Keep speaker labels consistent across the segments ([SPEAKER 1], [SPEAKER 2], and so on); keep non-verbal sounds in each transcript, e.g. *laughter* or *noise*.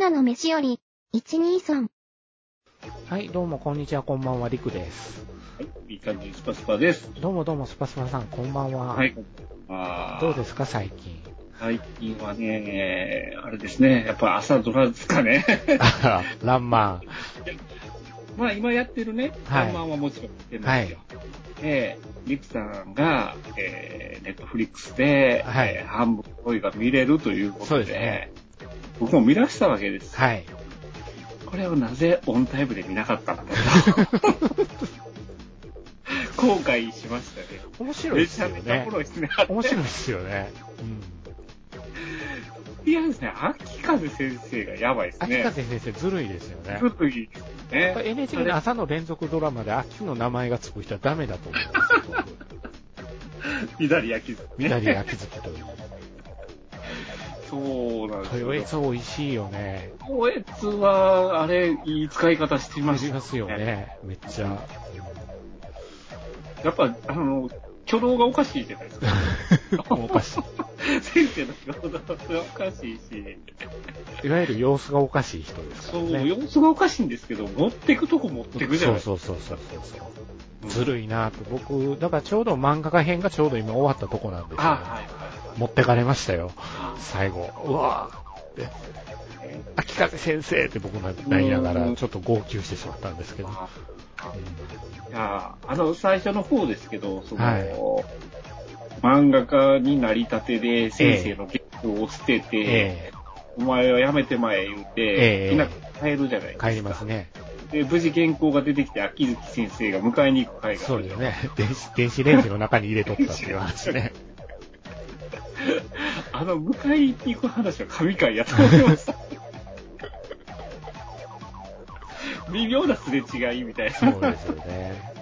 [SPEAKER 1] ナの飯より、123。
[SPEAKER 2] はい、どうも、こんにちは、こんばんは、りくです。
[SPEAKER 3] はい、いい感じ、スパスパです。
[SPEAKER 2] どうもどうも、スパスパさん、こんばんは。
[SPEAKER 3] はい。あ
[SPEAKER 2] どう
[SPEAKER 3] ー
[SPEAKER 2] ですか、最近。
[SPEAKER 3] 最近はね、あれですね、やっぱ朝ドラですかね。 *laughs*
[SPEAKER 2] *laughs* ランマ
[SPEAKER 3] まあ今やってるね、
[SPEAKER 2] はい
[SPEAKER 3] 看板はもちろんやってるんですよ。で、リクさんが、えー、ネットフリックスで、
[SPEAKER 2] はい
[SPEAKER 3] えー半分恋が見れるということで、
[SPEAKER 2] そうですね
[SPEAKER 3] 僕も見出したわけです。
[SPEAKER 2] ン。はい。
[SPEAKER 3] これをなぜオンタイムで見なかったのか
[SPEAKER 2] *laughs*
[SPEAKER 3] 後悔しましたね。
[SPEAKER 2] 面白い
[SPEAKER 3] め
[SPEAKER 2] で
[SPEAKER 3] ち
[SPEAKER 2] す
[SPEAKER 3] ゃ
[SPEAKER 2] よ
[SPEAKER 3] めちゃお
[SPEAKER 2] ね
[SPEAKER 3] も。ろいですね。
[SPEAKER 2] 面白いですよね。うん。
[SPEAKER 3] いやですね、秋風先生がやばいです
[SPEAKER 2] 秋
[SPEAKER 3] ね。
[SPEAKER 2] 風先生、ずるいですよね。
[SPEAKER 3] 特に
[SPEAKER 2] やっぱ
[SPEAKER 3] ね。
[SPEAKER 2] NHK の朝の連続ドラマで秋の名前がつく人はダメだと思うんですよ僕。
[SPEAKER 3] 左焼きずね。
[SPEAKER 2] 緑が秋月という。
[SPEAKER 3] そうなんですよ。
[SPEAKER 2] 豊悦美味しいよね。
[SPEAKER 3] こいつは、あれ、いい使い方してま
[SPEAKER 2] あ
[SPEAKER 3] した
[SPEAKER 2] りますよ。ね。めっちゃ。
[SPEAKER 3] やっぱ、あの、挙動がおかしいじゃないですか。
[SPEAKER 2] *laughs* おかし
[SPEAKER 3] 先生の挙動がおかしいし、
[SPEAKER 2] い。いわゆる様子がおかしい人ですか
[SPEAKER 3] そ
[SPEAKER 2] ら
[SPEAKER 3] う、
[SPEAKER 2] ね。
[SPEAKER 3] 様子がおかしいんですけど、持ってくとこ持ってくじゃないですか。
[SPEAKER 2] そうそうそうそうそう。ずるいなと。僕、だからちょうど漫画家編がちょうど今終わったとこなんです
[SPEAKER 3] あ、
[SPEAKER 2] よ、
[SPEAKER 3] はいは
[SPEAKER 2] 持ってかれましたよ。
[SPEAKER 3] い
[SPEAKER 2] 最後。うわぁ。で
[SPEAKER 3] はい。
[SPEAKER 2] 秋風先生って僕なんか泣いなが
[SPEAKER 3] う
[SPEAKER 2] ら、
[SPEAKER 3] ん
[SPEAKER 2] ちょっと号泣してしまったんですけど。
[SPEAKER 3] あ
[SPEAKER 2] うん
[SPEAKER 3] いやあの、最初の方ですけど、その、
[SPEAKER 2] はい
[SPEAKER 3] 漫画家になりたてで先生の結構を捨てて、
[SPEAKER 2] え
[SPEAKER 3] お前はやめてまえ言う
[SPEAKER 2] ええ
[SPEAKER 3] て、いなく帰るじゃないです
[SPEAKER 2] え
[SPEAKER 3] か。
[SPEAKER 2] 帰りますね。
[SPEAKER 3] で、無事原稿が出てきて、秋月先生が迎えに行く回がある
[SPEAKER 2] そうですね。電子、電子レンジの中に入れとったっていう話ね。
[SPEAKER 3] *laughs* あの、迎えに行く話は神回やと思い
[SPEAKER 2] *laughs*
[SPEAKER 3] ました。微妙なすれ違いみたい
[SPEAKER 2] そう
[SPEAKER 3] な。
[SPEAKER 2] ですよね。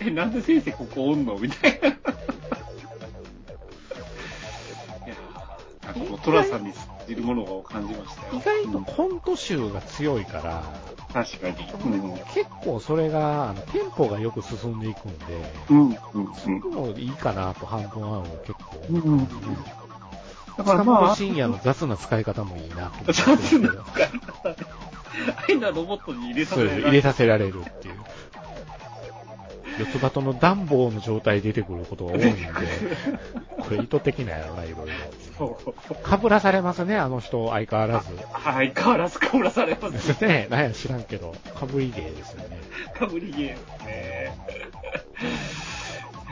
[SPEAKER 3] *laughs* え、なんで先生ここおんのみたいな。いやーなんかもう寅さんに通じるものを感じましたよ。
[SPEAKER 2] 意外と
[SPEAKER 3] うん
[SPEAKER 2] コント集が強いから、
[SPEAKER 3] 確かに。
[SPEAKER 2] 結構それが、あのテンポがよく進んでいくんで、
[SPEAKER 3] うん。うん。うん。
[SPEAKER 2] 僕もいいかなと、半分半を結構。
[SPEAKER 3] うん。うん。だから
[SPEAKER 2] 塚
[SPEAKER 3] ま
[SPEAKER 2] 本
[SPEAKER 3] あ、
[SPEAKER 2] 深夜の雑な使い方もいいなと思って
[SPEAKER 3] 雑な変なロボットに入れさ
[SPEAKER 2] そ
[SPEAKER 3] せ
[SPEAKER 2] う
[SPEAKER 3] られ
[SPEAKER 2] 入れ
[SPEAKER 3] た。
[SPEAKER 2] させられるっていう。四つ鳩の暖房の状態で出てくることが多いんで、これ意図的なんやろな、いろいろ。
[SPEAKER 3] そう。
[SPEAKER 2] かぶらされますね、あの人、相変わらず。
[SPEAKER 3] 相変わらずかぶら
[SPEAKER 2] *laughs*
[SPEAKER 3] されますね。
[SPEAKER 2] ねえ、なんや知らんけど、かぶり芸ですよね。
[SPEAKER 3] かぶりゲーですね。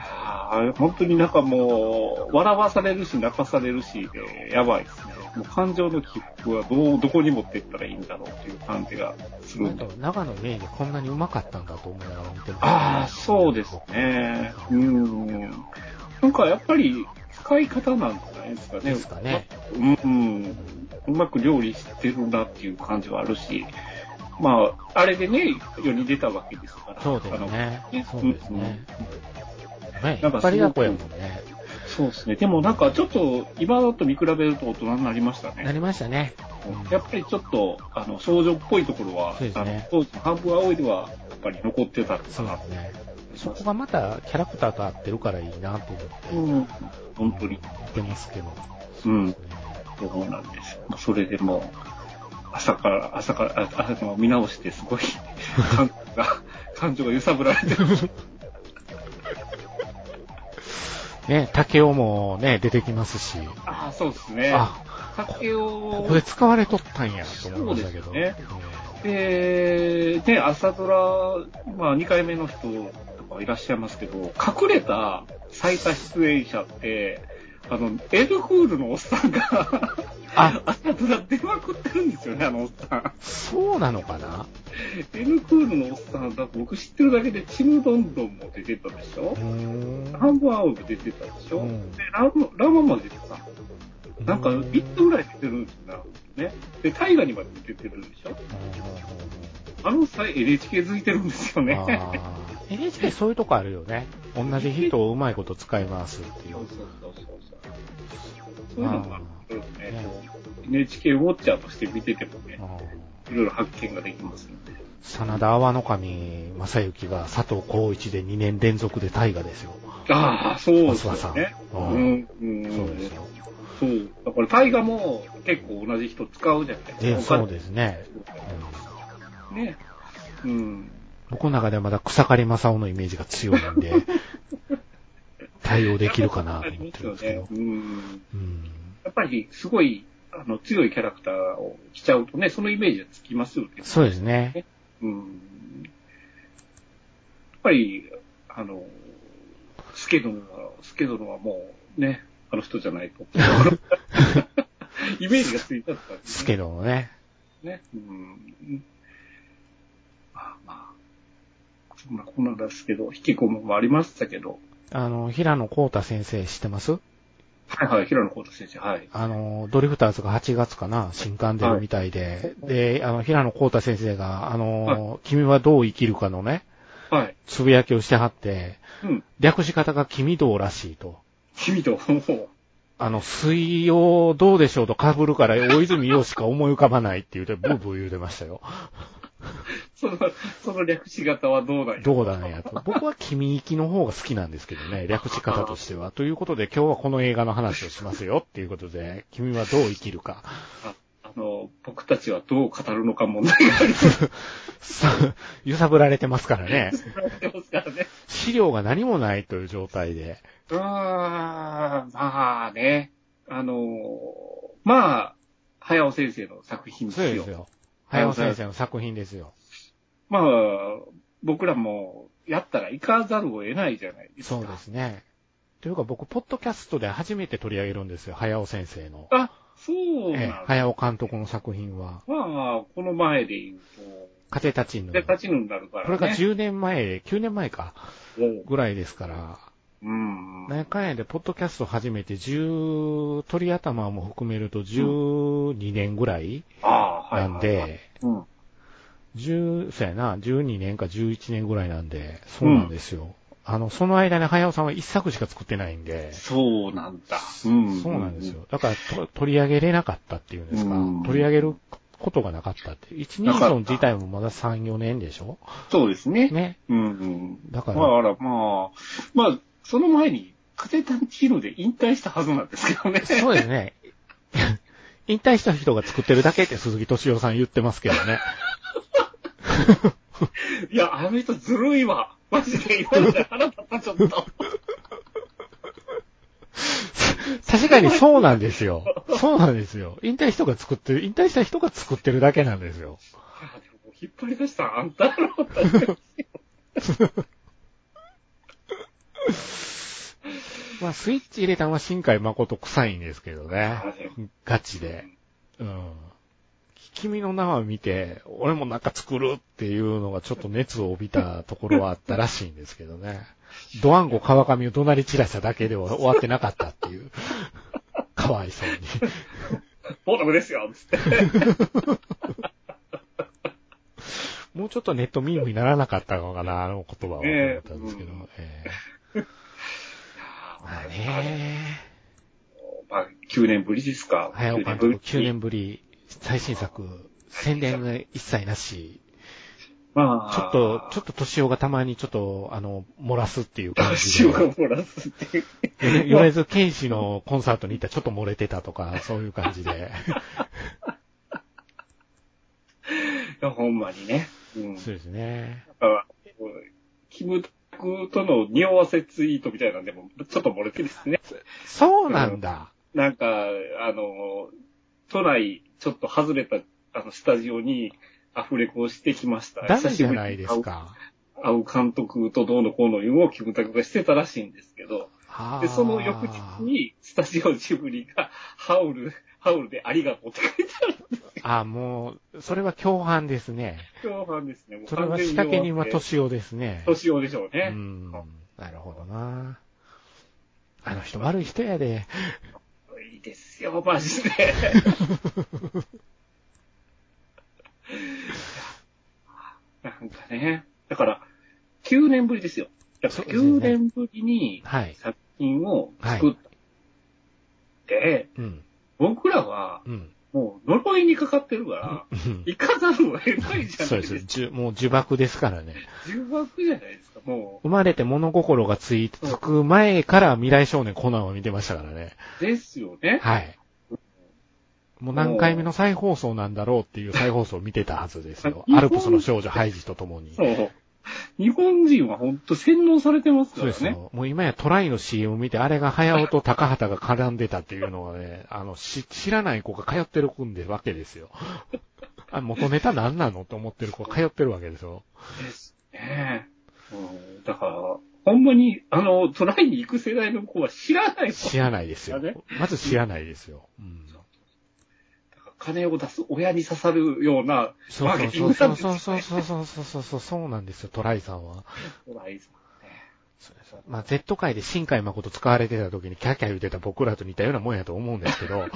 [SPEAKER 3] あー本当になんかもう、笑わされるし、泣かされるしで、やばいですね。もう感情の起伏はどう、どこに持っていったらいいんだろうっていう感じがする
[SPEAKER 2] なん
[SPEAKER 3] ん
[SPEAKER 2] か
[SPEAKER 3] で。
[SPEAKER 2] 長野名義こんなにうまかったんだと思いながら見てます
[SPEAKER 3] ああ、そうですね。うん。なんかやっぱり、使い方なんじゃないですかね。
[SPEAKER 2] ですかね。
[SPEAKER 3] うん、うん。うまく料理してるなっていう感じはあるし、まあ、あれでね、世に出たわけですから。
[SPEAKER 2] そうですね。そうですね。ね、やっぱりだこやもんね。
[SPEAKER 3] あのそうですね。でもなんかちょっと、今と見比べると大人になりました
[SPEAKER 2] な
[SPEAKER 3] ね。
[SPEAKER 2] りましたね。うん
[SPEAKER 3] やっぱりちょっと、あの、少女っぽいところは、
[SPEAKER 2] そうです
[SPEAKER 3] あ
[SPEAKER 2] ね
[SPEAKER 3] の、当時の半分青いでは、やっぱり残ってたのか
[SPEAKER 2] そう
[SPEAKER 3] な
[SPEAKER 2] だね。そこがまたキャラクターと合ってるからいいなと思って、
[SPEAKER 3] うん。本当に。
[SPEAKER 2] 見てますけど。
[SPEAKER 3] うん。そうなんです。それでもう、朝から、朝から、あ朝の見直して、す
[SPEAKER 2] *laughs*
[SPEAKER 3] ごい感情が、感情が揺さぶられてる。
[SPEAKER 2] ね、竹雄もね、出てきますし、
[SPEAKER 3] ああ、そうですね。
[SPEAKER 2] あ、
[SPEAKER 3] 竹
[SPEAKER 2] こ
[SPEAKER 3] を
[SPEAKER 2] こ、で使われとったんやと思いましたけど。
[SPEAKER 3] そうですで、ね、朝ドラ、まあ2回目の人とかいらっしゃいますけど、隠れた最多出演者って、あの、エルフールのおっさんが、 *laughs*
[SPEAKER 2] あ、
[SPEAKER 3] 朝ドラ出まくってるんですよね、あのおっさん。
[SPEAKER 2] そうなのかな
[SPEAKER 3] エルクールのおっさんだ、僕知ってるだけで、ちむどんどんも出てたでしょ
[SPEAKER 2] うーん。
[SPEAKER 3] ハンブアウ出てたでしょ、
[SPEAKER 2] うん
[SPEAKER 3] でラム、ラマまで出てた。なんか、
[SPEAKER 2] うん
[SPEAKER 3] 3つぐらい出てるんだよね。で、大河にまで出てるでしょあの際 NHK 付いてるんですよね。
[SPEAKER 2] あー NHK そういうとこあるよね。同じ人をうまいこと使い回すってい
[SPEAKER 3] そうう。そうそうそうそう。そういうのがあるんですね。
[SPEAKER 2] ね
[SPEAKER 3] こう NHK ウォッチャーとして見ててもね
[SPEAKER 2] う、ん
[SPEAKER 3] いろいろ発見ができますよね。
[SPEAKER 2] 真田阿波守正幸が佐藤浩一で2年連続で大河ですよ。
[SPEAKER 3] ああ、そうです
[SPEAKER 2] 松葉さ
[SPEAKER 3] よね。
[SPEAKER 2] ん
[SPEAKER 3] うん、うん、
[SPEAKER 2] そうですよ。
[SPEAKER 3] そう。だこれ、タイガも結構同じ人使うじゃない
[SPEAKER 2] で、
[SPEAKER 3] すか。
[SPEAKER 2] そうですね。うん
[SPEAKER 3] す。ね。うん。
[SPEAKER 2] 僕の中ではまだ草刈正雄のイメージが強いん *laughs* で、対応できるかなと思ってるんですけ
[SPEAKER 3] やっ
[SPEAKER 2] ど
[SPEAKER 3] ぱ。りねうん
[SPEAKER 2] うん。
[SPEAKER 3] やっぱり、すごい、あの、強いキャラクターを着ちゃうとね、そのイメージがつきますよね。
[SPEAKER 2] そうですね。
[SPEAKER 3] うん。やっぱり、あの、スケ殿は、スケ殿はもう、ね、あの人じゃないと。イメージがついたから、ね。
[SPEAKER 2] スケロのね。
[SPEAKER 3] ね。うん。まあまあ、そんなこんなんですけど、引き込みもありましたけど。
[SPEAKER 2] あの、平野幸太先生知ってます
[SPEAKER 3] はいはい、平野幸太先生、はい。
[SPEAKER 2] あの、ドリフターズが8月かな、新刊出るみたいで、で、あの、平野幸太先生が、あの、君はどう生きるかのね、
[SPEAKER 3] はい。
[SPEAKER 2] つぶやきをしてはって、
[SPEAKER 3] うん。
[SPEAKER 2] 略し方が君どうらしいと。
[SPEAKER 3] 君と、も
[SPEAKER 2] あの、水曜どうでしょうと被るから、大泉洋しか思い浮かばないって言うて、ブーブー言うてましたよ。
[SPEAKER 3] う、その、その略し方はどうだい
[SPEAKER 2] どうだねやと。僕は君行きの方が好きなんですけどね、略し方としては。ということで、今日はこの映画の話をしますよっていうことで、君はどう生きるか。
[SPEAKER 3] ああの、僕たちはどう語るのか問題があります
[SPEAKER 2] さ揺さぶられてますからね。
[SPEAKER 3] からね。
[SPEAKER 2] 資料が何もないという状態で。
[SPEAKER 3] うーん、まあね。あのーまあ、早尾先生の作品で
[SPEAKER 2] そう
[SPEAKER 3] す
[SPEAKER 2] で
[SPEAKER 3] よ
[SPEAKER 2] す。よ。早尾先生の作品ですよ。
[SPEAKER 3] まあ、僕らも、やったら行かざるを得ないじゃないですか。
[SPEAKER 2] そうですね。というか僕、ポッドキャストで初めて取り上げるんですよ、早尾先生の。
[SPEAKER 3] あ、そうなん
[SPEAKER 2] ええ
[SPEAKER 3] だ。
[SPEAKER 2] 早尾監督の作品は。
[SPEAKER 3] まあ、この前で言う
[SPEAKER 2] カテタチン
[SPEAKER 3] と、
[SPEAKER 2] の。
[SPEAKER 3] で、
[SPEAKER 2] こ
[SPEAKER 3] 勝ちぬになるからね。
[SPEAKER 2] れが10年前、9年前か、
[SPEAKER 3] おう
[SPEAKER 2] ぐらいですから。
[SPEAKER 3] うん。
[SPEAKER 2] 何回やで、ポッドキャスト始めて、10、鳥頭も含めると12年ぐらい
[SPEAKER 3] ああ、はい。
[SPEAKER 2] なんで、
[SPEAKER 3] うん。
[SPEAKER 2] 10、そうやな、12年か11年ぐらいなんで、そうなんですよ。あの、その間に早尾さんは一作しか作ってないんで、
[SPEAKER 3] そうなんだ。うん。
[SPEAKER 2] そうなんです。よ。だからと、取り上げれなかったっていうんですか
[SPEAKER 3] うん、
[SPEAKER 2] 取り上げることがなかったって。1、2
[SPEAKER 3] なかった
[SPEAKER 2] ソン自体もまだ3、4年でしょ
[SPEAKER 3] そうですね。
[SPEAKER 2] ね。
[SPEAKER 3] うんうん。
[SPEAKER 2] だか
[SPEAKER 3] まあ、
[SPEAKER 2] ら、
[SPEAKER 3] あら、まあ、まあ、その前に、カテタンチーノで引退したはずなんですけどね。
[SPEAKER 2] そうですね。 *laughs* 引退した人が作ってるだけって鈴木敏夫さん言ってますけどね。
[SPEAKER 3] いや、あの人ずるいわ。マジで今まで腹立った、ちょっと。
[SPEAKER 2] 確かにそうなんですよ。そうなんですよ。引退人が作ってる、引退した人が作ってるだけなんですよ。
[SPEAKER 3] あでも引っ張り出したあん *laughs* たの。
[SPEAKER 2] まあ、スイッチ入れたのは新海誠臭いんですけどね。ガチで。うん。君の名は見て、俺もなんか作るっていうのがちょっと熱を帯びたところはあったらしいんですけどね。 *laughs* ドワンゴ川上を怒鳴り散らしただけでは終わってなかったっていう。 *laughs* かわいそう
[SPEAKER 3] *laughs*
[SPEAKER 2] に。
[SPEAKER 3] ボトムですよ、つって。
[SPEAKER 2] もうちょっとネットミームにならなかったのかな、あの言葉は。思
[SPEAKER 3] ええ
[SPEAKER 2] ったんですけど。
[SPEAKER 3] うん
[SPEAKER 2] ええ
[SPEAKER 3] *laughs*
[SPEAKER 2] まあね
[SPEAKER 3] まあ、9年ぶりですか。
[SPEAKER 2] 早尾監督9
[SPEAKER 3] り。
[SPEAKER 2] 年ぶり、最新作、宣伝が一切なし、
[SPEAKER 3] まあ、
[SPEAKER 2] ちょっと、ちょっと年をがたまにちょっと、あの、漏らすっていう感じ
[SPEAKER 3] 足を
[SPEAKER 2] で、
[SPEAKER 3] 漏らすっていう。
[SPEAKER 2] 米津玄師のコンサートに行ったらちょっと漏れてたと *laughs* か、そういう感じで、
[SPEAKER 3] いや、ほんまにね。うん。
[SPEAKER 2] そうですね。
[SPEAKER 3] だから、こうキムタクとの匂わせツイートみたいなんでも、ちょっと漏れてですね。
[SPEAKER 2] そうなんだ。
[SPEAKER 3] なんか、あの、都内、ちょっと外れた、あの、スタジオに、アフレコをしてきました。
[SPEAKER 2] ダメじゃないですか。
[SPEAKER 3] 久しぶりに会う。会う監督とどうのこうの言うをキムタクがしてたらしいんですけど、
[SPEAKER 2] あー
[SPEAKER 3] で、その翌日に、スタジオジブリが、ハウル、ハウルでありがとうって書いてある
[SPEAKER 2] あー、もう、それは共犯ですね。
[SPEAKER 3] 共犯ですね。もう
[SPEAKER 2] それは仕掛け人は
[SPEAKER 3] 年。
[SPEAKER 2] 年をですね。
[SPEAKER 3] 年をでしょう
[SPEAKER 2] う
[SPEAKER 3] ね。
[SPEAKER 2] ん。なるほどな。あの人悪い人やで。
[SPEAKER 3] いいですよ、マジで。いやなんかね、だから、9年ぶりですよ。だから9年ぶりに
[SPEAKER 2] はい。
[SPEAKER 3] 作品を作って、
[SPEAKER 2] うん。
[SPEAKER 3] 僕らは
[SPEAKER 2] *laughs* うん。
[SPEAKER 3] もう呪いにかかってるから、
[SPEAKER 2] うん
[SPEAKER 3] 行かざるを得ないじゃな
[SPEAKER 2] そう
[SPEAKER 3] い
[SPEAKER 2] で
[SPEAKER 3] で
[SPEAKER 2] す
[SPEAKER 3] すか。
[SPEAKER 2] じゅ。もう呪縛ですからね。
[SPEAKER 3] 重枠じゃないですか、も
[SPEAKER 2] 生まれて物心がついて、つく前から未来少年コナンを見てましたからね。
[SPEAKER 3] う。ですよね。。
[SPEAKER 2] はい。もう何回目の再放送なんだろうっていう再放送を見てたはずですよ
[SPEAKER 3] 日本
[SPEAKER 2] アルプスの少女ハイジと共に。
[SPEAKER 3] そう。日本人は本当洗脳されてますか
[SPEAKER 2] そう
[SPEAKER 3] ら
[SPEAKER 2] です
[SPEAKER 3] ね。
[SPEAKER 2] よ。もう今やトライの CM 見て、あれが早尾と高畑が絡んでたっていうのはね、あの、し知らない子が通ってるくんでわけですよ。 *laughs* あ、元ネタ何なのって思ってる子が通ってるわけですよ。
[SPEAKER 3] ねえ。うん、だから、ほんまに、あの、トライに行く世代の子は知らないもん
[SPEAKER 2] 知らないですよ
[SPEAKER 3] だね。
[SPEAKER 2] まず知らないですよ。うん。
[SPEAKER 3] だから金を出す親に刺さるような
[SPEAKER 2] そ
[SPEAKER 3] マ
[SPEAKER 2] う
[SPEAKER 3] ーケティン
[SPEAKER 2] そう
[SPEAKER 3] グな
[SPEAKER 2] そ
[SPEAKER 3] んで
[SPEAKER 2] うそう
[SPEAKER 3] すよ
[SPEAKER 2] そうそうそうそうそうそうそうなんですよ、トライさんは。
[SPEAKER 3] トライさんね。
[SPEAKER 2] まあ、Z 界で新海誠使われてた時にキャーキャー言ってた僕らと似たようなもんやと思うんですけ *laughs* ど、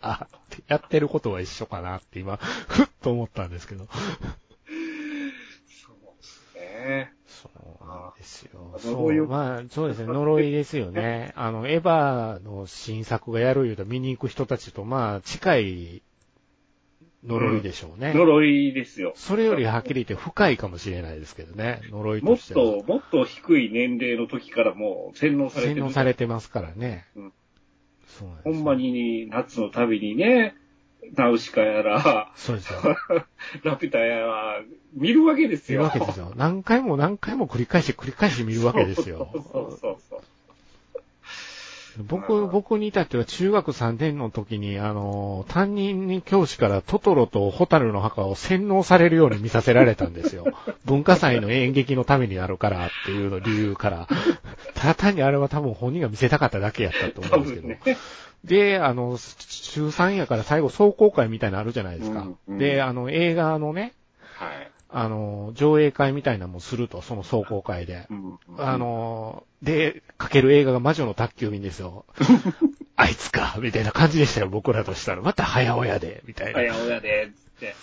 [SPEAKER 2] あ、やってることは一緒かなって今、ふっと思ったんですけど。
[SPEAKER 3] そうですね。
[SPEAKER 2] そうなんですよ
[SPEAKER 3] あ。
[SPEAKER 2] そ
[SPEAKER 3] 呪いを
[SPEAKER 2] う、まあ、そうですね、呪いですよね。あの、エヴァの新作がやる言うと見に行く人たちと、まあ、近い呪いでしょうね。
[SPEAKER 3] 呪いですよ。
[SPEAKER 2] それよりはっきり言って深いかもしれないですけどね、呪い
[SPEAKER 3] も
[SPEAKER 2] と
[SPEAKER 3] っ
[SPEAKER 2] しては。
[SPEAKER 3] と、もっと低い年齢の時からもう洗脳されて
[SPEAKER 2] 洗
[SPEAKER 3] る
[SPEAKER 2] 脳。されてますからね。
[SPEAKER 3] うん
[SPEAKER 2] そうなんです
[SPEAKER 3] ほ
[SPEAKER 2] よ
[SPEAKER 3] んま。に夏の旅にね、ナウシカやら、 *laughs*
[SPEAKER 2] そうですよ。
[SPEAKER 3] ラピュタやら、見るわけです
[SPEAKER 2] 見る
[SPEAKER 3] よ。
[SPEAKER 2] わけです
[SPEAKER 3] *laughs*
[SPEAKER 2] よ。何回も何回も繰り返し繰り返し見るわけですよ。
[SPEAKER 3] *laughs* そうそうそう。
[SPEAKER 2] 僕、僕に至っては中学3年の時に、あの、担任に教師からトトロとホタルの墓を洗脳されるように見させられたん
[SPEAKER 3] *laughs*
[SPEAKER 2] ですよ。文化祭の演劇のためにやるからっていうの理由から。ただ単にあれは多分本人が見せたかっただけやったと思
[SPEAKER 3] 多
[SPEAKER 2] うんですけ
[SPEAKER 3] 分
[SPEAKER 2] ど。
[SPEAKER 3] ね。
[SPEAKER 2] で、あの、中3やから最後総公開みたいなのあるじゃないですか。
[SPEAKER 3] うんうん
[SPEAKER 2] で、あの、映画のね、
[SPEAKER 3] はい。
[SPEAKER 2] あの、上映会みたいなのもすると、その総公開で。
[SPEAKER 3] うん
[SPEAKER 2] あ、のー、で、かける映画が魔女の宅急便です
[SPEAKER 3] *laughs*
[SPEAKER 2] よ。あいつか、みたいな感じでしたよ、僕らとしたら。また早親で、みたいな。
[SPEAKER 3] 親親で、つって。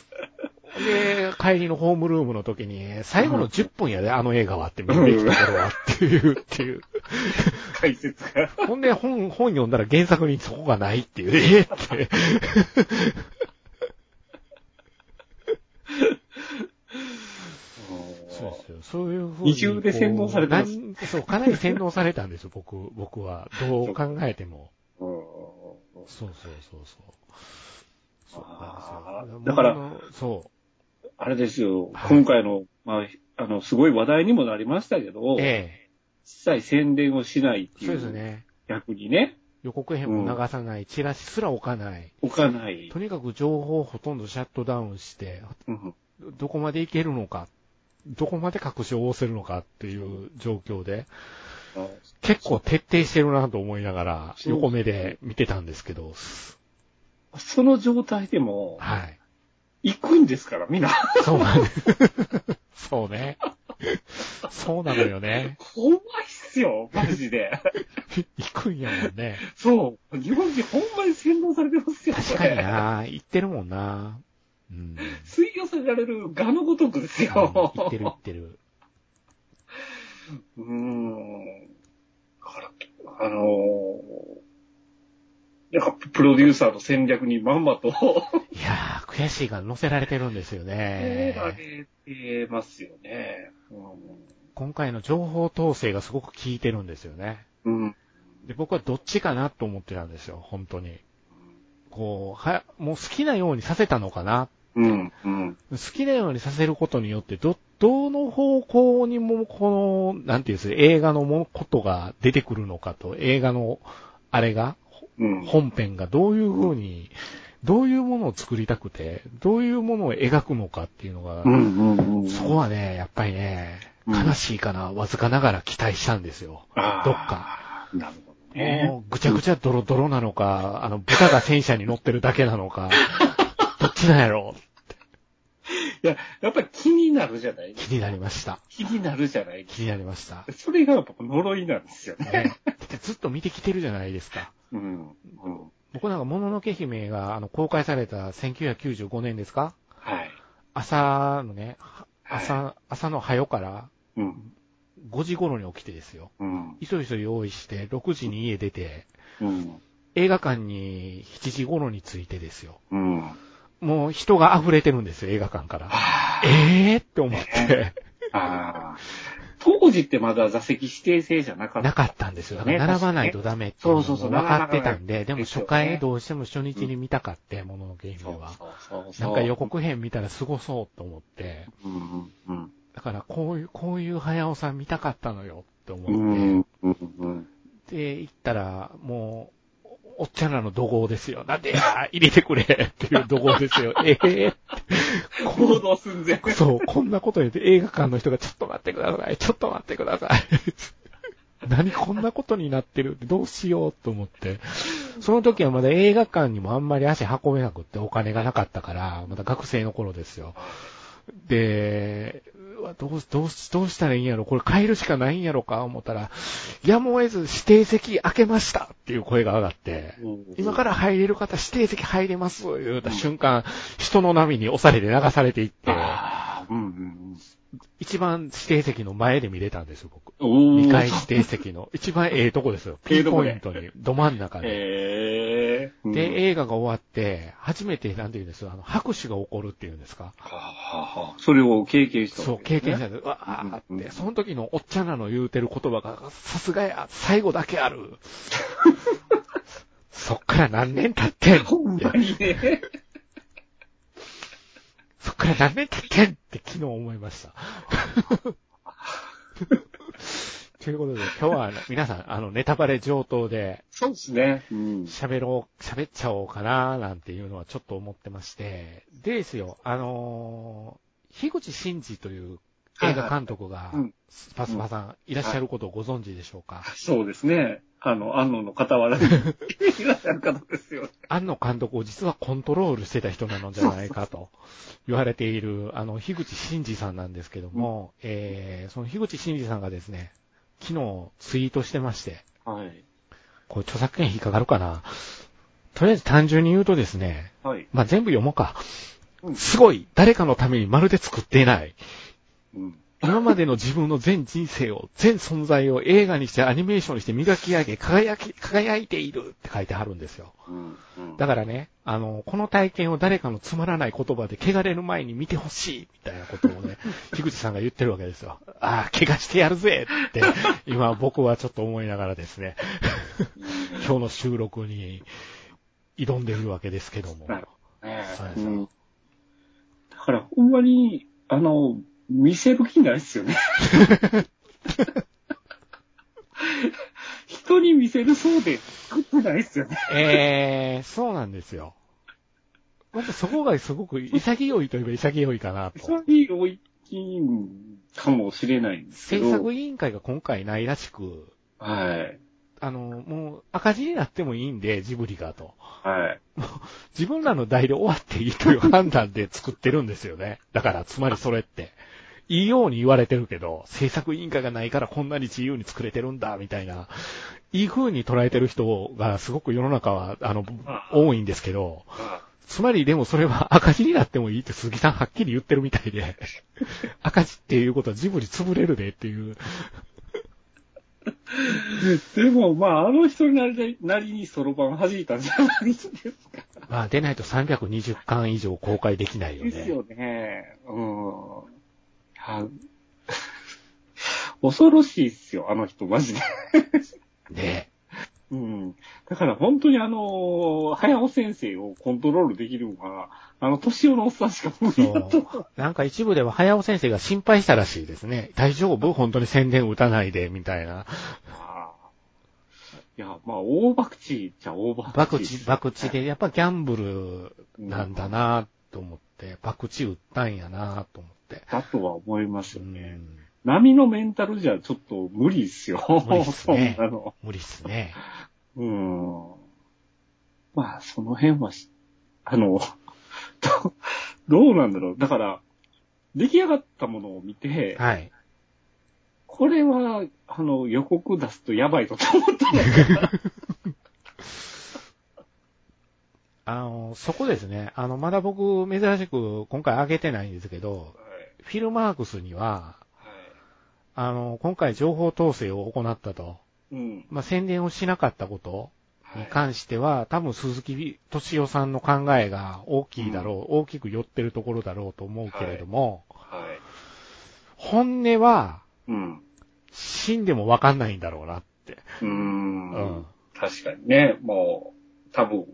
[SPEAKER 2] で、帰りのホームルームの時に、最後の10分やで、あの映画はって見てきた頃はっていう、っていう。
[SPEAKER 3] 解説が。
[SPEAKER 2] ほんで、本、本読んだら原作にそこがないっていう、ええって。そうですよ。そういうふうに。
[SPEAKER 3] 二重で洗脳されてます
[SPEAKER 2] こうなんそう、かなり洗脳されたんですよ、 *laughs* 僕、僕は。どう考えても。
[SPEAKER 3] うん
[SPEAKER 2] そうそうそうそう。
[SPEAKER 3] あーだから、、
[SPEAKER 2] そ
[SPEAKER 3] あれですよ、
[SPEAKER 2] はい
[SPEAKER 3] 今回の、まあ、あの、すごい話題にもなりましたけど
[SPEAKER 2] う。、え
[SPEAKER 3] 一切宣伝をしないっ
[SPEAKER 2] え。
[SPEAKER 3] てい
[SPEAKER 2] そう
[SPEAKER 3] う、
[SPEAKER 2] ですね。
[SPEAKER 3] 逆にね、
[SPEAKER 2] 予告編も流さない、チラシすら置かない。
[SPEAKER 3] 置かない。
[SPEAKER 2] とにかく情報をほとんどシャットダウンして、
[SPEAKER 3] うん
[SPEAKER 2] どこまでいけるのか、どこまで隠しを仰せるのかっていう状況で、結構徹底してるなと思いながら、
[SPEAKER 3] そう
[SPEAKER 2] 横目で見てたんですけど、
[SPEAKER 3] その状態でも、
[SPEAKER 2] はい。
[SPEAKER 3] 行くんですから、みんな。
[SPEAKER 2] そうなんです。そうね。そうなのよね。
[SPEAKER 3] 怖いっすよ、マジで。
[SPEAKER 2] 行くんやもんね。
[SPEAKER 3] そう。日本人ほんまに洗脳されてますよ、
[SPEAKER 2] 確かに
[SPEAKER 3] これ
[SPEAKER 2] な行ってるもんなうん。
[SPEAKER 3] 水魚されられるがのごとくですよ。
[SPEAKER 2] 行ってる行ってる。
[SPEAKER 3] うーん。だから、あのー、なんかプロデューサーの戦略にまんまと
[SPEAKER 2] いやー、悔しいが乗せられてるんですよ
[SPEAKER 3] えら
[SPEAKER 2] ね。
[SPEAKER 3] れてますよね。う
[SPEAKER 2] 今回の情報統制がすごく効いてるんですよね。
[SPEAKER 3] ん。うん。
[SPEAKER 2] で、僕はどっちかなと思ってたんですよ、本当に。こう、は、もう好きなようにさせたのかな。
[SPEAKER 3] うん。うん。
[SPEAKER 2] 好きなようにさせることによって、ど、どの方向にも、この、なんていうんですか、映画のもことが出てくるのかと、映画の、あれが、
[SPEAKER 3] うん。
[SPEAKER 2] 本編がどういうふうに、どういうものを作りたくて、どういうものを描くのかっていうのが、
[SPEAKER 3] うん。うん。うん。
[SPEAKER 2] そこはね、やっぱりね、
[SPEAKER 3] うん
[SPEAKER 2] 悲しいかな、わずかながら期待したんですよ。
[SPEAKER 3] あー
[SPEAKER 2] どっか。
[SPEAKER 3] なるほどね。
[SPEAKER 2] もう、ぐちゃぐちゃドロドロなのか、あの、豚が戦車に乗ってるだけなの
[SPEAKER 3] *laughs*
[SPEAKER 2] か、どっちなんやろ
[SPEAKER 3] いや、やっぱり気になるじゃない
[SPEAKER 2] 気になりました。
[SPEAKER 3] 気になるじゃない
[SPEAKER 2] 気になりました。
[SPEAKER 3] それがやっぱ呪いなんですよね。
[SPEAKER 2] ね、だってずっと見てきてるじゃないですか。
[SPEAKER 3] うん。うん。
[SPEAKER 2] 僕なんか、もののけ姫が、あの、公開された1995年ですか
[SPEAKER 3] はい。
[SPEAKER 2] 朝のね、
[SPEAKER 3] はい
[SPEAKER 2] 朝、朝の早から
[SPEAKER 3] うん。
[SPEAKER 2] 5時頃に起きてですよ。
[SPEAKER 3] うん。
[SPEAKER 2] いそいそ用意して、6時に家出て、
[SPEAKER 3] うん。
[SPEAKER 2] 映画館に7時頃に着いてですよ。
[SPEAKER 3] うん。は
[SPEAKER 2] もう人が溢れてるんですよ、映画館から。
[SPEAKER 3] あ。
[SPEAKER 2] ええー、って思って。
[SPEAKER 3] ああ。当時ってまだ座席指定制じゃなかった。
[SPEAKER 2] なかったんですよ。だか
[SPEAKER 3] ね
[SPEAKER 2] ら並ばないとダメっていうのも分かってたんで、で
[SPEAKER 3] そ
[SPEAKER 2] も
[SPEAKER 3] うそうそう並ばないと
[SPEAKER 2] 初回どうしても初日に見たかって、もののけ
[SPEAKER 3] そう
[SPEAKER 2] 姫は。
[SPEAKER 3] そうそうそ
[SPEAKER 2] な
[SPEAKER 3] うん
[SPEAKER 2] か予告編見たら凄そうと思って、
[SPEAKER 3] うんうん
[SPEAKER 2] だからこういう、こういう早尾さん見たかったのよって
[SPEAKER 3] う
[SPEAKER 2] 思っ
[SPEAKER 3] ん。うんうん
[SPEAKER 2] て、で、行ったら、もう、おっちゃんらの怒号ですよ。なんでや入れてくれっていう怒号ですよ。え
[SPEAKER 3] *laughs*
[SPEAKER 2] え
[SPEAKER 3] 行動寸前。。
[SPEAKER 2] そう、こんなこと言って映画館の人がちょっと待ってください、ちょっと待ってください。何こんなことになってるってどうしようと思って。その時はまだ映画館にもあんまり足運べなくってお金がなかったから、まだ学生の頃ですよ。で、うわどう、どうし、どうしたらいいんやろこれ変えるしかないんやろか思ったら、やむを得ず指定席開けましたっていう声が上がって、今からら入れる方指定席入れます言うた瞬間、人の波に押されて流されていって、
[SPEAKER 3] あーうんうん
[SPEAKER 2] 一番指定席の前で見れたんですよ、僕。
[SPEAKER 3] うん。お
[SPEAKER 2] 二
[SPEAKER 3] ー
[SPEAKER 2] 階指定席
[SPEAKER 3] *laughs*
[SPEAKER 2] の。一番ええとこですよ。
[SPEAKER 3] え
[SPEAKER 2] ピ
[SPEAKER 3] え
[SPEAKER 2] ン
[SPEAKER 3] とこ
[SPEAKER 2] ポイ
[SPEAKER 3] ね
[SPEAKER 2] ントに、ど真ん中で。
[SPEAKER 3] へえ。うん、
[SPEAKER 2] で、映画が終わって、初めて、なんて言うんですか、あの、拍手が起こるっていうんですか。
[SPEAKER 3] はあはあはあそれを経験した、
[SPEAKER 2] そう、経験者
[SPEAKER 3] た。
[SPEAKER 2] で、うわー
[SPEAKER 3] うん
[SPEAKER 2] っ
[SPEAKER 3] うんう
[SPEAKER 2] て、
[SPEAKER 3] ん
[SPEAKER 2] その時のおっちゃんらの言うてる言葉が、さすがや、最後だけあ
[SPEAKER 3] *laughs*
[SPEAKER 2] る。そっから何年経ってん
[SPEAKER 3] ほんまにね。
[SPEAKER 2] そっから何年経ってんって昨日思いま
[SPEAKER 3] *laughs*
[SPEAKER 2] した。ということで、今日はあの皆さん、あの、ネタバレ上等で、
[SPEAKER 3] そうですね。うん。
[SPEAKER 2] 喋ろう、喋っちゃおうかな、なんていうのはちょっと思ってまして。でですよ、あのー、樋口真嗣という映画監督が
[SPEAKER 3] いはいうん、
[SPEAKER 2] スパスパさん、いらっしゃることをご存知でしょうか。
[SPEAKER 3] そうですね。あの、安野の傍 *laughs* らにいらっしゃる方ですよね。
[SPEAKER 2] 庵野監督を実はコントロールしてた人なのじゃないかと言われている、あの、樋口真嗣さんなんですけども、えー、その樋口真嗣さんがですね、昨日ツイートしてまして、
[SPEAKER 3] はい。
[SPEAKER 2] これ著作権引っかかるかなとりあえず単純に言うとですね、
[SPEAKER 3] はい。
[SPEAKER 2] まあ、全部読もうか
[SPEAKER 3] う。ん
[SPEAKER 2] すごい誰かのためにまるで作っていない。
[SPEAKER 3] うん。
[SPEAKER 2] 今までの自分の全人生を、全存在を映画にしてアニメーションにして磨き上げ、輝き、輝いているって書いてあるんですよ。
[SPEAKER 3] うん。うん
[SPEAKER 2] だからね、あの、この体験を誰かのつまらない言葉で汚れる前に見てほしい、みたいなことをね、
[SPEAKER 3] *laughs*
[SPEAKER 2] 菊池さんが言ってるわけですよ。ああ、怪我してやるぜって、今僕はちょっと思いながらです
[SPEAKER 3] *laughs*
[SPEAKER 2] ね、今日の収録に挑んでいるわけですけども。
[SPEAKER 3] なるね
[SPEAKER 2] そうです
[SPEAKER 3] う
[SPEAKER 2] よ
[SPEAKER 3] ん。だから、ほんまに、あの、見せる気ないですよね。人に見せるそうで作ってないですよね。
[SPEAKER 2] ええそうなんですよ。まずそこがすごく潔いといえば潔いかな
[SPEAKER 3] そ
[SPEAKER 2] と
[SPEAKER 3] れ。に大きいんかもしれないんですけ
[SPEAKER 2] 制
[SPEAKER 3] ど。
[SPEAKER 2] 作委員会が今回ないらしく、
[SPEAKER 3] はい。
[SPEAKER 2] あの、もう赤字になってもいいんで、ジブリがと。
[SPEAKER 3] はい。
[SPEAKER 2] 自分らの代で終わっていいという判断で作ってるんですよね。だから、つまりそれって。いいように言われてるけど、制作委員会がないからこんなに自由に作れてるんだ、みたいな。いい風に捉えてる人がすごく世の中は、あの、多いんですけど、つまりでもそれは赤字になってもいいって鈴木さんはっきり言ってるみたいで、
[SPEAKER 3] *laughs*
[SPEAKER 2] 赤字っていうことはジブリ潰れるでっていう、
[SPEAKER 3] でも、まあ、あの人なりなりにそろばん弾いたんじゃないですか。
[SPEAKER 2] まあ出ないと320巻以上公開できないよね。
[SPEAKER 3] ですよね。うん。は恐ろしいっすよ、あの人、マジで。
[SPEAKER 2] ね。
[SPEAKER 3] うん。だから本当にあの、早尾先生をコントロールできるのが、あの、年寄のおっさんしか無理だと。 *laughs*
[SPEAKER 2] なんか一部では早尾先生が心配したらしいですね。大丈夫本当に宣伝打たないで、みたいな。
[SPEAKER 3] あーいや、まあ、大博打じゃ大博打。
[SPEAKER 2] 爆地、爆地で、やっぱギャンブルなんだなと思って、爆地打ったんやなと思って。
[SPEAKER 3] だとは思います
[SPEAKER 2] う
[SPEAKER 3] よね。
[SPEAKER 2] ん
[SPEAKER 3] 波のメンタルじゃちょっと無理っすよ。
[SPEAKER 2] 無理っすね
[SPEAKER 3] *laughs* そんなの。
[SPEAKER 2] 無理っすね。
[SPEAKER 3] うん。まあ、その辺はし、あの、 *laughs* どどうなんだろう。だから、出来上がったものを見て、
[SPEAKER 2] はい。
[SPEAKER 3] これは、あの、予告出すとやばいぞと思ったんだけど
[SPEAKER 2] あの、そこですね。あの、まだ僕、珍しく今回上げてないんですけど、フィルマークスには、あの、今回情報統制を行ったと。
[SPEAKER 3] うん。
[SPEAKER 2] まあ、宣伝をしなかったこと
[SPEAKER 3] は
[SPEAKER 2] に
[SPEAKER 3] い
[SPEAKER 2] 関しては、多分鈴木敏夫さんの考えが大きいだろう、大きく寄ってるところだろうと思うけれども、
[SPEAKER 3] はい。
[SPEAKER 2] 本音は、
[SPEAKER 3] うん。
[SPEAKER 2] 死んでもわかんないんだろうなって。
[SPEAKER 3] うー。
[SPEAKER 2] うんん。
[SPEAKER 3] 確かにね、もう、多分、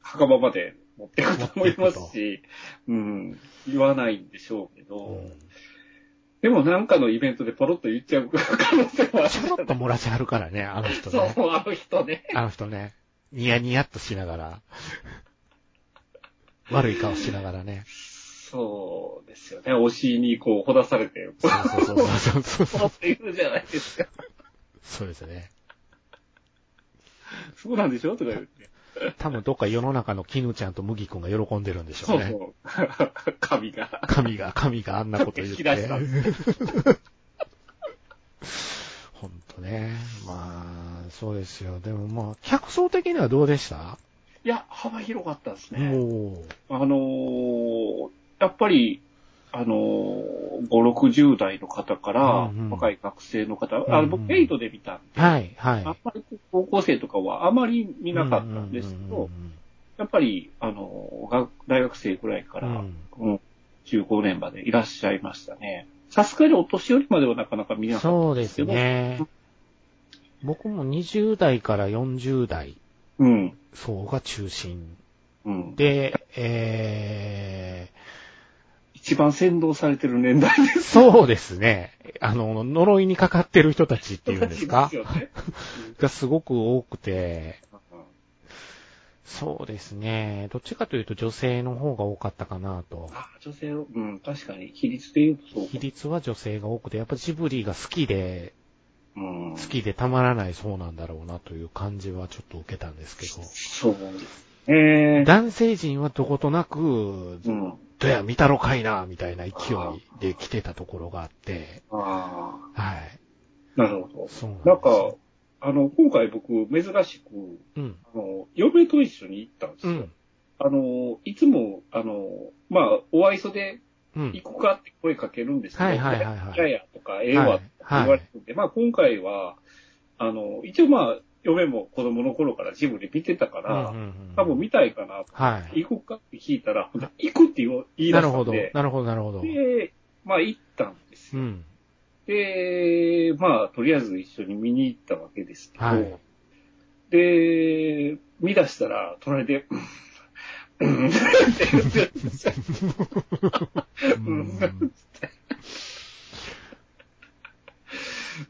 [SPEAKER 3] 墓場まで持っていくと思いますし、うん。言わないんでしょうけど、でもなんかのイベントでポロッと言っちゃう可能性はある
[SPEAKER 2] ちょろっと漏らしはるからね、あの人ね。
[SPEAKER 3] そう、あの人ね。
[SPEAKER 2] あの人ね。ニヤニヤっとしなが
[SPEAKER 3] *laughs*
[SPEAKER 2] ら。悪い顔しながらね。
[SPEAKER 3] そうですよね。推しにこう、ほだされて、
[SPEAKER 2] そうそうそうそう
[SPEAKER 3] ポ
[SPEAKER 2] そ
[SPEAKER 3] ロ
[SPEAKER 2] う。
[SPEAKER 3] ッて言うじゃないですか。
[SPEAKER 2] *laughs* そうですね。
[SPEAKER 3] そうなんでしょとか言って。
[SPEAKER 2] 多分どっか世の中の絹ちゃんと麦君が喜んでるんでしょ
[SPEAKER 3] そうう
[SPEAKER 2] ね。
[SPEAKER 3] そう。神が。
[SPEAKER 2] 神が、神があんなこと言っ
[SPEAKER 3] 引き
[SPEAKER 2] て
[SPEAKER 3] 出したん。
[SPEAKER 2] *laughs* ほんとね。まあ、そうですよ。でもまあ、客層的にはどうでした、
[SPEAKER 3] いや、幅広かったですね。
[SPEAKER 2] もう、
[SPEAKER 3] あのーやっぱり、あのー、5、60代の方から
[SPEAKER 2] うんう、ん
[SPEAKER 3] 若い学生の方、
[SPEAKER 2] うん
[SPEAKER 3] あ
[SPEAKER 2] う
[SPEAKER 3] の、
[SPEAKER 2] ん
[SPEAKER 3] 僕、エイトで見たんで、
[SPEAKER 2] はい、はい。
[SPEAKER 3] あんまり高校生とかはあまり見なかったんですけ
[SPEAKER 2] うんうん
[SPEAKER 3] ど、やっぱり、あのーが大学生ぐらいか
[SPEAKER 2] うんうん、う
[SPEAKER 3] ら、
[SPEAKER 2] ん
[SPEAKER 3] うん、15年までいらっしゃいましたね。さすがにお年寄りまではなかなか見なかった。
[SPEAKER 2] そうですね。僕も20代から40代
[SPEAKER 3] うん。
[SPEAKER 2] 層が中心
[SPEAKER 3] うん。
[SPEAKER 2] で、え
[SPEAKER 3] 一番先導されてる年代
[SPEAKER 2] ー、そうですね。あの、呪いにかかってる人たちっていうんですか
[SPEAKER 3] *laughs* ですよね。
[SPEAKER 2] がすごく多くて、
[SPEAKER 3] うん
[SPEAKER 2] そうですね。どっちかというと女性の方が多かったかなと。
[SPEAKER 3] あ、女性を、うん、確かに、比率で言うとそうか。
[SPEAKER 2] 比率は女性が多くて、やっぱジブリが好きで、
[SPEAKER 3] うん
[SPEAKER 2] 好。きでたまらないそうなんだろうなという感じはちょっと受けたんですけど。
[SPEAKER 3] そうですね。
[SPEAKER 2] 男性陣はどことなく、
[SPEAKER 3] うん。
[SPEAKER 2] どや、見たろかいな、みたいな勢いで来てたところがあって、
[SPEAKER 3] あ
[SPEAKER 2] はい。
[SPEAKER 3] あ、なるほ
[SPEAKER 2] そうなんです
[SPEAKER 3] ど。な
[SPEAKER 2] よ
[SPEAKER 3] んか、、あの、今回僕、珍しく、
[SPEAKER 2] うん、
[SPEAKER 3] あの、嫁と一緒に行ったんです
[SPEAKER 2] う
[SPEAKER 3] よ。
[SPEAKER 2] ん、
[SPEAKER 3] あの、いつも、あの、まあ、お愛想で
[SPEAKER 2] うん。
[SPEAKER 3] 行くかって声かけるんですけど、
[SPEAKER 2] はいはいはいはい
[SPEAKER 3] いやいやとか、ええわって
[SPEAKER 2] はい
[SPEAKER 3] 言われてて、まあ今回は、あの、一応まあ、嫁も子供の頃からジブリ見てたから、
[SPEAKER 2] うんうんうん
[SPEAKER 3] 多分見たいかな、
[SPEAKER 2] はい。
[SPEAKER 3] 行こうかって聞いたら、行くって言い言い出
[SPEAKER 2] な
[SPEAKER 3] し
[SPEAKER 2] る
[SPEAKER 3] た
[SPEAKER 2] ほ
[SPEAKER 3] ん
[SPEAKER 2] ど、
[SPEAKER 3] で、
[SPEAKER 2] なるほど、なるほど。
[SPEAKER 3] で、まあ行ったんですよ。
[SPEAKER 2] うん、
[SPEAKER 3] で、まあ、とりあえず一緒に見に行ったわけですけど、
[SPEAKER 2] はい
[SPEAKER 3] で、見出したら、隣で、うん、うんって言ってるんですよ
[SPEAKER 2] うん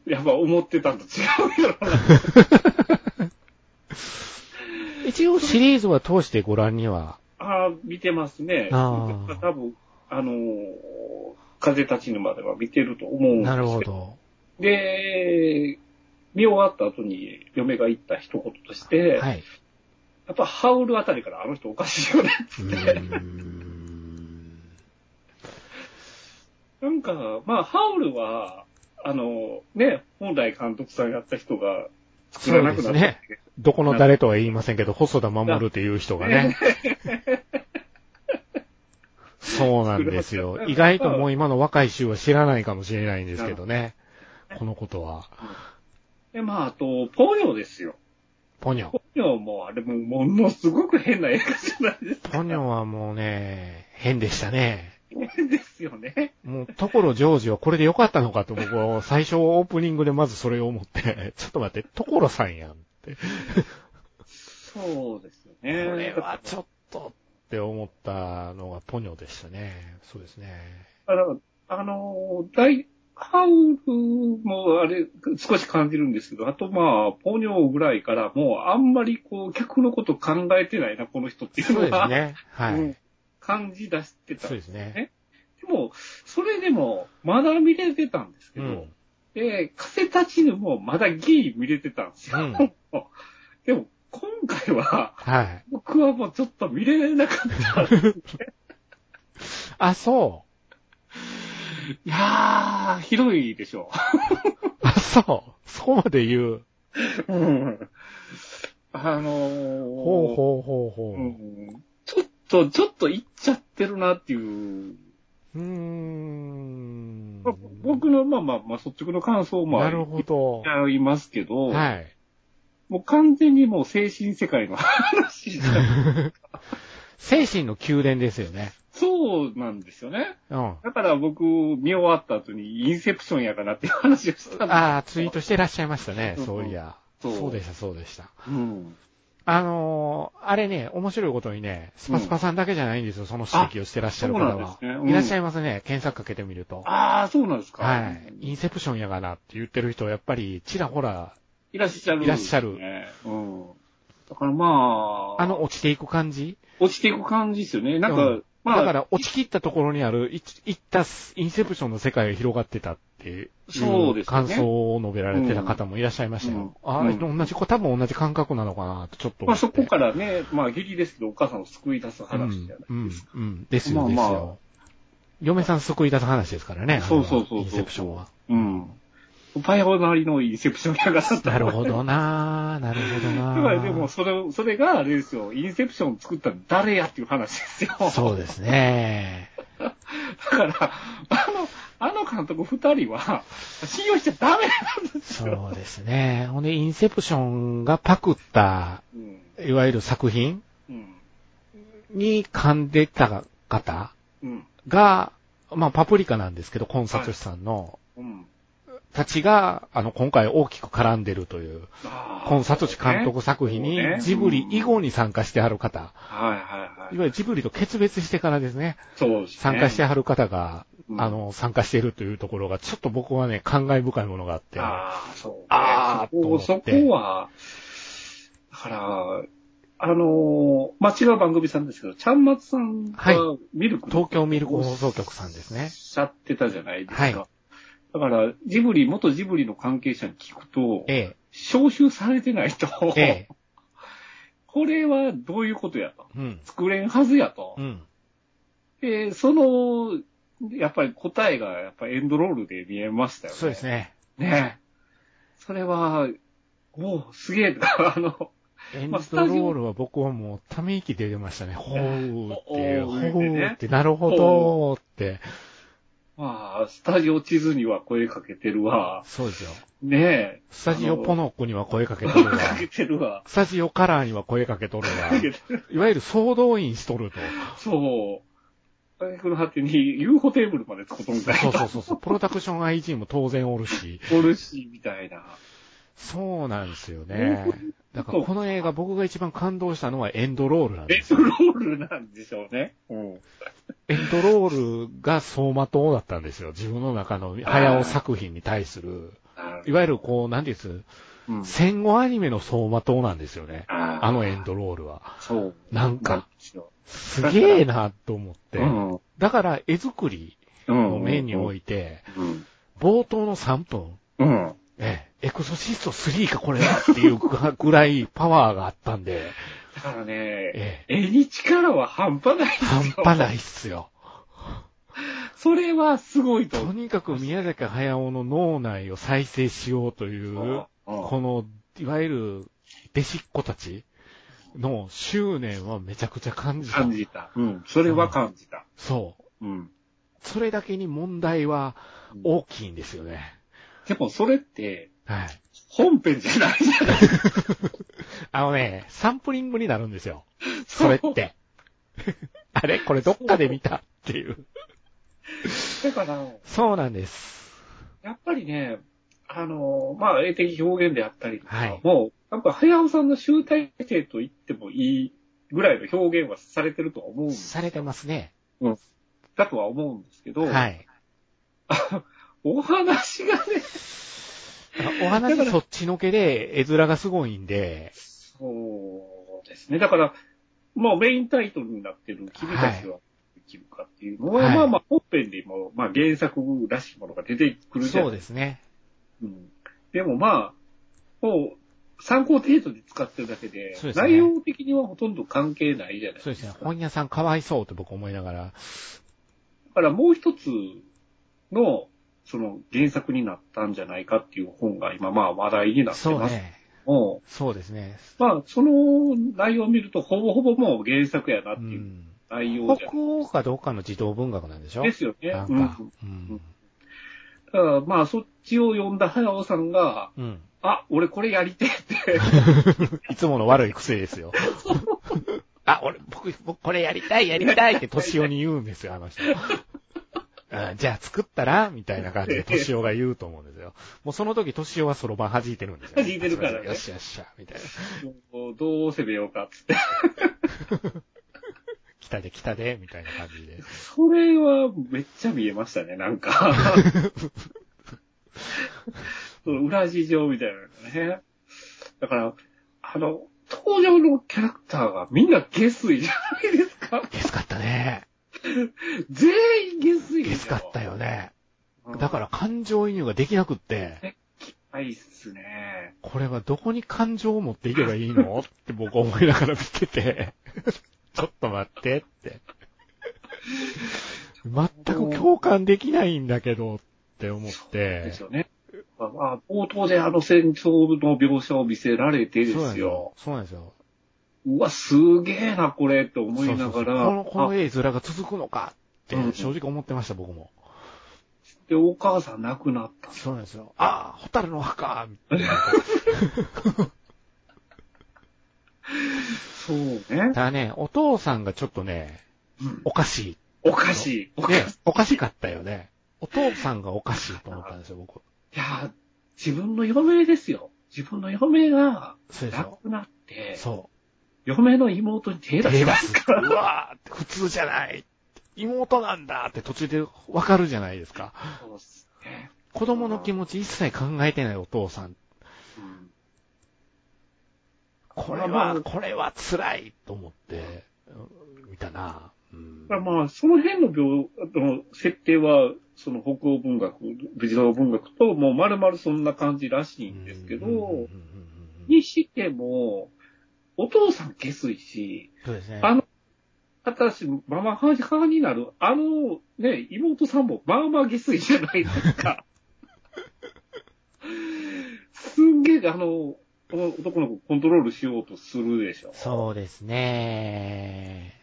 [SPEAKER 3] やっぱ思ってたんと違う
[SPEAKER 2] *laughs*
[SPEAKER 3] やろな。
[SPEAKER 2] 一応シリーズは通してご覧には、
[SPEAKER 3] ああ、見てますね。
[SPEAKER 2] あー
[SPEAKER 3] 多分、あのー風立ちぬまでは見てると思うんです
[SPEAKER 2] な
[SPEAKER 3] け
[SPEAKER 2] るほど。
[SPEAKER 3] で、見終わった後に嫁が言った一言として、
[SPEAKER 2] はい。
[SPEAKER 3] やっぱハウルあたりからあの人おかしいよねって
[SPEAKER 2] うーん
[SPEAKER 3] なんか、まあ、ハウルは、あの、ね、本来監督さんやった人が作らなくなったっていう
[SPEAKER 2] どこの誰とは言いませんけど、細田守っていう人がね。そうなんですよ。意外ともう今の若い衆は知らないかもしれないんですけどね。このことは。
[SPEAKER 3] で、まあ、あと、ポニョですよ。
[SPEAKER 2] ポニョ
[SPEAKER 3] ポ。ニョも、あれも、ものすごく変な映画じゃないですか。
[SPEAKER 2] ポニョはもうね、変でしたね。
[SPEAKER 3] 変ですよね。
[SPEAKER 2] もう、ところジョージはこれでよかったのかと僕は最初オープニングでまずそれを思って、 *laughs* ちょっと待って、ところさんやんって。
[SPEAKER 3] そうですよ
[SPEAKER 2] こ
[SPEAKER 3] ね。
[SPEAKER 2] れはちょっとって思ったのがポニョでしたね。そうですね。
[SPEAKER 3] だからあの、大、ハウルもあれ、少し感じるんですけど、あとまあ、ポニョぐらいからもうあんまりこう、客のこと考えてないな、この人っていう
[SPEAKER 2] そう
[SPEAKER 3] の
[SPEAKER 2] です
[SPEAKER 3] が、
[SPEAKER 2] ね。は
[SPEAKER 3] うん
[SPEAKER 2] い。
[SPEAKER 3] 感じ出してた
[SPEAKER 2] そうですね。
[SPEAKER 3] でも、それでも、まだ見れてたんですけ
[SPEAKER 2] う
[SPEAKER 3] ど、
[SPEAKER 2] ん。
[SPEAKER 3] で、風立ちぬもまだギリ見れてたんですよ。
[SPEAKER 2] うん
[SPEAKER 3] *laughs* でも、今回は、
[SPEAKER 2] はい。
[SPEAKER 3] 僕はもうちょっと見れなかった。
[SPEAKER 2] *laughs*
[SPEAKER 3] い
[SPEAKER 2] あ、そ
[SPEAKER 3] やー、広いでしょ
[SPEAKER 2] う。あ、そう。そこまで言う。
[SPEAKER 3] う。うんあのー
[SPEAKER 2] ほうほうほうほう。
[SPEAKER 3] う
[SPEAKER 2] うん
[SPEAKER 3] ちょっと、ちょっと行っちゃってるなっていう、
[SPEAKER 2] ーん。
[SPEAKER 3] まあ僕の、まあまあ、まあ、率直の感想も
[SPEAKER 2] な
[SPEAKER 3] あ
[SPEAKER 2] る
[SPEAKER 3] り
[SPEAKER 2] ほど。
[SPEAKER 3] いますけど、
[SPEAKER 2] *laughs* はい。
[SPEAKER 3] もう完全にもう精神世界の話じゃん
[SPEAKER 2] 精神の宮殿ですよね。
[SPEAKER 3] そうなんですよね。
[SPEAKER 2] うん。
[SPEAKER 3] だから僕、見終わった後にインセプションやかなっていう話をしたんです
[SPEAKER 2] ああ、ツイートしてらっしゃいましたね、
[SPEAKER 3] うん
[SPEAKER 2] そういや。
[SPEAKER 3] そう
[SPEAKER 2] そうでした、そうでした。
[SPEAKER 3] うん。
[SPEAKER 2] あのーあれね、面白いことにね、スパスパさんだけじゃないんですよ、その指摘をしてらっしゃる方
[SPEAKER 3] あそうなんで
[SPEAKER 2] は。
[SPEAKER 3] すねうん
[SPEAKER 2] いらっしゃいますね、検索かけてみると。
[SPEAKER 3] ああ、そうなんですか。
[SPEAKER 2] はい。インセプションやがなって言ってる人、やっぱり、ちらほら、
[SPEAKER 3] いらっしゃる、
[SPEAKER 2] いらっしゃる
[SPEAKER 3] ね。うん。だからまあ、
[SPEAKER 2] あの、落ちていく感じ
[SPEAKER 3] 落ちていく感じですよね。なんか、
[SPEAKER 2] うん
[SPEAKER 3] まあ、
[SPEAKER 2] だから、落ちきったところにある、いいったインセプションの世界が広がってたっていう
[SPEAKER 3] そうですね
[SPEAKER 2] 感想を述べられてた方もいらっしゃいましたよ。
[SPEAKER 3] うん
[SPEAKER 2] あ
[SPEAKER 3] う
[SPEAKER 2] あ、
[SPEAKER 3] ん
[SPEAKER 2] 同じ、これ多分同じ感覚なのかなと、ちょっと思って。
[SPEAKER 3] まあそこからね、まあ義理ですけど、お母さんを救い出す話じゃない。
[SPEAKER 2] うん、うん、うん。ですよ、
[SPEAKER 3] まあ
[SPEAKER 2] です
[SPEAKER 3] まあ
[SPEAKER 2] よ。嫁さん救い出す話ですからね。
[SPEAKER 3] そうそう
[SPEAKER 2] あ
[SPEAKER 3] そうそう
[SPEAKER 2] のインセプションは。
[SPEAKER 3] うん。パイオなりのインセプションやがなった。
[SPEAKER 2] なるほどなぁ、なるほど
[SPEAKER 3] だ *laughs*
[SPEAKER 2] なぁ。
[SPEAKER 3] からでも、それを、それがあれですよ、インセプション作ったの誰やっていう話ですよ。
[SPEAKER 2] そうですね。
[SPEAKER 3] だから、あの、あの監督二人は、信用しちゃダメなんですよ。
[SPEAKER 2] そうですね。ほんで、インセプションがパクった、
[SPEAKER 3] うん。
[SPEAKER 2] いわゆる作品
[SPEAKER 3] うん。
[SPEAKER 2] に噛んでた方
[SPEAKER 3] うん。
[SPEAKER 2] が、まあ、パプリカなんですけど、コンサトシさんの、
[SPEAKER 3] うん。
[SPEAKER 2] たちが、あの、今回大きく絡んでるという、
[SPEAKER 3] あー
[SPEAKER 2] コンサトシ監督作品
[SPEAKER 3] そうね
[SPEAKER 2] に、ジブリ以後に参加してはる方。
[SPEAKER 3] はいはい
[SPEAKER 2] い
[SPEAKER 3] はい。
[SPEAKER 2] わゆるジブリと決別してからですね、
[SPEAKER 3] そうですね。
[SPEAKER 2] 参加してはる方が、
[SPEAKER 3] うん
[SPEAKER 2] あの、参加しているというところが、ちょっと僕はね、感慨深いものがあって、
[SPEAKER 3] ああ、そう、ね。
[SPEAKER 2] あー
[SPEAKER 3] そこ、
[SPEAKER 2] と思
[SPEAKER 3] そ
[SPEAKER 2] って
[SPEAKER 3] こは、だから、あのー、まあ、違う番組さんですけど、ちゃんまつさんが
[SPEAKER 2] はい
[SPEAKER 3] ミルク
[SPEAKER 2] 東京ミルク放送局さんですね
[SPEAKER 3] おっ。しゃってたじゃないですか。
[SPEAKER 2] はい
[SPEAKER 3] だから、ジブリ、元ジブリの関係者に聞くと、
[SPEAKER 2] え
[SPEAKER 3] 招集されてないと、
[SPEAKER 2] え、ええ、
[SPEAKER 3] これはどういうことやと。
[SPEAKER 2] うん、
[SPEAKER 3] 作れんはずやと
[SPEAKER 2] う。ん、
[SPEAKER 3] で、その、やっぱり答えが、やっぱエンドロールで見えましたよね。
[SPEAKER 2] そうですね。
[SPEAKER 3] ねえ。それは、おう、すげえ、 *laughs* あの、
[SPEAKER 2] エンドロ
[SPEAKER 3] まあスタジオ
[SPEAKER 2] ールは僕はもうため息出てましたね。ほうっていう、
[SPEAKER 3] お
[SPEAKER 2] ほ
[SPEAKER 3] おーってね
[SPEAKER 2] うって、なるほどーって。
[SPEAKER 3] まあ、スタジオ地図には声かけてるわ。
[SPEAKER 2] そうですよ。
[SPEAKER 3] ねえ。
[SPEAKER 2] スタジオポノックには声かけと
[SPEAKER 3] 声
[SPEAKER 2] るわ。
[SPEAKER 3] かけてるわ。
[SPEAKER 2] スタジオカラーには声かけとる
[SPEAKER 3] *laughs*
[SPEAKER 2] わ
[SPEAKER 3] 声かけて。
[SPEAKER 2] いわゆる総動員しとると。
[SPEAKER 3] そう。大学の果てに UFO テーブルまで作っとみたい
[SPEAKER 2] そう
[SPEAKER 3] な。
[SPEAKER 2] そうそう
[SPEAKER 3] *laughs*
[SPEAKER 2] そう。プロダクション IG も当然おるし。
[SPEAKER 3] おるし、みたいな。
[SPEAKER 2] そうなんですよね。だからこの映画僕が一番感動したのはエンドロールなん
[SPEAKER 3] エ
[SPEAKER 2] で
[SPEAKER 3] ン
[SPEAKER 2] す
[SPEAKER 3] ド
[SPEAKER 2] よ。
[SPEAKER 3] ロールなんでしょうね。うん。
[SPEAKER 2] エンドロールが走馬灯だったんですよ。自分の中の早尾作品に対する。
[SPEAKER 3] あ
[SPEAKER 2] いわゆるこう、なんていうんです
[SPEAKER 3] うん、
[SPEAKER 2] 戦後アニメの走馬灯なんですよね。
[SPEAKER 3] あ
[SPEAKER 2] あのエンドロールは。
[SPEAKER 3] そう。
[SPEAKER 2] なんか
[SPEAKER 3] なんですよ。
[SPEAKER 2] すげえなと思って
[SPEAKER 3] う。ん。
[SPEAKER 2] だから絵作り
[SPEAKER 3] うん。
[SPEAKER 2] の面にお
[SPEAKER 3] い
[SPEAKER 2] いて、
[SPEAKER 3] うん。
[SPEAKER 2] 冒頭の3分、
[SPEAKER 3] うん。
[SPEAKER 2] ええ、エクソシスト3かこれだっていうぐらいパワーがあったんで、
[SPEAKER 3] だからね、
[SPEAKER 2] ええ、
[SPEAKER 3] 絵に力は半端ないんですよ
[SPEAKER 2] 半端ないっすよ。
[SPEAKER 3] それはすごいと
[SPEAKER 2] と
[SPEAKER 3] 思う。
[SPEAKER 2] にかく宮崎駿の脳内を再生しようという、
[SPEAKER 3] うん
[SPEAKER 2] この、いわゆる、弟子っ子たちの執念はめちゃくちゃ感じた
[SPEAKER 3] 感。じた。うん。それは感じた。
[SPEAKER 2] そう。
[SPEAKER 3] うん。
[SPEAKER 2] それだけに問題は大きいんですよね。
[SPEAKER 3] でもそれって、
[SPEAKER 2] はい。
[SPEAKER 3] 本編じゃないじゃない
[SPEAKER 2] あのね、サンプリングになるんです
[SPEAKER 3] *laughs*
[SPEAKER 2] よ。それって。 *laughs* あれこれどっかで見たっていう。
[SPEAKER 3] だから、
[SPEAKER 2] そうなんです。
[SPEAKER 3] やっぱりね、あの、まあ、絵的表現であったりとか、
[SPEAKER 2] はい
[SPEAKER 3] もう、やっぱ、早尾さんの集大成と言ってもいいぐらいの表現はされてるとは思うん
[SPEAKER 2] されてますね。
[SPEAKER 3] だとは思うんですけど、
[SPEAKER 2] はい。
[SPEAKER 3] *laughs* お話がね、
[SPEAKER 2] お話そっちのけで絵面がすごいんで、
[SPEAKER 3] そうですね。だから、まあ、メインタイトルになってる君たちはできるかっていうのは、
[SPEAKER 2] はい
[SPEAKER 3] まあまあ、本編でも、まあ、原作らしきものが出てくるじゃ
[SPEAKER 2] そ
[SPEAKER 3] な
[SPEAKER 2] う
[SPEAKER 3] い
[SPEAKER 2] ですね。
[SPEAKER 3] うんでもまあ、もう、参考程度で使ってるだけで、
[SPEAKER 2] そうですね
[SPEAKER 3] 内容的にはほとんど関係ないじゃない
[SPEAKER 2] そう
[SPEAKER 3] で
[SPEAKER 2] ですすね
[SPEAKER 3] か。。だ
[SPEAKER 2] 本屋さんかわいそうって僕思いながら。
[SPEAKER 3] からもう一つの、その原作になったんじゃないかっていう本が今まあ話題になって
[SPEAKER 2] そう
[SPEAKER 3] ます
[SPEAKER 2] ね。
[SPEAKER 3] も
[SPEAKER 2] そうですね。
[SPEAKER 3] うまあ、その内容を見ると、ほぼほぼもう原作やなっ
[SPEAKER 2] う。
[SPEAKER 3] ていうん内容じゃ
[SPEAKER 2] 北欧かどうかの児童文学なんでしょ
[SPEAKER 3] ですよね。
[SPEAKER 2] なん
[SPEAKER 3] うん。だ
[SPEAKER 2] か。うん。
[SPEAKER 3] からまあ、そっちを読んだ早尾さんが、
[SPEAKER 2] うん。 *laughs*
[SPEAKER 3] あ、俺これやりてえって、
[SPEAKER 2] いつもの悪い癖ですよ。 *laughs* あ、俺、僕、僕これやりたい、やりたいって、 *laughs* 年尾に言うんですよ、あの *laughs* 人。あじゃあ作ったらみたいな感じで、年尾が言うと思うんですよ。もうその時、年尾はそろばん弾いてるんですよ、
[SPEAKER 3] 弾いてるからね
[SPEAKER 2] よっしゃよっしゃ、みたいな。
[SPEAKER 3] もうどう攻めようかっつって。
[SPEAKER 2] 来たで来たで、みたいな感じで。
[SPEAKER 3] それはめっちゃ見えましたね、なんか。
[SPEAKER 2] *laughs*
[SPEAKER 3] そう裏事情みたいなのがね。だから、あの、登場のキャラクターがみんな下水じゃないですか。
[SPEAKER 2] 安かったね。
[SPEAKER 3] 全員下水で
[SPEAKER 2] 安
[SPEAKER 3] す
[SPEAKER 2] か
[SPEAKER 3] よ
[SPEAKER 2] ったよね。
[SPEAKER 3] うん
[SPEAKER 2] だから感情移入ができなくって。
[SPEAKER 3] はいっすね。
[SPEAKER 2] これはどこに感情を持っていけばいい *laughs* のって僕思いながら見て *laughs* て、ちょっと待ってって。全く共感できないんだけどって思っ
[SPEAKER 3] で
[SPEAKER 2] て
[SPEAKER 3] す。よね。まあまあ、冒頭であの戦争の描写を見せられてで
[SPEAKER 2] そうなん
[SPEAKER 3] す
[SPEAKER 2] です
[SPEAKER 3] よ
[SPEAKER 2] よ。。そうなんですよ。
[SPEAKER 3] うわ、すげえな、これ、って思いな
[SPEAKER 2] そうそ
[SPEAKER 3] が
[SPEAKER 2] うそう
[SPEAKER 3] ら。
[SPEAKER 2] この、こ
[SPEAKER 3] あ
[SPEAKER 2] の絵面が続くのかって
[SPEAKER 3] うん
[SPEAKER 2] 正直思ってました、僕も。
[SPEAKER 3] で、お母さん亡くなった。
[SPEAKER 2] そうなんですよ。ああ、ホタルの墓みたいな
[SPEAKER 3] *laughs* そうね。
[SPEAKER 2] ただね、お父さんがちょっとね、
[SPEAKER 3] うん
[SPEAKER 2] おかしい。
[SPEAKER 3] おかしい。おかしい。
[SPEAKER 2] ね、おかしかったよね。お父さんがおかしいと思ったんですよ、僕。
[SPEAKER 3] いや、自分の嫁ですよ。自分の嫁が
[SPEAKER 2] そうでし
[SPEAKER 3] 亡
[SPEAKER 2] ょ。
[SPEAKER 3] くなって、
[SPEAKER 2] そう。
[SPEAKER 3] 嫁の妹に手出
[SPEAKER 2] 出
[SPEAKER 3] し
[SPEAKER 2] ま
[SPEAKER 3] ますすから。
[SPEAKER 2] うわーって普通じゃない。妹なんだって途中でわかるじゃないですか。
[SPEAKER 3] *laughs* そうっすね。
[SPEAKER 2] 子供の気持ち一切考えてないお父さん。
[SPEAKER 3] うん
[SPEAKER 2] これ
[SPEAKER 3] まあま
[SPEAKER 2] は、
[SPEAKER 3] あ
[SPEAKER 2] これは辛いと思って、うん見たな。うん
[SPEAKER 3] だからまあ、その辺の描、あの、設定は、その北欧文学、武士道文学と、もう丸々そんな感じらしいんですけど、
[SPEAKER 2] うんうんうんうんうん
[SPEAKER 3] にしても、お父さん下水し、
[SPEAKER 2] そうですね。
[SPEAKER 3] あの、私、ママ母になる、あの、ね、妹さんも、まあまあ下水じゃないですか。すんげえ、あの、この男の子をコントロールしようとするでしょ。
[SPEAKER 2] そうですね。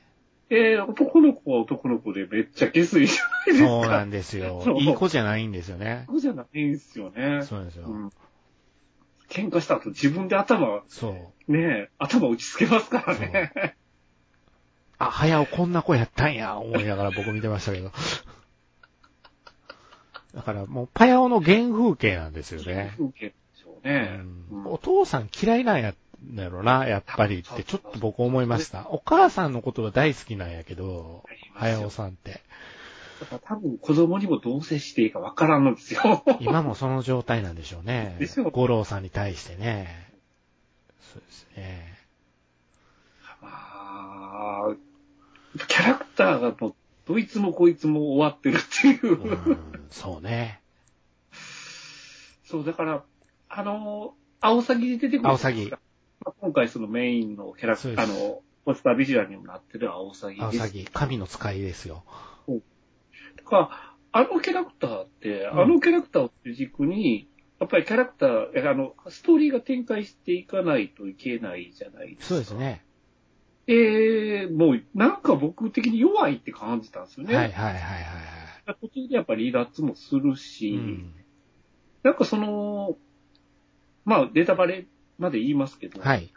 [SPEAKER 3] で、男の子は男の子でめっちゃ下水じゃないですか。
[SPEAKER 2] そうなんですよ
[SPEAKER 3] *laughs* そ。う
[SPEAKER 2] いい子じゃないんですよね。
[SPEAKER 3] そうじゃないんですよね。
[SPEAKER 2] そうなんですよ。
[SPEAKER 3] うん喧嘩した後自分で頭、
[SPEAKER 2] そう。
[SPEAKER 3] ね、頭打ちつけますからね。
[SPEAKER 2] あ、早尾こんな子やったんや、思いながら僕見てましたけど。だからもう、パヤオの原風景なんですよね。
[SPEAKER 3] 風景でしょう
[SPEAKER 2] う
[SPEAKER 3] ね。
[SPEAKER 2] ん
[SPEAKER 3] うん
[SPEAKER 2] お父さん嫌いなんや、だろな、やっぱりって、ちょっと僕思いました。お母さんのことは大好きなんやけど、
[SPEAKER 3] あ
[SPEAKER 2] は
[SPEAKER 3] りますよ
[SPEAKER 2] やおさんって。
[SPEAKER 3] だから多分子供にもどう接していいかわからんのですよ。
[SPEAKER 2] 今もその状態なんでしょうね
[SPEAKER 3] でしょう。
[SPEAKER 2] 五郎さんに対してね。そうですね。
[SPEAKER 3] *laughs* まあ、キャラクターがもう、どいつもこいつも終わってるっていう。
[SPEAKER 2] うん、そうね。
[SPEAKER 3] そう、だから、あの、アオサギで出てくる。
[SPEAKER 2] アオサギ。
[SPEAKER 3] 今回そのメインのキャラ
[SPEAKER 2] そう
[SPEAKER 3] ク
[SPEAKER 2] で
[SPEAKER 3] ター、
[SPEAKER 2] す
[SPEAKER 3] あの、ポスタービジュアルにもなってるアオサギ
[SPEAKER 2] アオ
[SPEAKER 3] です。
[SPEAKER 2] サギ、神の使いですよ。
[SPEAKER 3] だから、あのキャラクターって、
[SPEAKER 2] うん
[SPEAKER 3] あのキャラクターを主軸に、やっぱりキャラクター、えあの、ストーリーが展開していかないといけないじゃないですか。
[SPEAKER 2] そうですね。
[SPEAKER 3] ええもう、なんか僕的に弱いって感じたんですよ
[SPEAKER 2] はい
[SPEAKER 3] ね。
[SPEAKER 2] はいはいはいはい。
[SPEAKER 3] 途中でやっぱ離脱もするし、
[SPEAKER 2] うん
[SPEAKER 3] なんかその、まあ、データバレまで言いますけど、
[SPEAKER 2] はい。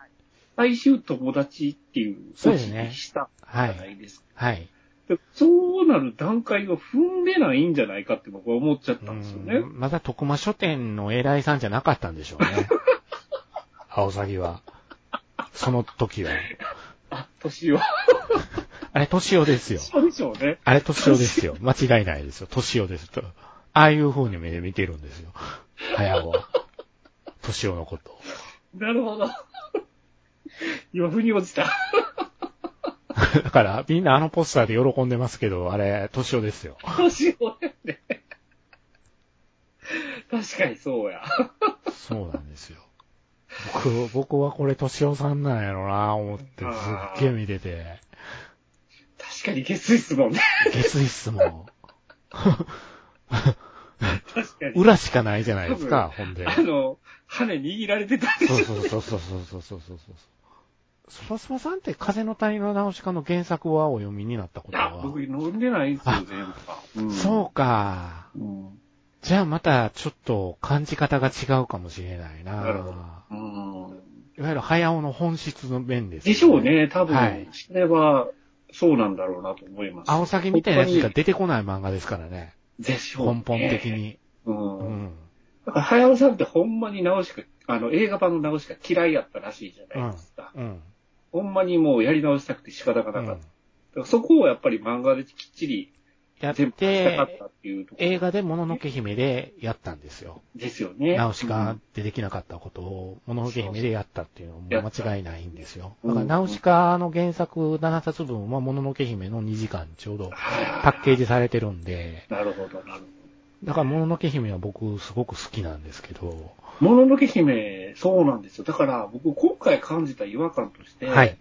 [SPEAKER 3] 最終友達っていう
[SPEAKER 2] そうですね
[SPEAKER 3] にしたじ
[SPEAKER 2] は。
[SPEAKER 3] ゃないいですか。
[SPEAKER 2] はい。
[SPEAKER 3] でそうなる段階を踏んでないんじゃないかって僕は思っちゃったんですよね
[SPEAKER 2] う。んまだ徳間書店の偉いさんじゃなかったんでしょう
[SPEAKER 3] *laughs*
[SPEAKER 2] ね。青サギは。その時は。
[SPEAKER 3] あ、年を。
[SPEAKER 2] あれ、年をですよ。
[SPEAKER 3] そうでしょうね。
[SPEAKER 2] あれ、年をですよ。間違いないですよ。年をですと。ああいう風に目で見てるんですよ。早尾は。年をのことを。
[SPEAKER 3] な
[SPEAKER 2] *laughs*
[SPEAKER 3] るほど。今、腑に落ちた。
[SPEAKER 2] だから、みんなあのポスターで喜んでますけど、あれ、年をですよ。
[SPEAKER 3] 年をやね。確かにそうや。
[SPEAKER 2] そうなんですよ。僕、僕はこれ、年をさんなんやろな思って、すっげえ見てて。
[SPEAKER 3] 確かに下水っすもんね。
[SPEAKER 2] 下水っすもん。
[SPEAKER 3] 確かに。
[SPEAKER 2] 裏しかないじゃないですか、ほんで。
[SPEAKER 3] あの、羽握られてたんで
[SPEAKER 2] そう
[SPEAKER 3] す
[SPEAKER 2] そうそうそうそうそうそうそう。スパスパさんって風の谷の直しかの原作はお読みになったこと
[SPEAKER 3] あ
[SPEAKER 2] は。
[SPEAKER 3] 僕飲んでないんですよ、全部が。
[SPEAKER 2] そうか。
[SPEAKER 3] うん。うん。
[SPEAKER 2] じゃあまたちょっと感じ方が違うかもしれない
[SPEAKER 3] なるほど
[SPEAKER 2] な。
[SPEAKER 3] うん。
[SPEAKER 2] わゆる早尾の本質の面です、
[SPEAKER 3] でしょう。ね、多分。
[SPEAKER 2] はい
[SPEAKER 3] それは、そうなんだろうなと思います。
[SPEAKER 2] 青崎みたいなやつが出てこない漫画ですからね。
[SPEAKER 3] でしょう、
[SPEAKER 2] 根本的。に。
[SPEAKER 3] うん。
[SPEAKER 2] うん。
[SPEAKER 3] だから、早尾さんってほんまに直しか、あの、映画版の直しか嫌いやったらしいじゃないですか。
[SPEAKER 2] うん。
[SPEAKER 3] ほんまにもうやり直したくて仕方がなかった。
[SPEAKER 2] うん
[SPEAKER 3] だからそこをやっぱり漫画できっちり
[SPEAKER 2] やっ、
[SPEAKER 3] 全部書きたかってたっていうとこ
[SPEAKER 2] 映画でもののけ姫でやったんですよ。
[SPEAKER 3] ですよね。
[SPEAKER 2] ナウシカでできなかったことを、もののけ姫でやったっていうのも間違いないんですよ。だから、ナウシカの原作7冊分は、もののけ姫の2時間ちょうどパッケージされてるんで、
[SPEAKER 3] なるほど、なる
[SPEAKER 2] だから、もののけ姫は僕、すごく好きなんですけど、
[SPEAKER 3] ほど。もののけ姫、そうなんですよ。だから僕今回感じた違和感として、
[SPEAKER 2] はい。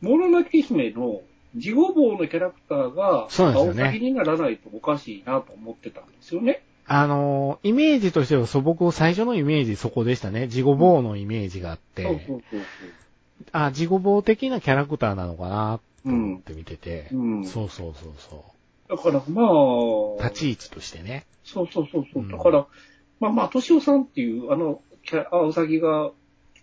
[SPEAKER 3] もののけ姫の自後坊のキャラクターが、
[SPEAKER 2] そうですよね
[SPEAKER 3] 青崎にならないとおかしいなと思ってたんですよね。
[SPEAKER 2] あの、イメージとしては、そう僕、最初のイメージそこでしたね。ジゴボーのイメージがあっ
[SPEAKER 3] そうそ
[SPEAKER 2] て、
[SPEAKER 3] うそう
[SPEAKER 2] あ、ジゴボー的なキャラクターなのかなと思って見てて
[SPEAKER 3] そう。、うん。
[SPEAKER 2] そうそうそうそ
[SPEAKER 3] だからま
[SPEAKER 2] う。
[SPEAKER 3] あ、
[SPEAKER 2] 立ち位置としてね。
[SPEAKER 3] そうそうそうそうう。
[SPEAKER 2] ん
[SPEAKER 3] だから、まあまあ、敏夫さんっていう、あの、キャラ、あ、うさぎが、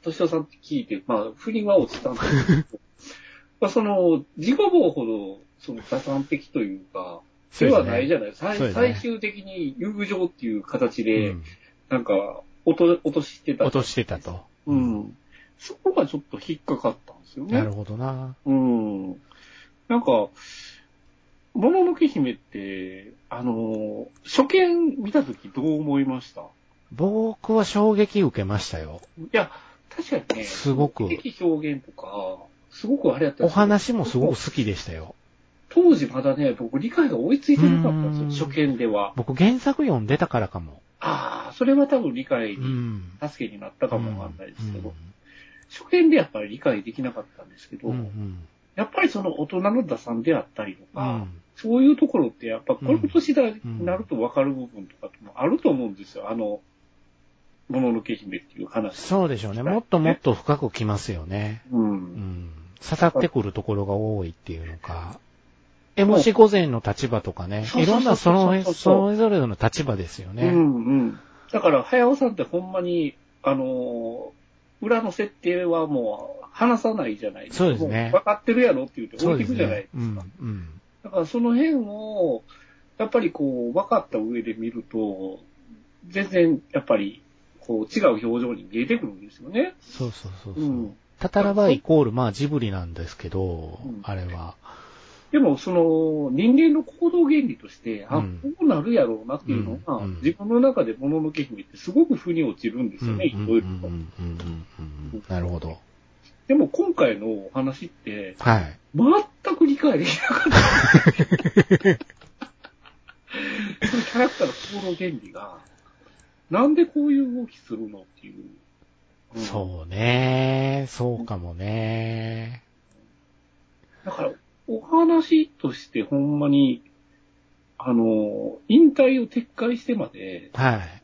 [SPEAKER 3] 敏夫さんって聞いて、まあ、不倫は落ちたんですけど、
[SPEAKER 2] *laughs*
[SPEAKER 3] まあその、自己防ほど、その、打算的というか、ではないじゃないですか。
[SPEAKER 2] そうですね
[SPEAKER 3] 最最終的に友情っていう形で、
[SPEAKER 2] うん
[SPEAKER 3] なんか、落と、落としてた。
[SPEAKER 2] 落としてたと。
[SPEAKER 3] うん。そこがちょっと引っかかったんですよね。
[SPEAKER 2] なるほどな。
[SPEAKER 3] うん。なんか、もののけ姫って、あの、初見見たときどう思いました
[SPEAKER 2] 僕は衝撃受けましたよ。
[SPEAKER 3] いや、確かにね、
[SPEAKER 2] すごく
[SPEAKER 3] 的表現とか、すごくあれやったん
[SPEAKER 2] お
[SPEAKER 3] ですよ
[SPEAKER 2] 話もすごく好きでしたよ。
[SPEAKER 3] 当時まだね、僕理解が追いついてなかったんですよ、
[SPEAKER 2] うん
[SPEAKER 3] 初見では。
[SPEAKER 2] 僕原作読んでたからかも。
[SPEAKER 3] ああ、それは多分理解
[SPEAKER 2] う
[SPEAKER 3] に、
[SPEAKER 2] ん。
[SPEAKER 3] 助けになったかもわかんないですけど、
[SPEAKER 2] う
[SPEAKER 3] 初見でやっぱり理解できなかったんですけど、
[SPEAKER 2] んうん。
[SPEAKER 3] やっぱりその大人の打算であったりと
[SPEAKER 2] う
[SPEAKER 3] か、
[SPEAKER 2] ん。
[SPEAKER 3] そういうところってやっぱこの年代になると分かる部分とかってもあると思うんですよ、あの、もののけ姫っていう話。
[SPEAKER 2] そうでしょうね。もっともっと深くきますよね。
[SPEAKER 3] う。
[SPEAKER 2] うんん。刺さってくるところが多いっていうのか。え、もし午前の立場とかね。
[SPEAKER 3] そう
[SPEAKER 2] いろんなその、
[SPEAKER 3] そうそうそう
[SPEAKER 2] それぞれの立場ですよ
[SPEAKER 3] う
[SPEAKER 2] ね。
[SPEAKER 3] んうん。だから、早尾さんってほんまに、あのー裏の設定はもう話さないじゃないですか。
[SPEAKER 2] そうですね
[SPEAKER 3] も分かってるやろって言って
[SPEAKER 2] そ
[SPEAKER 3] 置
[SPEAKER 2] う
[SPEAKER 3] い
[SPEAKER 2] で
[SPEAKER 3] て
[SPEAKER 2] す
[SPEAKER 3] いくじゃないで
[SPEAKER 2] ね
[SPEAKER 3] す。か。
[SPEAKER 2] うん。うん。
[SPEAKER 3] だからその辺を、やっぱりこう、分かった上で見ると、全然、やっぱり、こう、違う表情に見えてくるんですよね。
[SPEAKER 2] そうそうそう
[SPEAKER 3] う
[SPEAKER 2] そう。
[SPEAKER 3] ん。
[SPEAKER 2] タタラバイコール、まあジブリなんですけど
[SPEAKER 3] うん、
[SPEAKER 2] あれは。
[SPEAKER 3] でも、その、人間の行動原理として、あ、
[SPEAKER 2] うん
[SPEAKER 3] こうなるやろうなっていうのが、
[SPEAKER 2] うんうん
[SPEAKER 3] 自分の中でもののけ姫ってすごく腑に落ちるんですよね、い
[SPEAKER 2] うん
[SPEAKER 3] ろいろ
[SPEAKER 2] う
[SPEAKER 3] と。
[SPEAKER 2] んうんうんうんうんなるほど。
[SPEAKER 3] でも、今回のお話って、
[SPEAKER 2] はい。
[SPEAKER 3] 全く理解できなかった。そのキャラクターの行動原理が、なんでこういう動きするのっていう。うん
[SPEAKER 2] そうね。そうかもね。
[SPEAKER 3] だから、お話としてほんまに、あの、引退を撤回してまで、
[SPEAKER 2] はい。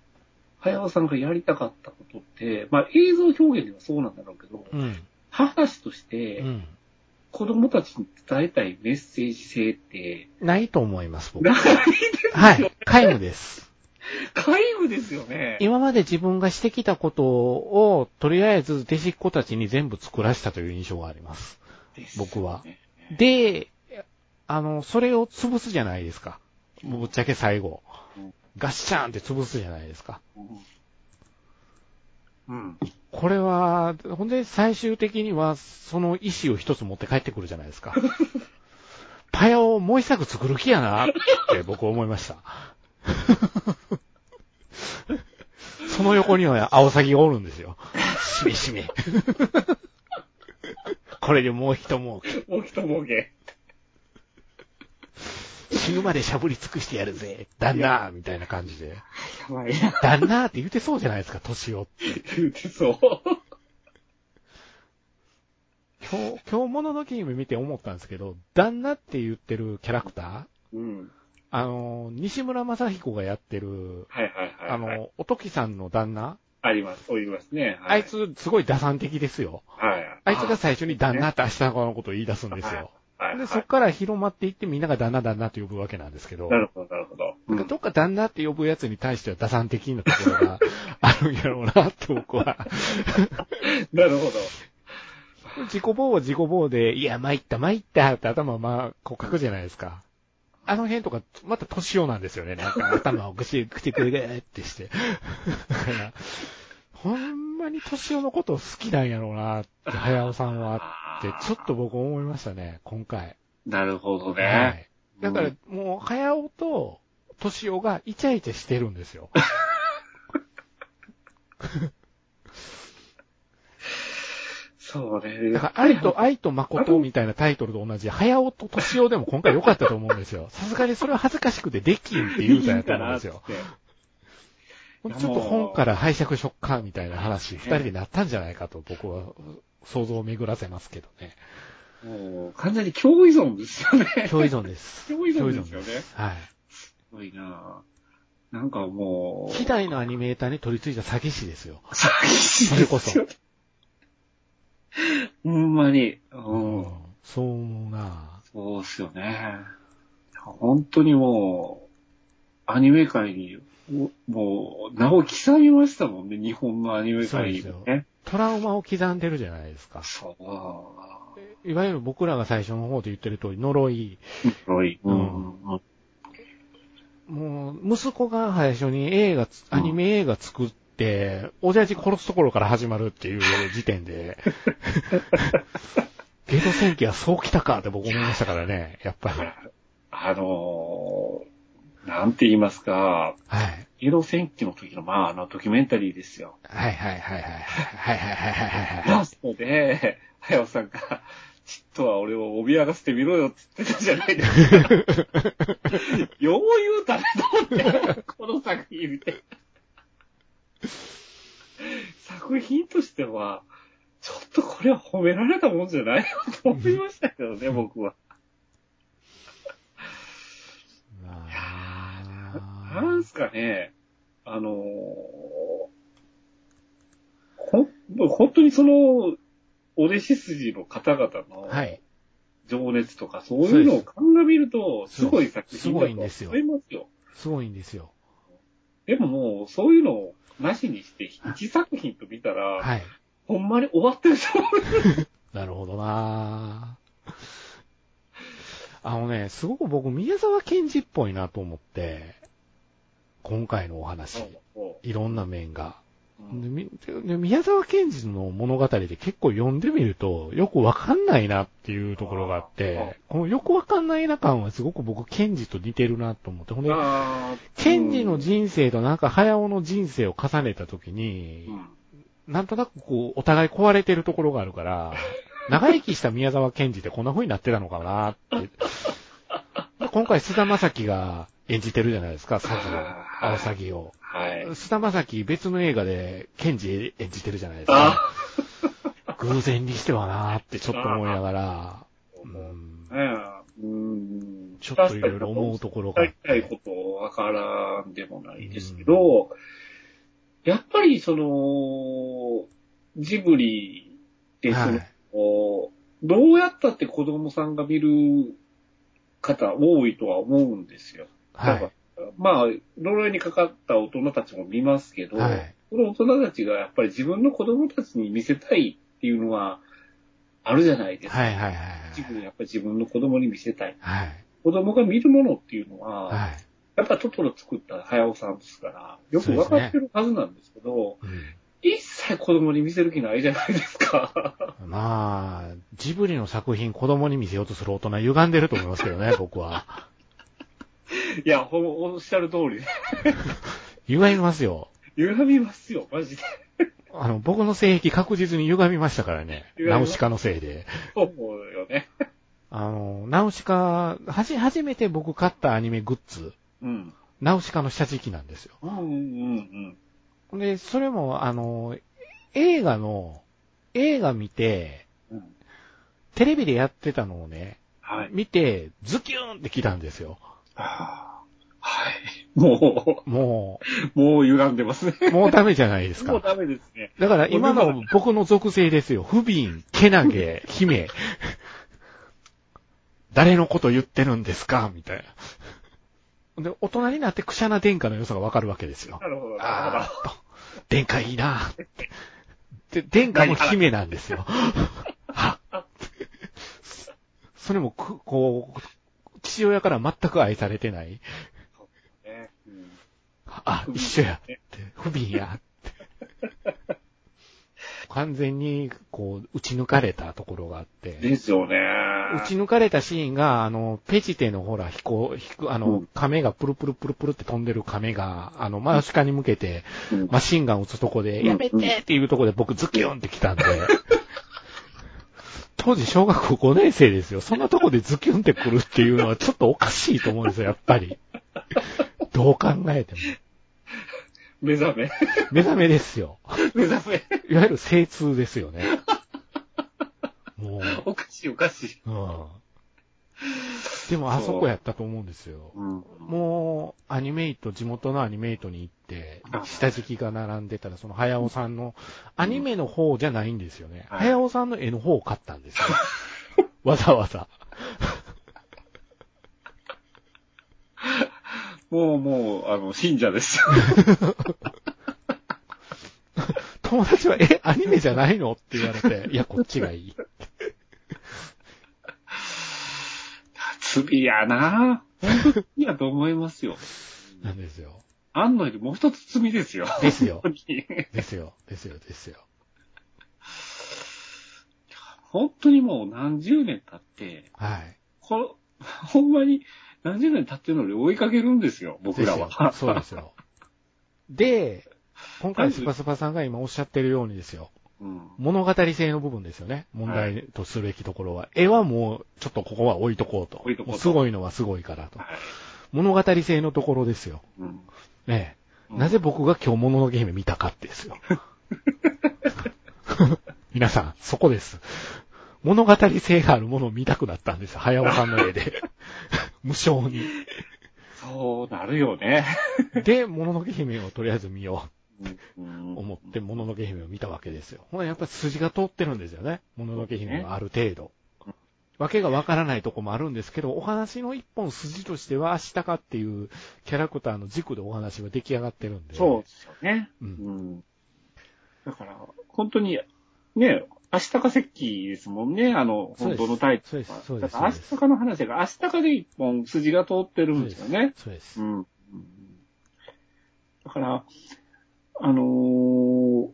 [SPEAKER 3] 早尾さんがやりたかったことって、まあ映像表現ではそうなんだろうけど、
[SPEAKER 2] うん。
[SPEAKER 3] 話とし
[SPEAKER 2] う
[SPEAKER 3] て
[SPEAKER 2] ん。
[SPEAKER 3] 子供たちに伝えたいメッセージ性って、
[SPEAKER 2] ないと思います、僕。
[SPEAKER 3] なんか
[SPEAKER 2] はい。皆無です。
[SPEAKER 3] 皆無ですよね。
[SPEAKER 2] 今まで自分がしてきたことを、とりあえず弟子っ子たちに全部作らせたという印象があります。僕はで、あの、それを潰すじゃないですか。もうぶっちゃけ最後
[SPEAKER 3] うん。
[SPEAKER 2] ガッシャーンって潰すじゃないですか。
[SPEAKER 3] うん。
[SPEAKER 2] これは、ほんで最終的には、その意思を一つ持って帰ってくるじゃないです *laughs* か。パヤをもう一作作る気やなって僕思いました。 *laughs* その横にはアオサギがおるんですよ。しめ *laughs* しめ。これでもう一儲け
[SPEAKER 3] 大きと儲け。
[SPEAKER 2] 死ぬまでしゃぶり尽くしてやるぜ。旦那みたいな感じで。
[SPEAKER 3] やばいな。
[SPEAKER 2] 旦那って言ってそうじゃないですか、年を。
[SPEAKER 3] 言ってそう。
[SPEAKER 2] 今日、今日もののけ姫見て思ったんですけど、旦那って言ってるキャラクター
[SPEAKER 3] *laughs* うん。
[SPEAKER 2] あの、西村正彦がやってる、
[SPEAKER 3] はいはいはい、はい。
[SPEAKER 2] あの、おときさんの旦那、
[SPEAKER 3] あります、おりますね。は
[SPEAKER 2] あいつ、すごい打算的ですよ。
[SPEAKER 3] はい。
[SPEAKER 2] あいつが最初に旦那
[SPEAKER 3] あ *laughs*
[SPEAKER 2] って明日の子のことを言い出すんですよ。
[SPEAKER 3] はいは
[SPEAKER 2] で、
[SPEAKER 3] い。
[SPEAKER 2] そこから広まっていってみんなが旦那旦那と呼ぶわけなんですけど、
[SPEAKER 3] な
[SPEAKER 2] なん
[SPEAKER 3] るほど、なるほど。うん
[SPEAKER 2] かどっか旦那って呼ぶやつに対しては打算的なところがあるんやろうな、と僕は。
[SPEAKER 3] なるほど。
[SPEAKER 2] *laughs* 自己棒は自己棒で、いや、参った参ったって頭まあ骨格じゃないですか。あの辺とか、また年用なんですよね。なんか頭をぐしぐしぐしってして。 *laughs* だから、ほんまに年用のことを好きなんやろうなって、早尾さんは
[SPEAKER 3] あ
[SPEAKER 2] って、ちょっと僕思いましたね、今回。
[SPEAKER 3] なるほど
[SPEAKER 2] は
[SPEAKER 3] ね。
[SPEAKER 2] い。だから、もう、早尾と、年尾がイチャイチャしてるんですよ。
[SPEAKER 3] そうね。
[SPEAKER 2] だから、愛と、愛と誠みたいなタイトルと同じ、早尾と年尾でも今回良かったと思うんですよ。 *laughs* さすがにそれは恥ずかしくてできんって言うたんやと思うんですよ。
[SPEAKER 3] いいか
[SPEAKER 2] ちょっと本から拝借しよっか、みたいな話、二人でなったんじゃないかと僕は想像を巡らせますけどね。
[SPEAKER 3] なって。もう、完全に共依存ですよ
[SPEAKER 2] *laughs*
[SPEAKER 3] ね。
[SPEAKER 2] 共依存です。
[SPEAKER 3] 共依存ですよ
[SPEAKER 2] 共依
[SPEAKER 3] ね
[SPEAKER 2] 存ですはい。
[SPEAKER 3] すごいなぁなんかもう、
[SPEAKER 2] 希代のアニメーターに取り付いた詐欺師ですよ。
[SPEAKER 3] 詐欺師
[SPEAKER 2] それこそ。
[SPEAKER 3] ほんまに。う
[SPEAKER 2] うん
[SPEAKER 3] ん。
[SPEAKER 2] そう思うな
[SPEAKER 3] そうっすよね。本当にもう、アニメ界に、おもう、名を刻みましたもんね、日本のアニメ界に
[SPEAKER 2] そう
[SPEAKER 3] ね。
[SPEAKER 2] トラウマを刻んでるじゃないですか。
[SPEAKER 3] そう。
[SPEAKER 2] いわゆる僕らが最初の方で言ってる通り、呪い。
[SPEAKER 3] 黒い。
[SPEAKER 2] う
[SPEAKER 3] うんん。うん
[SPEAKER 2] もう、息子が最初に映画つ、アニメ映画作って、親父殺すところから始まるっていう時点で、ゲート戦記はそう来たかって僕思いましたからね、やっぱり。
[SPEAKER 3] あのー、なんて言いますか、
[SPEAKER 2] はい。
[SPEAKER 3] エロ戦記の時の、まあ、あの、ドキュメンタリーですよ。
[SPEAKER 2] はいはいはいはい。はいはいはいはいはい。
[SPEAKER 3] ラストで、早尾さんが、ちっとは俺を脅かせてみろよって言ってたじゃないですか。よう言うたねと思って、この作品見て。作品としては、ちょっとこれは褒められたもんじゃないよと思いましたけどね、僕は。
[SPEAKER 2] ま
[SPEAKER 3] な
[SPEAKER 2] あ
[SPEAKER 3] んすかね、あのーほん、本当にその、お弟子筋の方々の、
[SPEAKER 2] はい。
[SPEAKER 3] 情熱とか、そういうのを鑑みると、すごい作
[SPEAKER 2] そ
[SPEAKER 3] 品だと
[SPEAKER 2] うですすごいんですよ
[SPEAKER 3] 思いますよ。
[SPEAKER 2] すごいんですよ。
[SPEAKER 3] でももう、そういうのをなしにして、一作品と見たら、
[SPEAKER 2] はい。
[SPEAKER 3] ほんまに終わってると思う。
[SPEAKER 2] なるほどなあのね、すごく僕、宮沢賢治っぽいなと思って、今回のお話。いろんな面が。
[SPEAKER 3] うん
[SPEAKER 2] でみで宮沢賢治の物語で結構読んでみると、よくわかんないなっていうところがあっ
[SPEAKER 3] あーあ
[SPEAKER 2] て、このよくわかんないな感はすごく僕、賢治と似てるなと思って、ほんで、
[SPEAKER 3] あー
[SPEAKER 2] 賢治の人生となんか早尾の人生を重ねた時
[SPEAKER 3] う
[SPEAKER 2] に、
[SPEAKER 3] ん
[SPEAKER 2] なんとなくこう、お互い壊れてるところがある
[SPEAKER 3] *laughs*
[SPEAKER 2] から、長生きした宮沢賢治ってこんな風になってたのかなって。で今回、菅田将暉が演じてるじゃないですか、詐欺を、青詐欺を。
[SPEAKER 3] はい。
[SPEAKER 2] 菅田将暉別の映画で、ケンジ演じてるじゃないですか。
[SPEAKER 3] あ
[SPEAKER 2] 偶然にしてはなーってちょっと思いながら、
[SPEAKER 3] ー
[SPEAKER 2] うん
[SPEAKER 3] ねえうん
[SPEAKER 2] ちょっといろいろ思うところがあ
[SPEAKER 3] や
[SPEAKER 2] っ
[SPEAKER 3] りたい
[SPEAKER 2] て。
[SPEAKER 3] ことわからんでもないですけど、やっぱりその、ジブリってその、
[SPEAKER 2] はい
[SPEAKER 3] こうどうやったって子供さんが見る方多いとは思うんですよ。
[SPEAKER 2] は
[SPEAKER 3] だ
[SPEAKER 2] い。
[SPEAKER 3] からまあ、呪いにかかった大人たちも見ますけど、
[SPEAKER 2] はい。
[SPEAKER 3] その大人たちがやっぱり自分の子供たちに見せたいっていうのはあるじゃないですか。
[SPEAKER 2] はいはいはい
[SPEAKER 3] 自分やっぱり自分の子供に見せたい。
[SPEAKER 2] はい。
[SPEAKER 3] 子供が見るものっていうのは、
[SPEAKER 2] はい。
[SPEAKER 3] やっぱトトロ作った早尾さんですから、よくわかってるはずなんですけど、
[SPEAKER 2] う
[SPEAKER 3] 一切子供に見せる気ないじゃないですか。
[SPEAKER 2] んまあ、ジブリの作品子供に見せようとする大人歪んでると思いますけどね、僕は。
[SPEAKER 3] *laughs* いや、ほんおっしゃる通りで。 *laughs*
[SPEAKER 2] 歪みますよ。
[SPEAKER 3] 歪みますよ、マジで。
[SPEAKER 2] あの、僕の性癖確実に歪みましたからね。
[SPEAKER 3] 歪みま
[SPEAKER 2] ナウシカのせいで。
[SPEAKER 3] そうよね。
[SPEAKER 2] あの、ナウシカ、はじ、初めて僕買ったアニメグッズ、
[SPEAKER 3] うん。
[SPEAKER 2] ナウシカの下敷きなんですよ。
[SPEAKER 3] うんうんうん
[SPEAKER 2] で、それも、あの、映画の、映画見て、
[SPEAKER 3] うん。うん
[SPEAKER 2] テレビでやってたのをね、
[SPEAKER 3] はい。
[SPEAKER 2] 見て、ズキューンって来たんですよ。
[SPEAKER 3] あーはい。も
[SPEAKER 2] も
[SPEAKER 3] う、もう歪んでますね。
[SPEAKER 2] う、もうダメじゃないです
[SPEAKER 3] もう
[SPEAKER 2] か。
[SPEAKER 3] ダメですね。
[SPEAKER 2] だから今の僕の属性ですよ。不憫、けなげ、姫。 *laughs* 誰のこと言ってるんですかみたいな。で、大人になってクシャな殿下の良さがわかるわけですよ。
[SPEAKER 3] なるほど、なる
[SPEAKER 2] あ
[SPEAKER 3] ほ
[SPEAKER 2] ーっと、殿下いいなーって。で、殿下も姫なんですよ。はっそれもく、こう、父親から全く愛されてない。
[SPEAKER 3] どね。うん
[SPEAKER 2] あ、一緒やって、不憫やって。完全に、こう、打ち抜かれたところがあって、
[SPEAKER 3] ですよね。
[SPEAKER 2] 打ち抜かれたシーンが、あの、ペジテのほら、飛行、飛行、あ
[SPEAKER 3] う
[SPEAKER 2] の、亀がプルプルプルプルって飛んでる亀が、あの、真ヨシカに向けて、
[SPEAKER 3] うん
[SPEAKER 2] マシンガン撃つとこで、
[SPEAKER 3] うん
[SPEAKER 2] やめてっていうとこで僕ズキュンって来たんで、 *laughs* 当時小学校5年生ですよ。そんなとこでズキュンって来るっていうのはちょっとおかしいと思うんですよ、やっぱり。どう考えても。
[SPEAKER 3] 目覚め。
[SPEAKER 2] 目覚めですよ。
[SPEAKER 3] 目覚め。
[SPEAKER 2] いわゆる精通ですよね。も
[SPEAKER 3] おかしい、おかしい。
[SPEAKER 2] う、うん。でもあそこやったと思うんですよ。
[SPEAKER 3] うん。
[SPEAKER 2] もう、アニメイト、地元のアニメイトに行って、下敷きが並んでたら、その、早尾さんの、アニメの方じゃないんですよね。
[SPEAKER 3] はい
[SPEAKER 2] 早尾さんの絵の方を買ったんですよ。 *laughs* わざわざ。
[SPEAKER 3] もう、もう、あの、信者です。
[SPEAKER 2] 友達は、え、アニメじゃないのって言われ
[SPEAKER 3] *laughs*
[SPEAKER 2] て、いや、こっちがいい。
[SPEAKER 3] 罪やな本当に罪やと思いますよ。
[SPEAKER 2] なんですよ。
[SPEAKER 3] あんのよりもう一つ罪ですよ。
[SPEAKER 2] ですよ
[SPEAKER 3] 本当に。
[SPEAKER 2] ですよ。ですよ。ですよ。
[SPEAKER 3] 本当にもう何十年経って、
[SPEAKER 2] はい。
[SPEAKER 3] この、ほんまに何十年経ってるのに追いかけるんですよ、僕
[SPEAKER 2] で
[SPEAKER 3] ら
[SPEAKER 2] すよ
[SPEAKER 3] は。
[SPEAKER 2] そうですよ。で、今回スパスパさんが今おっしゃってるようにですよ。
[SPEAKER 3] うん。
[SPEAKER 2] 物語性の部分ですよね。問題とすべきところは。絵はもう、ちょっとここは置いとこうと。
[SPEAKER 3] 置いとこうと
[SPEAKER 2] もすごいのはすごいからと。
[SPEAKER 3] はい。
[SPEAKER 2] 物語性のところですよ。
[SPEAKER 3] うん。
[SPEAKER 2] ねえ。
[SPEAKER 3] うん
[SPEAKER 2] なぜ僕が今日物のゲーム見たかってですよ。 *laughs* 皆さん、そこです。物語性があるものを見たくなったんです。早尾さんの絵
[SPEAKER 3] *laughs*
[SPEAKER 2] で。無償に。
[SPEAKER 3] そうなるよね。
[SPEAKER 2] で、もののけ姫をとりあえず見ようと
[SPEAKER 3] 思
[SPEAKER 2] 思って、もののけ姫を見たわけですよ。ほら、やっぱり筋が通ってるんですよね。もののけ姫はある程度
[SPEAKER 3] うん。
[SPEAKER 2] わけがわからないとこもあるんですけど、お話の一本筋としては、明日かっていうキャラクターの軸でお話は出来上がってるんで。
[SPEAKER 3] そうですよね。
[SPEAKER 2] う
[SPEAKER 3] うんん。だから、本当に、ね、明日か石器ですもんね、あの、
[SPEAKER 2] そうです
[SPEAKER 3] 本当のタイトルは。
[SPEAKER 2] そうですそうです
[SPEAKER 3] だから明日かの話が、明日かで一本筋が通ってるんですよね。
[SPEAKER 2] そうです
[SPEAKER 3] う。ん。うんだから、あのー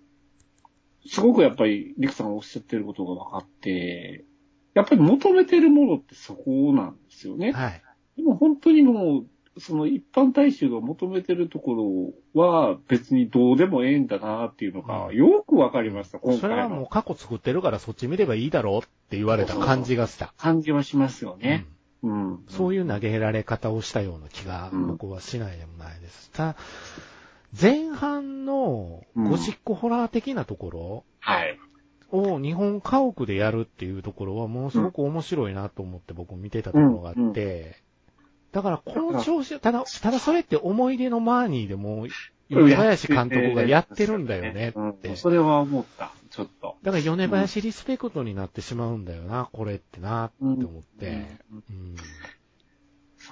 [SPEAKER 3] すごくやっぱり、リクさんがおっしゃってることが分かって、やっぱり求めてるものってそこなんですよね。
[SPEAKER 2] はい。
[SPEAKER 3] でも本当にもう、その一般大衆が求めてるところは別にどうでもええんだなっていうのが、
[SPEAKER 2] うん
[SPEAKER 3] よくわかりました、今
[SPEAKER 2] それは
[SPEAKER 3] 回
[SPEAKER 2] もう
[SPEAKER 3] の
[SPEAKER 2] 過去作ってるからそっち見ればいいだろうって言われた感じがした。
[SPEAKER 3] 感じはしますよね。
[SPEAKER 2] うん
[SPEAKER 3] うん。
[SPEAKER 2] そう
[SPEAKER 3] いう。
[SPEAKER 2] いう投げられ方をしたような気が
[SPEAKER 3] うん
[SPEAKER 2] 僕はしないでもないです。ただ、前半のゴシックホラー的なとこ
[SPEAKER 3] はい。
[SPEAKER 2] ろを日本家屋でやるっていうところはものすごく面白いなと思って僕見てたところがあって、だからこの調子、ただ、ただそれって思い出のマーニーでも、米林監督がやってるんだよねって。
[SPEAKER 3] うんそれは思った、ちょっと。
[SPEAKER 2] だから米林リスペクトになってしまうんだよな、これってな、って思って。
[SPEAKER 3] うん
[SPEAKER 2] うん。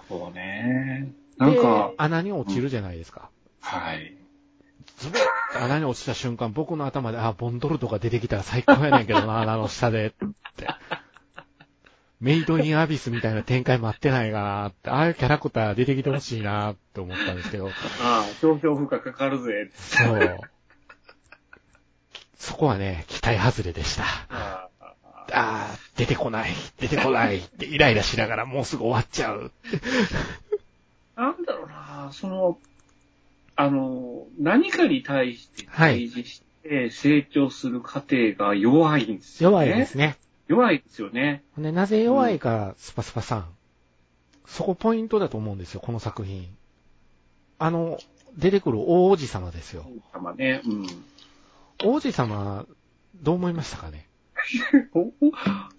[SPEAKER 3] そうね。なんか
[SPEAKER 2] で、穴に落ちるじゃないですか。
[SPEAKER 3] はい。
[SPEAKER 2] ズボッて穴に落ちた瞬間、僕の頭で、あ、ボンドルとか出てきたら最高やねんけどな、穴の下で、って。メイドインアビスみたいな展開待ってないかなって、ああいうキャラクター出てきてほしいなって思ったんですけど、
[SPEAKER 3] ああ、商標負荷かかるぜ。
[SPEAKER 2] そう。そこはね、期待外れでした。
[SPEAKER 3] ああ
[SPEAKER 2] あー、出てこない、出てこないってイライラしながらもうすぐ終わっちゃう。
[SPEAKER 3] なんだろうな、その、あの、何かに対して
[SPEAKER 2] はい
[SPEAKER 3] 対峙して成長する過程が弱いんですよね。
[SPEAKER 2] 弱いですね。
[SPEAKER 3] 弱いですよね。
[SPEAKER 2] で、なぜ弱いか、スパスパさん。そこポイントだと思うんですよ、この作品。あの、出てくる王子様ですよ。
[SPEAKER 3] たまね。うん。
[SPEAKER 2] 王子様、どう思いましたかね
[SPEAKER 3] おおい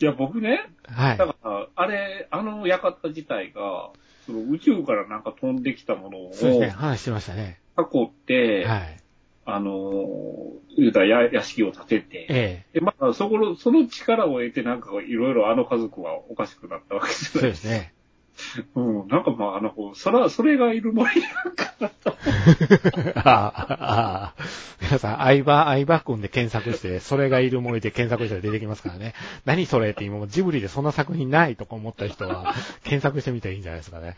[SPEAKER 3] や、僕ね、
[SPEAKER 2] はい。
[SPEAKER 3] だから、あれ、あの館自体が、その宇宙からなんか飛んできたものを
[SPEAKER 2] そうですね、話してましたね。
[SPEAKER 3] 囲って、
[SPEAKER 2] はい。
[SPEAKER 3] あの、言うたらや屋敷を建てて、
[SPEAKER 2] ええ。
[SPEAKER 3] で、まあ、そこの、その力を得て、なんか、いろいろあの家族はおかしくなったわけじゃ
[SPEAKER 2] そう
[SPEAKER 3] ない
[SPEAKER 2] ですね。
[SPEAKER 3] うん、なんかまあ、あの子、そら、それがいる森なんかなと。
[SPEAKER 2] ああ、ああ。 *laughs* 皆さん、相葉、相葉君で検索して、それがいる森で検索したら出てきますからね。何それって今もジブリでそんな作品ないとか思った人は、検索してみたらいいんじゃないですかね。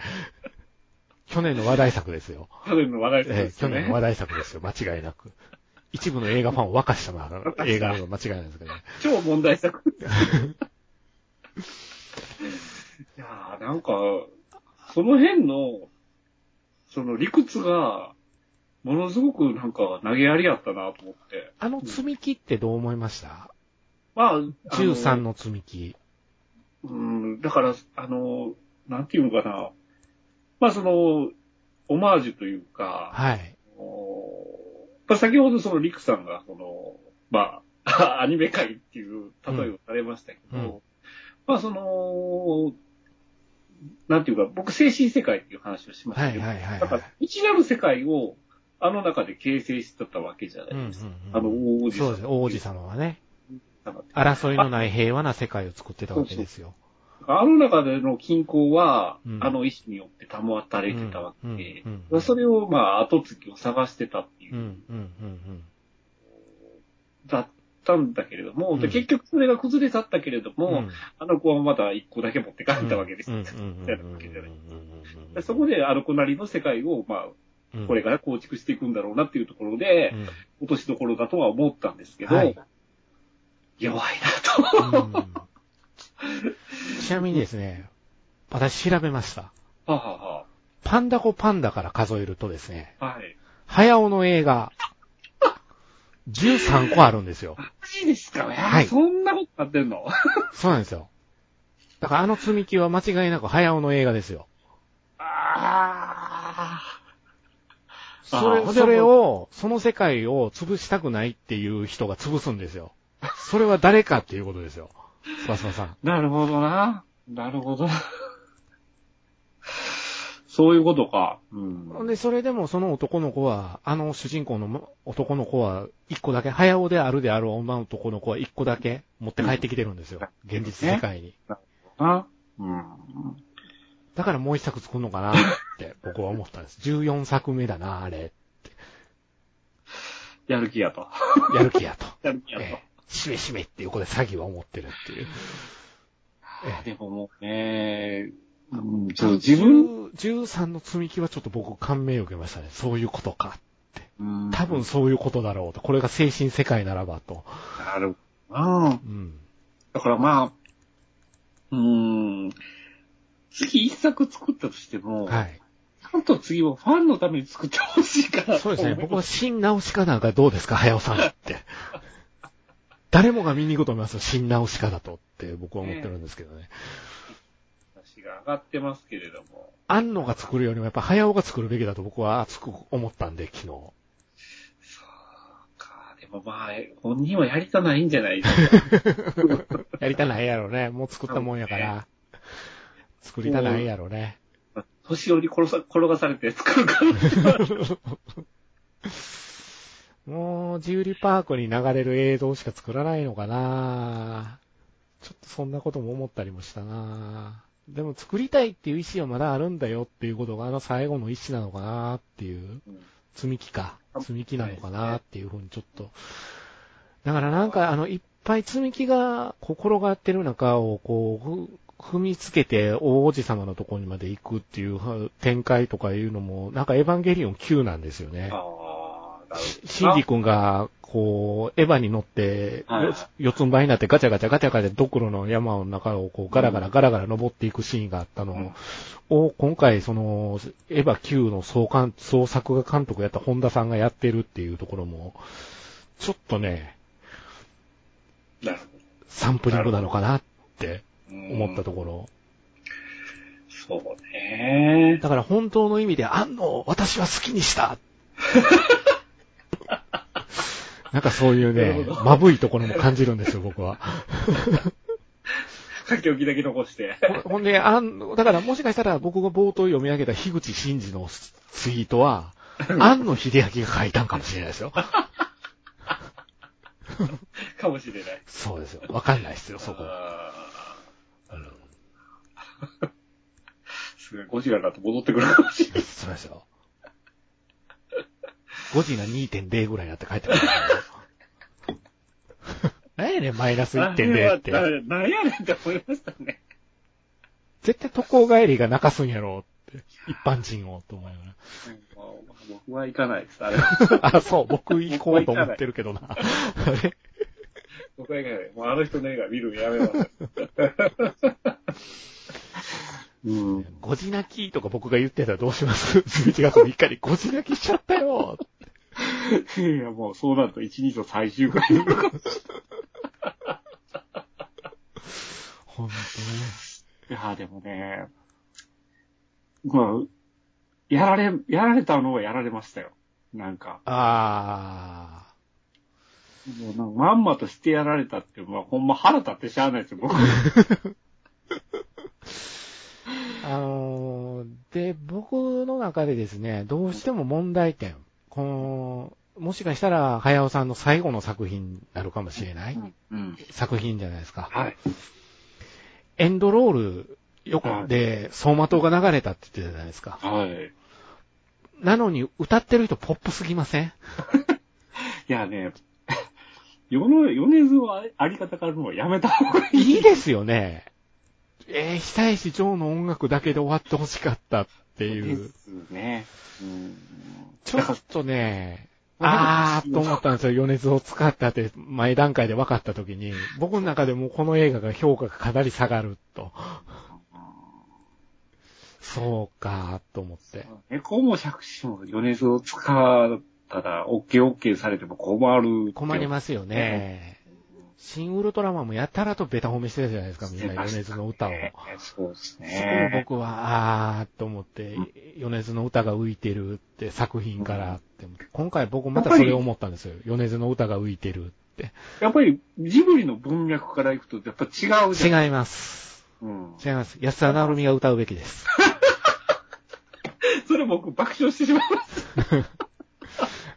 [SPEAKER 2] 去年の話題作ですよ。
[SPEAKER 3] 去年の話題作
[SPEAKER 2] え
[SPEAKER 3] で
[SPEAKER 2] え
[SPEAKER 3] す
[SPEAKER 2] 去
[SPEAKER 3] よ
[SPEAKER 2] 年
[SPEAKER 3] ね
[SPEAKER 2] の。話題作ですよ。間違いなく。一部の映画ファンを沸かしたのは映画なの間違いないですけどね。
[SPEAKER 3] 超問題作。 *laughs* いやーなんか、その辺の、その理屈が、ものすごくなんか投げやりやったなと思って。
[SPEAKER 2] あの積み木ってどう思いました
[SPEAKER 3] まあ、あの
[SPEAKER 2] ?13 の積み木。
[SPEAKER 3] うん、だから、あの、なんていうのかな。まあその、オマージュというか、
[SPEAKER 2] はい。
[SPEAKER 3] まあ、先ほどそのリクさんが、その、まあ、 *laughs* アニメ界っていう例えをされましたけど、
[SPEAKER 2] うんうん
[SPEAKER 3] まあその、なんていうか、僕精神世界っていう話をしまし
[SPEAKER 2] は
[SPEAKER 3] た
[SPEAKER 2] い
[SPEAKER 3] けど、
[SPEAKER 2] はいはい
[SPEAKER 3] だか
[SPEAKER 2] は
[SPEAKER 3] ら
[SPEAKER 2] い。
[SPEAKER 3] 未知なる世界をあの中で形成してたわけじゃな
[SPEAKER 2] うん
[SPEAKER 3] い
[SPEAKER 2] うん
[SPEAKER 3] ですか。
[SPEAKER 2] うん
[SPEAKER 3] あの、大王子
[SPEAKER 2] そうです。
[SPEAKER 3] 様。
[SPEAKER 2] 王子様はね。
[SPEAKER 3] だか
[SPEAKER 2] 争いのない平和な世界を作ってたわけですよ。
[SPEAKER 3] らあの中での均衡は、
[SPEAKER 2] うん
[SPEAKER 3] あの意志によって保たれてたわけで、
[SPEAKER 2] うんうんうん
[SPEAKER 3] まあそれをまあ後継ぎを探してたっていう
[SPEAKER 2] うん、うん、うん、
[SPEAKER 3] だったんだけれども、で
[SPEAKER 2] うん
[SPEAKER 3] 結局それが崩れ去ったけれど
[SPEAKER 2] うん。
[SPEAKER 3] も、
[SPEAKER 2] うん
[SPEAKER 3] あの子はまだ一個だけ持って帰ったわけです。
[SPEAKER 2] うん、うん、うん、うん
[SPEAKER 3] でそこ、であの子なりの世界を、ま
[SPEAKER 2] うんうん
[SPEAKER 3] あ、これ、から構築していくんだろうなっていうところで、
[SPEAKER 2] うん
[SPEAKER 3] 落としどころだとは思ったんですけど、
[SPEAKER 2] はい
[SPEAKER 3] 弱い
[SPEAKER 2] *laughs*
[SPEAKER 3] なと。
[SPEAKER 2] うんちなみにですね、私調べました。
[SPEAKER 3] はは
[SPEAKER 2] パンダコパンダから数えるとですね、
[SPEAKER 3] は。はい。
[SPEAKER 2] 早尾の映画、13個あるんですよ。
[SPEAKER 3] マジですかね、
[SPEAKER 2] はい
[SPEAKER 3] そんなことなって
[SPEAKER 2] *laughs*
[SPEAKER 3] んの
[SPEAKER 2] そうなんですよ。だからあの積み木は間違いなく早尾の映画ですよ。
[SPEAKER 3] あ
[SPEAKER 2] そ
[SPEAKER 3] あ
[SPEAKER 2] れ、
[SPEAKER 3] ー
[SPEAKER 2] それを、その世界を潰したくないっていう人が潰すんですよ。それは誰かっていうことですよ。スパスパさん。
[SPEAKER 3] あ。なるほどな。なるほど。 *laughs* そういうことか。うん。
[SPEAKER 2] ほんで、それでもその男の子は、あの主人公の男の子は、一個だけ、早尾であるである女の男の子は一個だけ持って帰ってきてるんですよ。現実世界に。
[SPEAKER 3] な。うん。
[SPEAKER 2] だからもう一作作るのかなって僕は思ったんです。14作目だな、あれ。
[SPEAKER 3] やる気やと。
[SPEAKER 2] やる気やと。
[SPEAKER 3] *laughs* やる気やと。
[SPEAKER 2] ええ、しめしめって横で詐欺は思ってるっていう。
[SPEAKER 3] あでももうね、うん、ちょっと自分、
[SPEAKER 2] 10 13の積み木はちょっと僕感銘を受けましたね。そういうことか。
[SPEAKER 3] うん
[SPEAKER 2] 多分、そういうことだろうと。これが精神世界ならばと。
[SPEAKER 3] なるうん。
[SPEAKER 2] うん。
[SPEAKER 3] だからまあ、うん、次一作作ったとしても、
[SPEAKER 2] はい。
[SPEAKER 3] ちゃんと次はファンのために作ってほしいか
[SPEAKER 2] *laughs*
[SPEAKER 3] ら。
[SPEAKER 2] そうですね。僕は
[SPEAKER 3] は。
[SPEAKER 2] 新直しかなんかどうですか、早尾さん *laughs* って。誰もが見に行くと思いますよ。新直しかだとって僕は思ってるんですけどね。
[SPEAKER 3] 話が上がってますけれども。
[SPEAKER 2] 安野が作るよりもやっぱ早尾が作るべきだと僕は熱く思ったんで、昨日。
[SPEAKER 3] そうか、でもまあ、本人はやりたないんじゃない
[SPEAKER 2] *laughs* やりたない *laughs* やろね。もう作ったもんやから。作りたないやろね。
[SPEAKER 3] 年寄り殺さ、転がされて作るから。
[SPEAKER 2] もう、ジュリパークに流れる映像しか作らないのかなちょっとそんなことも思ったりもしたなでも作りたいっていう意思はまだあるんだよっていうことがあの最後の意思なのかなっていう
[SPEAKER 3] うん、
[SPEAKER 2] 積み木か。積み木なのか
[SPEAKER 3] はい
[SPEAKER 2] なっていうふうにちょっと。だからなんかあの、いっぱい積み木が心がってる中をこう、ふ踏みつけて大王子様のところにまで行くっていうは展開とかいうのも、なんかエヴァンゲリオン9なんですよね。
[SPEAKER 3] ああ、なるほど。
[SPEAKER 2] シンジ君が、こう、エヴァに乗って、
[SPEAKER 3] はい
[SPEAKER 2] よ四つん這いになってガチャガチャガチャガチャドクロの山の中をこうガラガラガラガラ登っていくシーンがあったのを、今回その、エヴァ Q の総監、総作画監督やった本田さんがやってるっていうところも、ちょっとね、
[SPEAKER 3] なるほど。
[SPEAKER 2] サンプリングなのかなって
[SPEAKER 3] うん
[SPEAKER 2] 思ったところ。
[SPEAKER 3] そうね。
[SPEAKER 2] だから本当の意味で、あんの、私は好きにした。なんかそういう
[SPEAKER 3] なる
[SPEAKER 2] ね、
[SPEAKER 3] ほど
[SPEAKER 2] まぶいところも感じるんですよ、僕は。
[SPEAKER 3] 書き置きだけ残して。
[SPEAKER 2] *laughs* ほほんで、あん、だからもしかしたら僕が冒頭読み上げた樋口真嗣のツイートは、庵野秀明が書いたんかもしれないですよ。
[SPEAKER 3] かもしれない。
[SPEAKER 2] そうですよ。わかんないですよ、そこは。
[SPEAKER 3] あーなるほど *laughs* すごい、ゴジラになって戻ってくるかもしれない。
[SPEAKER 2] そうですよ。ゴジラ2.0ぐらいになって書いてある。何やねん、マイナス1.0っ
[SPEAKER 3] あれ
[SPEAKER 2] て。
[SPEAKER 3] はななんやねんって思いましたね。
[SPEAKER 2] 絶対渡航帰りが泣かすんやろうって。一般人を、と思いながら。
[SPEAKER 3] まあ僕は行かないです。
[SPEAKER 2] *laughs*
[SPEAKER 3] あれは
[SPEAKER 2] あ、そう、僕行こうと思ってるけどな。あれ
[SPEAKER 3] 僕は行かない。もうあの人の映画見るのやめます。うん。
[SPEAKER 2] ゴジ泣きとか僕が言ってたらどうします *laughs* ?11 月3日にゴジ泣きしちゃったよ
[SPEAKER 3] いや、もうそうなると一日の最終回。
[SPEAKER 2] ほんとね。
[SPEAKER 3] いや、でもね、まあ、やられ、やられたのはやられましたよ。なんか、
[SPEAKER 2] あ
[SPEAKER 3] もうなんかまんまとしてやられたって、まあほんま腹立ってしゃあないですよ、僕。
[SPEAKER 2] ー。あのーで、僕の中でですね、どうしても問題点。この、もしかしたら、早尾さんの最後の作品になるかもしれない、
[SPEAKER 3] うん。
[SPEAKER 2] 作品じゃないですか。
[SPEAKER 3] はい。
[SPEAKER 2] エンドロールよ
[SPEAKER 3] はい
[SPEAKER 2] で、走馬灯が流れたって言ってたじゃないですか。
[SPEAKER 3] はい。
[SPEAKER 2] なのに、歌ってる人ポップすぎません
[SPEAKER 3] いやね、 *laughs* 世の、米津はあり方からのはやめた方がいい。
[SPEAKER 2] いいですよね。えー、久石譲の音楽だけで終わってほしかったっていう。
[SPEAKER 3] すね。うん。
[SPEAKER 2] ちょっとね、
[SPEAKER 3] だから
[SPEAKER 2] *laughs* あーと思ったんですよ。米津を使ったって前段階で分かった時に、僕の中でもうこの映画が評価がかなり下がると。そうかーと思って。
[SPEAKER 3] 猫も尺子も米津を使ったら、オッケーオッケーされても困る。
[SPEAKER 2] 困りますよね。新ウルトラマンもやたらとベタ褒めしてたじゃないですか、みんな米津の歌を。
[SPEAKER 3] す。そうで
[SPEAKER 2] そ
[SPEAKER 3] す
[SPEAKER 2] こも
[SPEAKER 3] ね。
[SPEAKER 2] 僕は、あーと思って、米津の歌が浮いてるって作品からって、今回僕またそれを思ったんですよ。米津の歌が浮いてるって。
[SPEAKER 3] やっぱり、ジブリの文脈からいくと、やっぱ違うじゃん。
[SPEAKER 2] 違います。
[SPEAKER 3] うん。
[SPEAKER 2] 違います。安田直美が歌うべき
[SPEAKER 3] *laughs*
[SPEAKER 2] です。
[SPEAKER 3] それ僕爆笑してしまいます。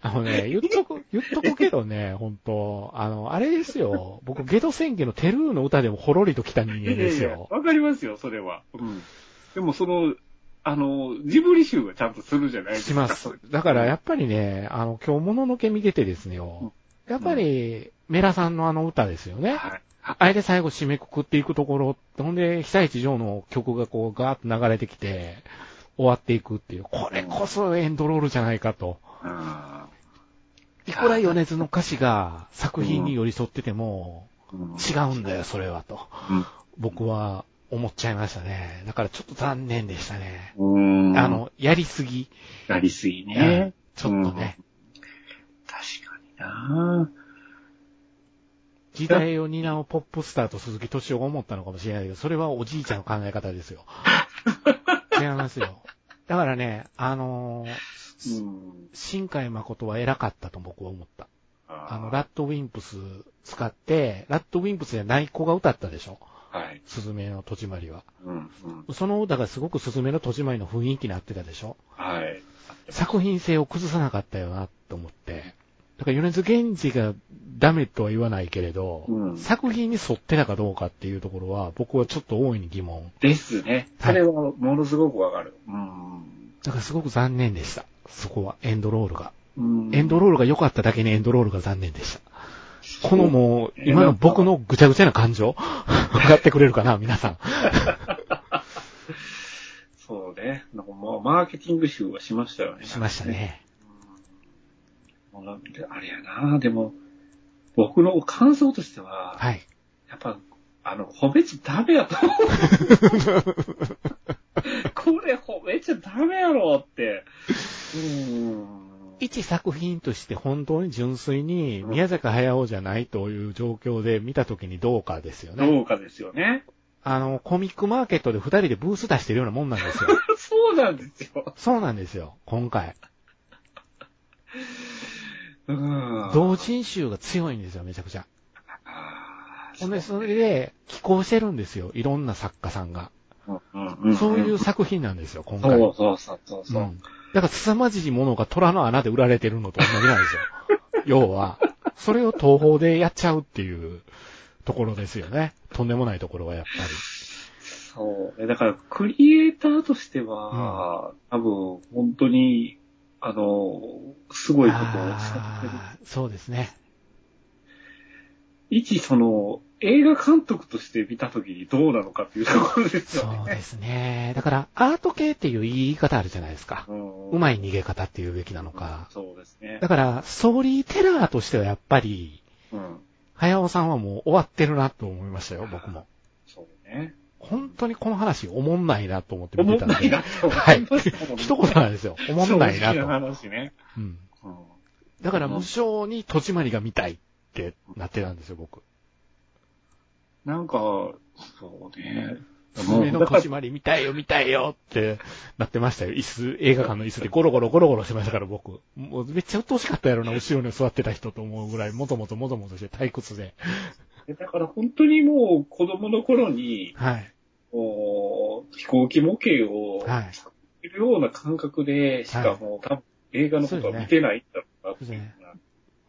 [SPEAKER 2] あのね、言っとく、言っとくけどね、本当あの、あれですよ。僕、ゲド戦記のテルーの歌でもほろりと来た人間です
[SPEAKER 3] いやいや
[SPEAKER 2] よ。
[SPEAKER 3] わかりますよ、それは。うん。でもその、あの、ジブリ集はちゃんとするじゃないです
[SPEAKER 2] し
[SPEAKER 3] か。
[SPEAKER 2] ます。だからやっぱりね、あの、今日もののけ見ててですよ。やっぱり、メラさんのあの歌ですよね。
[SPEAKER 3] はい。
[SPEAKER 2] あれで最後締めくくっていくところ、ほんで、被災地上の曲がこうガーッと流れてきて、終わっていくっていう、これこそエンドロールじゃないかと。
[SPEAKER 3] あ
[SPEAKER 2] いくら米津の歌詞が作品に寄り添ってても、
[SPEAKER 3] ーうん
[SPEAKER 2] 違うんだよ、それはと。僕は思っちゃいましたね。だからちょっと残念でしたね。
[SPEAKER 3] うん。
[SPEAKER 2] あ、の、やりすぎ。
[SPEAKER 3] やりすぎ
[SPEAKER 2] うん
[SPEAKER 3] ね。
[SPEAKER 2] ちょっとね、
[SPEAKER 3] 確かにな
[SPEAKER 2] 時代を担うポップスターと鈴木敏夫が思ったのかもしれないけど、それはおじいちゃんの考え方です
[SPEAKER 3] *laughs*
[SPEAKER 2] よ。違いますよ。だからね、あのー
[SPEAKER 3] うん。
[SPEAKER 2] 新海誠は偉かったと僕は思った。あ
[SPEAKER 3] あ
[SPEAKER 2] の、ラッドウィンプス使って、ラッドウィンプスじゃない子が歌ったでしょ
[SPEAKER 3] はい。
[SPEAKER 2] スズメの戸締まりは。
[SPEAKER 3] うん、うん。
[SPEAKER 2] その歌がすごくスズメの戸締まりの雰囲気になってたでしょ
[SPEAKER 3] はい。
[SPEAKER 2] 作品性を崩さなかったよな、と思って。だから、米津玄師がダメとは言わないけれど、
[SPEAKER 3] うん
[SPEAKER 2] 作品に沿ってたかどうかっていうところは、僕はちょっと大いに疑問。
[SPEAKER 3] ですね。
[SPEAKER 2] はい
[SPEAKER 3] それはものすごくわかる。うん。
[SPEAKER 2] だからすごく残念でした。そこは、エンドロールが。
[SPEAKER 3] うん
[SPEAKER 2] エンドロールが良かっただけにエンドロールが残念でした。このもう、今の僕のぐちゃぐちゃな感情、 *laughs* 分かってくれるかな、 *laughs* 皆さん。
[SPEAKER 3] そうね。なんかもうマーケティング集はしましたよね。
[SPEAKER 2] しましたね。
[SPEAKER 3] もうなんてあれやなでも、僕の感想としては、
[SPEAKER 2] はい。
[SPEAKER 3] やっぱ、あの、褒めちゃダメやと思う。これ褒めちゃダメやろって。うん。
[SPEAKER 2] 一作品として本当に純粋に、宮坂駿じゃないという状況で見た時にどうかですよね。
[SPEAKER 3] どうかですよね。
[SPEAKER 2] あの、コミックマーケットで二人でブース出してるようなもんなん *laughs* ですよ。
[SPEAKER 3] そうなんですよ。
[SPEAKER 2] そうなんですよ、今回。
[SPEAKER 3] うん。
[SPEAKER 2] 同人集が強いんですよ、めちゃくちゃ。
[SPEAKER 3] あー
[SPEAKER 2] ほんで、それで、寄稿してるんですよ、いろんな作家さんが。
[SPEAKER 3] うんうんん
[SPEAKER 2] そういう作品なんですよ、今
[SPEAKER 3] そう
[SPEAKER 2] 回。
[SPEAKER 3] そうそうそうそうう、
[SPEAKER 2] んだから凄まじいものが虎の穴で売られてるのと同じなんですよ。 *laughs* 要は、それを東方でやっちゃうっていうところですよね。とんでもないところはやっぱり。
[SPEAKER 3] そうね。だから、クリエイターとしては、多分、本当に、あの、すごいことをされてる。
[SPEAKER 2] あーそうですね。
[SPEAKER 3] 一、その、映画監督として見たときにどうなのかっていうところですよ
[SPEAKER 2] そうで
[SPEAKER 3] ね。
[SPEAKER 2] すね。だから、アート系っていう言い方あるじゃないですか。
[SPEAKER 3] う
[SPEAKER 2] うま
[SPEAKER 3] い
[SPEAKER 2] い逃げ方っていうべきなのか。
[SPEAKER 3] そうですね
[SPEAKER 2] だ。から、ストーリーテラーとしてはやっぱり、
[SPEAKER 3] うん。
[SPEAKER 2] 早尾さんはもう終わってるなと思いましたよ、僕も。
[SPEAKER 3] そうね。
[SPEAKER 2] 本当にこの話、おもんないなと思って見
[SPEAKER 3] 思
[SPEAKER 2] てた
[SPEAKER 3] ん
[SPEAKER 2] ん
[SPEAKER 3] ない
[SPEAKER 2] で。
[SPEAKER 3] なと思
[SPEAKER 2] はい
[SPEAKER 3] いましたもんね。
[SPEAKER 2] 一言なんですよ。おもんないな
[SPEAKER 3] 正直
[SPEAKER 2] と。
[SPEAKER 3] 話ね。
[SPEAKER 2] うん。
[SPEAKER 3] うん。
[SPEAKER 2] だから、無性に戸締まりが見たいってなってたんですよ、僕。
[SPEAKER 3] なんか、そうね。
[SPEAKER 2] 爪の戸
[SPEAKER 3] だから
[SPEAKER 2] 締まり見たいよ、見たいよってなってましたよ。椅子、映画館の椅子でゴロゴロゴロゴロしてましたから、僕。もうめっちゃ鬱陶しかったやろな、後ろに座ってた人と思うぐらい、もともともともとして退屈で。
[SPEAKER 3] だから本当にもう子供の頃に、
[SPEAKER 2] はい。
[SPEAKER 3] こう飛行機模型を
[SPEAKER 2] はい
[SPEAKER 3] 作るような感覚で、しかも、多分映画のことは見てないんだろうなっていうような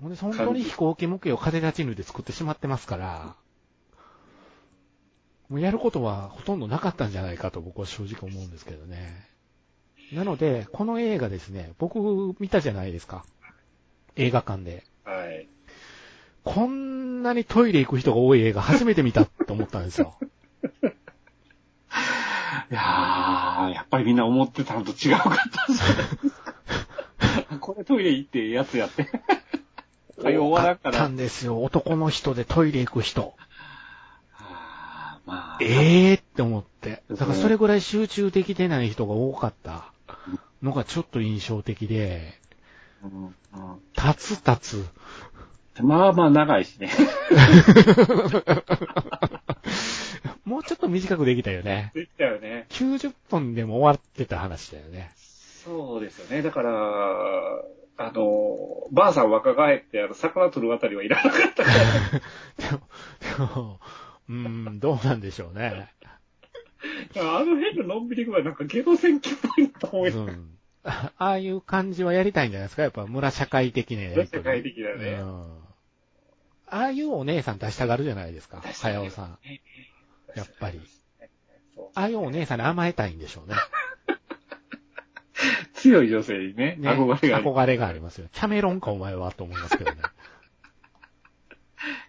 [SPEAKER 2] ほんで、本当に飛行機模型を風立ちぬで作ってしまってますから、もうやることはほとんどなかったんじゃないかと僕は正直思うんですけどね。なので、この映画ですね、僕見たじゃないですか。映画館で。
[SPEAKER 3] はい。
[SPEAKER 2] こんなにトイレ行く人が多い映画初めて見たと思ったん
[SPEAKER 3] *laughs*
[SPEAKER 2] ですよ。
[SPEAKER 3] いやー、やっぱりみんな思ってたのと違うかったんじゃないです *laughs* か。これトイレ行ってええやつやって。会 *laughs* 話終わらんか
[SPEAKER 2] 多かった
[SPEAKER 3] ら。
[SPEAKER 2] んですよ。男の人でトイレ行く人。
[SPEAKER 3] あーまあ、
[SPEAKER 2] ええー、って思って。だからそれぐらい集中できてない人が多かったのがちょっと印象的で、
[SPEAKER 3] うんうん
[SPEAKER 2] 立つ立つ。
[SPEAKER 3] まあまあ長いしね。
[SPEAKER 2] *laughs* もうちょっと短くできたよね。
[SPEAKER 3] できたよね。
[SPEAKER 2] 90分でも終わってた話だよね。
[SPEAKER 3] そうですよね。だから、あの、ばあさん若返って、あの、魚取るあたりはいらなかったから。
[SPEAKER 2] でも、でも、うーん、どうなんでしょうね。
[SPEAKER 3] *laughs* あの辺ののんびり具合、なんかゲド戦記っぽいと思いま
[SPEAKER 2] うん。ああいう感じはやりたいんじゃないですかやっぱ村社会的なやりとり
[SPEAKER 3] 村社会的だね
[SPEAKER 2] うん。ああいうお姉さん出したがるじゃないですか。
[SPEAKER 3] 出したが
[SPEAKER 2] 早
[SPEAKER 3] る
[SPEAKER 2] 尾さん。
[SPEAKER 3] す
[SPEAKER 2] やっぱり。
[SPEAKER 3] そう
[SPEAKER 2] ああいうお姉さんに甘えたいんでし
[SPEAKER 3] *laughs*
[SPEAKER 2] ょうね。
[SPEAKER 3] 強い女性にね、
[SPEAKER 2] ね
[SPEAKER 3] 憧れがある。
[SPEAKER 2] 憧れがありますよ。キャメロンかお前はと思いますけどね。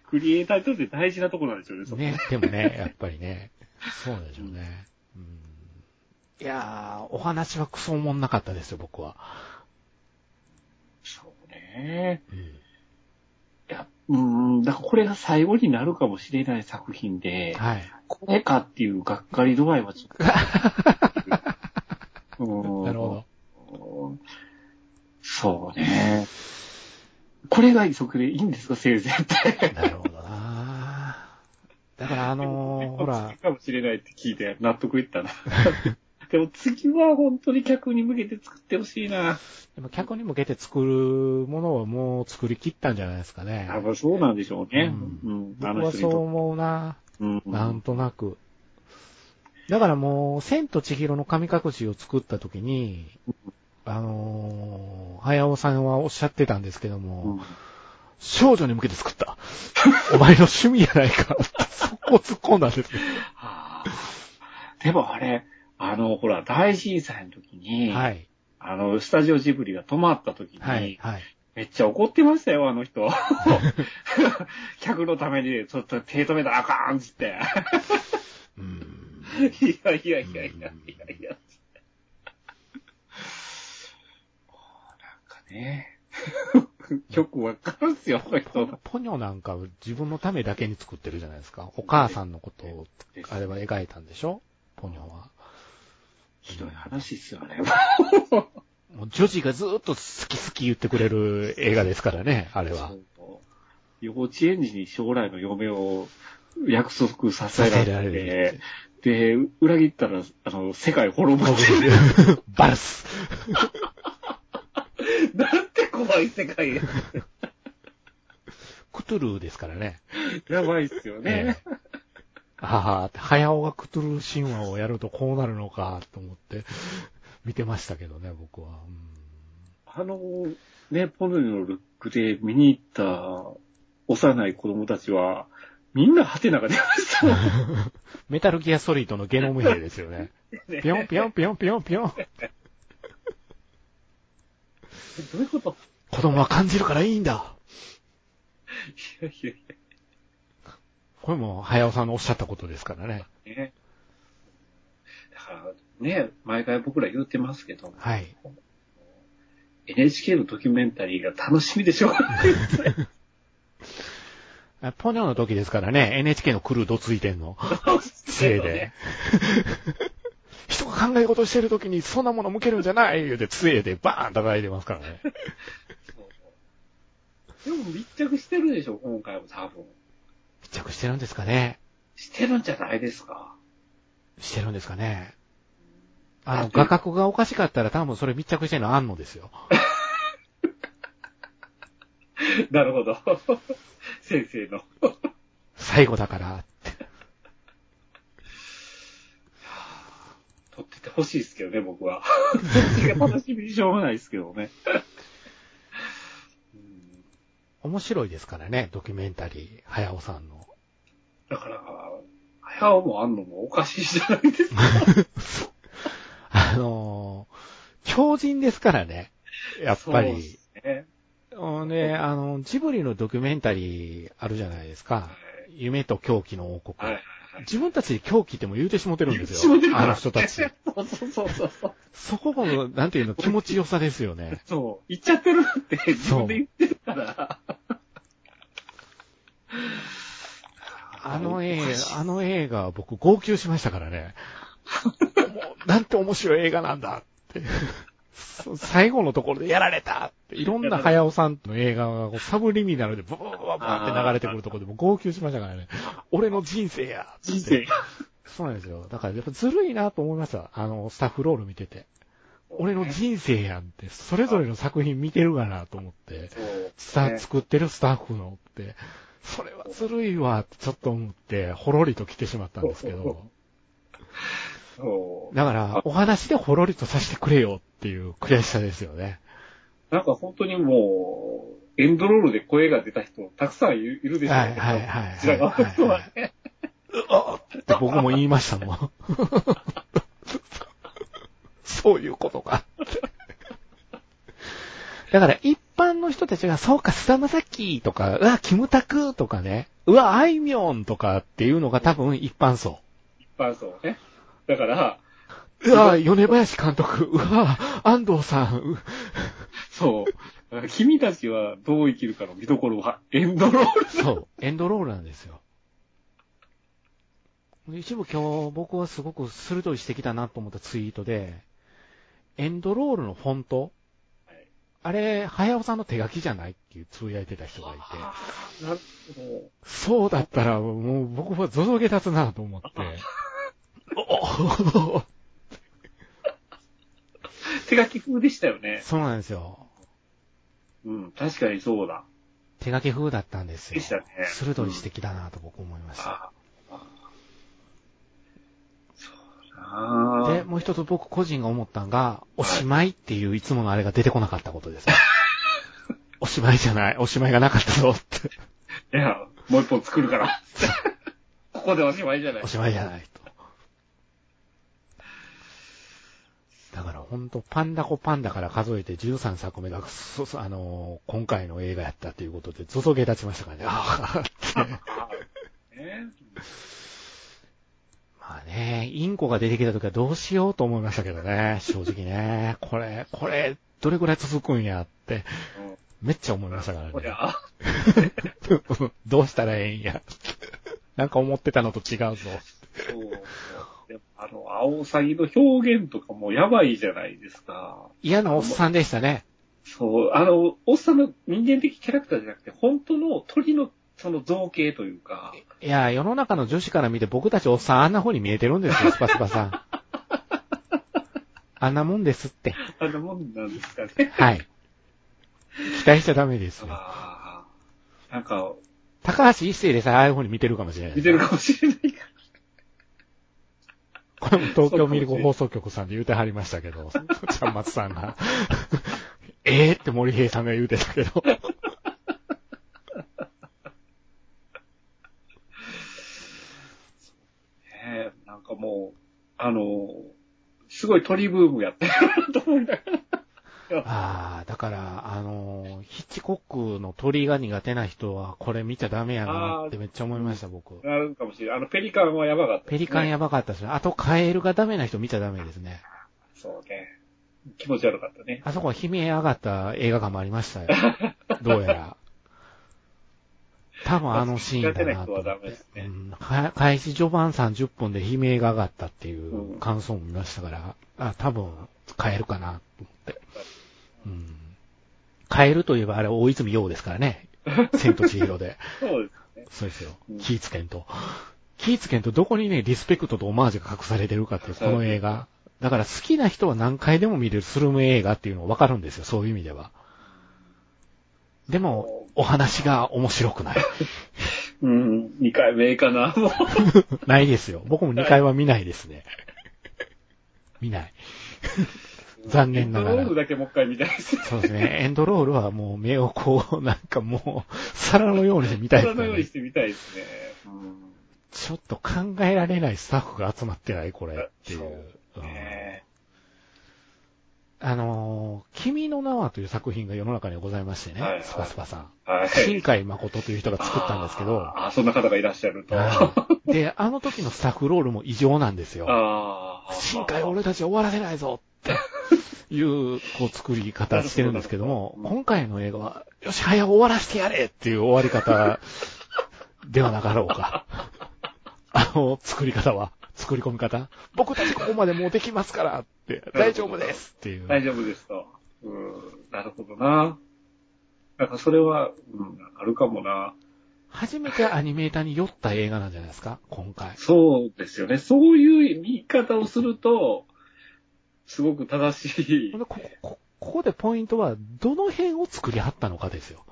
[SPEAKER 3] クリエイターにとって大事なとこなんですよ *laughs* ね、そこ
[SPEAKER 2] ね、でもね、やっぱりね。そうなんでしょうね。うんいやー、お話はクソおもんなかったですよ、僕は。
[SPEAKER 3] そうね。
[SPEAKER 2] うん
[SPEAKER 3] いや、うーん、だからこれが最後になるかもしれない作品で、
[SPEAKER 2] はい。
[SPEAKER 3] これかっていうがっかり度合いはちょっ
[SPEAKER 2] *laughs*
[SPEAKER 3] と。うん
[SPEAKER 2] なる
[SPEAKER 3] *laughs*
[SPEAKER 2] ほ
[SPEAKER 3] そうね。これがそこでいいんですか、せいぜいって。
[SPEAKER 2] ど。なるほどなーだからあのー、
[SPEAKER 3] *laughs*
[SPEAKER 2] ほら
[SPEAKER 3] 次、かもしれないって聞いて納得いったな。でも次は本当に客に向けて作ってほしいな。
[SPEAKER 2] でも客に向けて作るものはもう作り切ったんじゃないですかね。
[SPEAKER 3] 多分そうなんでしょうね。
[SPEAKER 2] う
[SPEAKER 3] うん。
[SPEAKER 2] 僕
[SPEAKER 3] あの
[SPEAKER 2] は
[SPEAKER 3] 人
[SPEAKER 2] そ
[SPEAKER 3] に
[SPEAKER 2] う
[SPEAKER 3] とっ
[SPEAKER 2] 思うな、
[SPEAKER 3] て。うん。
[SPEAKER 2] なんとなく。だからもう、千と千尋の神隠しを作った時に、あのー、早尾さんはおっしゃってたんですけども、
[SPEAKER 3] うん
[SPEAKER 2] 少女に向けて作った。お前の趣味やないか。そこ突っ込んだんですよ。
[SPEAKER 3] はあでもあれ、あの、ほら、大震災の時に、
[SPEAKER 2] はい。
[SPEAKER 3] あの、スタジオジブリが止まった時に、
[SPEAKER 2] はい。はい。
[SPEAKER 3] めっちゃ怒ってましたよ、あの
[SPEAKER 2] *laughs*
[SPEAKER 3] 人。客のために、ちょっと手止めたらあかんっつって。
[SPEAKER 2] うーん。
[SPEAKER 3] いやいやいやいやいやいや。なんか
[SPEAKER 2] *laughs*
[SPEAKER 3] ね。よくわかるんすよ、この人の。
[SPEAKER 2] ポニョなんかを自分のためだけに作ってるじゃないですか。お母さんのことを、あれは描いたんでしょポニョは。
[SPEAKER 3] ひどい話っすよね。
[SPEAKER 2] もう女児がずーっと好き好き言ってくれる映画ですからね、あれ *laughs* は。
[SPEAKER 3] 幼稚園児に将来の嫁を約束させられて、
[SPEAKER 2] させられ
[SPEAKER 3] で、裏切ったら、あの、世界滅ぼして *laughs* る。
[SPEAKER 2] バルス。
[SPEAKER 3] なんて怖い世界や。
[SPEAKER 2] クトゥルーですからね。
[SPEAKER 3] やばいっすよね。
[SPEAKER 2] ええああ、早尾がクトゥルー神話をやるとこうなるのかと思って、見てましたけどね、僕は。うん
[SPEAKER 3] あの、ね、ポルノのルックで見に行った幼い子供たちは、みんなハテナが出ましたもん
[SPEAKER 2] *laughs* メタルギアソリッドのゲノム兵ですよね。
[SPEAKER 3] ね。
[SPEAKER 2] ぴょんぴょんぴょんぴょんぴょん。
[SPEAKER 3] どういうこと
[SPEAKER 2] 子供は感じるからいいんだ。
[SPEAKER 3] いやいやい
[SPEAKER 2] これも、早尾さんのおっしゃったことですからね。
[SPEAKER 3] や、ね。だから、ね、毎回僕ら言ってますけど、
[SPEAKER 2] はい。
[SPEAKER 3] NHK のドキュメンタリーが楽しみでしょうがない。
[SPEAKER 2] あポニョの時ですからね、NHK のクルーどついてんの。せいで。 *laughs* 人が考え事してる時に、そんなもの向けるんじゃない言うて、杖でバーン叩いてますからね。
[SPEAKER 3] でも密着してるでしょ、今回も多分。
[SPEAKER 2] 密着してるんですかね
[SPEAKER 3] してるんじゃないですか。
[SPEAKER 2] してるんですかねあ
[SPEAKER 3] あ
[SPEAKER 2] の、
[SPEAKER 3] という
[SPEAKER 2] 画角がおかしかったら多分それ密着してるのあんのですよ。
[SPEAKER 3] なるほど。 *laughs* 先生の。
[SPEAKER 2] 最後だから。
[SPEAKER 3] 撮っててほしいですけどね、僕
[SPEAKER 2] *laughs*
[SPEAKER 3] は。そっちが楽しみにしょうがないですけどね。うん
[SPEAKER 2] 面白いですからね、ドキュメンタリー、早尾さんの。 *laughs*
[SPEAKER 3] だから、早尾もあんのもおかしいじゃないですか。
[SPEAKER 2] あのー強靭ですからね。やっぱ
[SPEAKER 3] そうで
[SPEAKER 2] り。
[SPEAKER 3] すね。
[SPEAKER 2] ほんで、あの、ジブリのドキュメンタリーあるじゃないですか。夢と狂気の王国。
[SPEAKER 3] はいはいはい。
[SPEAKER 2] 自分たちで狂気っても言うてしもてるんです
[SPEAKER 3] 自
[SPEAKER 2] よ
[SPEAKER 3] 分で。
[SPEAKER 2] あの人たち。
[SPEAKER 3] *laughs* そうそうそうそう。
[SPEAKER 2] そこの、なんていうの、気持ちよさですよね。
[SPEAKER 3] そう。言っちゃってるって自分で言ってるから。
[SPEAKER 2] あの映画、あの映画、僕、号泣しましたからね。もうなんて面白い映画なんだって。そ最後のところでやられたって、いろんな早尾さんの映画がこうサブリミナルでブーブーブーブーって流れてくるところでもう号泣しましたからね。俺の人生やっつって
[SPEAKER 3] 人生。
[SPEAKER 2] そうなんですよ。だからやっぱずるいなと思いました。あの、スタッフロール見てて。俺の人生やんって、それぞれの作品見てるかなと思って。
[SPEAKER 3] そう。
[SPEAKER 2] スタ
[SPEAKER 3] ね
[SPEAKER 2] 作ってるスタッフのって、それはずるいわってちょっと思って、ほろりと来てしまったんですけど、
[SPEAKER 3] そ
[SPEAKER 2] *laughs*
[SPEAKER 3] う。
[SPEAKER 2] だから、お話でほろりとさせてくれよっていう悔しさですよね。
[SPEAKER 3] なんか本当にもう、エンドロールで声が出た人、たくさんいるいるでしょう
[SPEAKER 2] は
[SPEAKER 3] け
[SPEAKER 2] い
[SPEAKER 3] ど
[SPEAKER 2] はいはい
[SPEAKER 3] こちら側の人は
[SPEAKER 2] *laughs*
[SPEAKER 3] ね。
[SPEAKER 2] って僕も言いましたもん。 *laughs* そういうことかって。だから一般の人たちが、そうか、菅田将暉とか、うわ、キムタクとかね、うわ、あいみょんとかっていうのが多分一般層。
[SPEAKER 3] 一 *laughs* 般層ね。だから、
[SPEAKER 2] うわ、米林監督、うわ、安藤さん、う
[SPEAKER 3] そう。君たちはどう生きるかの見どころは、エンドロール。
[SPEAKER 2] そう、エンドロールなんですよ。一部今日僕はすごく鋭い指摘だなと思ったツイートで、エンドロールのフォント、
[SPEAKER 3] はい
[SPEAKER 2] あれ、早尾さんの手書きじゃないっていうつぶやいてた人がいて、
[SPEAKER 3] なるほど。
[SPEAKER 2] そうだったらもう僕はゾゾゲ立つなと思
[SPEAKER 3] *laughs*
[SPEAKER 2] って、おお
[SPEAKER 3] 手書き風でしたよね。
[SPEAKER 2] そうなんですよ。
[SPEAKER 3] うん、確かにそうだ。
[SPEAKER 2] 手書き風だったんですよ。
[SPEAKER 3] でしたね
[SPEAKER 2] 鋭い指摘だなと僕思いました。
[SPEAKER 3] ああそうだな
[SPEAKER 2] で、もう一つ僕個人が思ったのが、おしまいっていういつものあれが出てこなかったこと
[SPEAKER 3] *laughs*
[SPEAKER 2] です。おしまいじゃない。おしまいがなかったぞって。
[SPEAKER 3] いや、もう一本作るから。 *laughs* ここでおしまいじゃない
[SPEAKER 2] お。しまいじゃないと。だからほんと、パンダコパンダから数えて13作目が、そ、そあのー今回の映画やったということで、ゾゾゲ立ちましたからね。ああって。
[SPEAKER 3] ね
[SPEAKER 2] まあね、インコが出てきた時はどうしようと思いましたけどね、正直ね。これ、これ、どれくらい続くんやって、
[SPEAKER 3] うん
[SPEAKER 2] めっちゃ思いましたからね。
[SPEAKER 3] こりゃ、
[SPEAKER 2] *laughs* どうしたらええんや。なんか思ってたのと違うぞ。
[SPEAKER 3] そう。やっぱあの、青ウサギの表現とかもやばいじゃないですか。
[SPEAKER 2] 嫌なおっさんでしたね。
[SPEAKER 3] そう、あの、おっさんの人間的キャラクターじゃなくて、本当の鳥のその造形というか、
[SPEAKER 2] いや、世の中の女子から見て僕たちおっさんあんな風に見えてるんですよ、スパスパさん。あんなもんですって。
[SPEAKER 3] あんなもんなんですかね。
[SPEAKER 2] はい。期待しちゃダメですよ。
[SPEAKER 3] ああ、なんか、
[SPEAKER 2] 高橋一生でさえああいう風に見てるかもしれない。
[SPEAKER 3] 見てるかもしれないから。
[SPEAKER 2] こ東京ミルク放送局さんで言うてはりましたけど、ちゃんまつさんが、ええって森平さんが言うてたけど。
[SPEAKER 3] ねえなんかもう、あの、すごい鳥ブームやってるなと思いながら。
[SPEAKER 2] ああ、だから、あのーヒッチコックの鳥が苦手な人はこれ見ちゃダメやなってめっちゃ思いました、僕。
[SPEAKER 3] なるかもしれない。あの、ペリカンはやばかった、
[SPEAKER 2] ペリカン
[SPEAKER 3] や。
[SPEAKER 2] やばかったですね。あとカエルがダメな人見ちゃダメですね。
[SPEAKER 3] そうね。気持ち悪かったね。
[SPEAKER 2] あそこは悲鳴上がった映画館もありましたよ。どうやら。多分 *laughs* あのシーンだなと思っ
[SPEAKER 3] 苦手な人はダメ
[SPEAKER 2] て
[SPEAKER 3] ですね
[SPEAKER 2] うんか開始序盤30分で悲鳴が上がったっていう
[SPEAKER 3] うん
[SPEAKER 2] 感想も見ましたから、あ、多分変えるかなと思って。うん、変えるといえばあれ大泉洋ですから *laughs* ね。千と千尋で。
[SPEAKER 3] そうですね。
[SPEAKER 2] そうですよ
[SPEAKER 3] うん。
[SPEAKER 2] 気ぃつけんと。気ぃつけんとどこにね、リスペクトとオマージュが隠されてるかっていう、この映画。だから好きな人は何回でも見れるスルメ映画っていうのがわかるんですよ、そういう意味では。でも、お話が面白くない。
[SPEAKER 3] うん、2回目かな、もう。
[SPEAKER 2] ないですよ。僕も2回は見ないですね。見ない。残念ながら
[SPEAKER 3] ロールだけもう一回見たいです。
[SPEAKER 2] そうです *laughs* ね。エンドロールはもう目をこう、なんかもう、皿のようにして見たいで
[SPEAKER 3] そ
[SPEAKER 2] す
[SPEAKER 3] の
[SPEAKER 2] よ
[SPEAKER 3] ように
[SPEAKER 2] ね
[SPEAKER 3] し。てみたいですね。うん
[SPEAKER 2] ちょっと考えられないスタッフが集まってない、これっていう。うん
[SPEAKER 3] ね
[SPEAKER 2] あのー君の名はという作品が世の中にはございましてね、
[SPEAKER 3] はいはい
[SPEAKER 2] スパスパさん。
[SPEAKER 3] はい。
[SPEAKER 2] 新海誠という人が作ったんですけ *laughs* ど、
[SPEAKER 3] あーあー、そんな方がいらっしゃると。あ
[SPEAKER 2] はいで、あの時のスタッフロールも異常なんですよ。
[SPEAKER 3] あー。
[SPEAKER 2] 新海俺たち終わらせないぞっていう、こう作り方してるんですけども、
[SPEAKER 3] なるほど
[SPEAKER 2] 今回の映画は、よし、早く終わらせてやれっていう終わり方ではなかろうか。 *laughs* あの、作り方は、作り込み方僕たちここまでもうできますからって、大丈夫ですっていう。
[SPEAKER 3] 大丈夫ですと。うん、なるほどな。なんかそれは、うん、あるかもな。
[SPEAKER 2] 初めてアニメーターに酔った映画なんじゃないですか今回。
[SPEAKER 3] そうですよね。そういう言い方をすると、すごく正し
[SPEAKER 2] *laughs*
[SPEAKER 3] い
[SPEAKER 2] ほん。でここ、こここでポイントは、どの辺を作りはったのかですよ。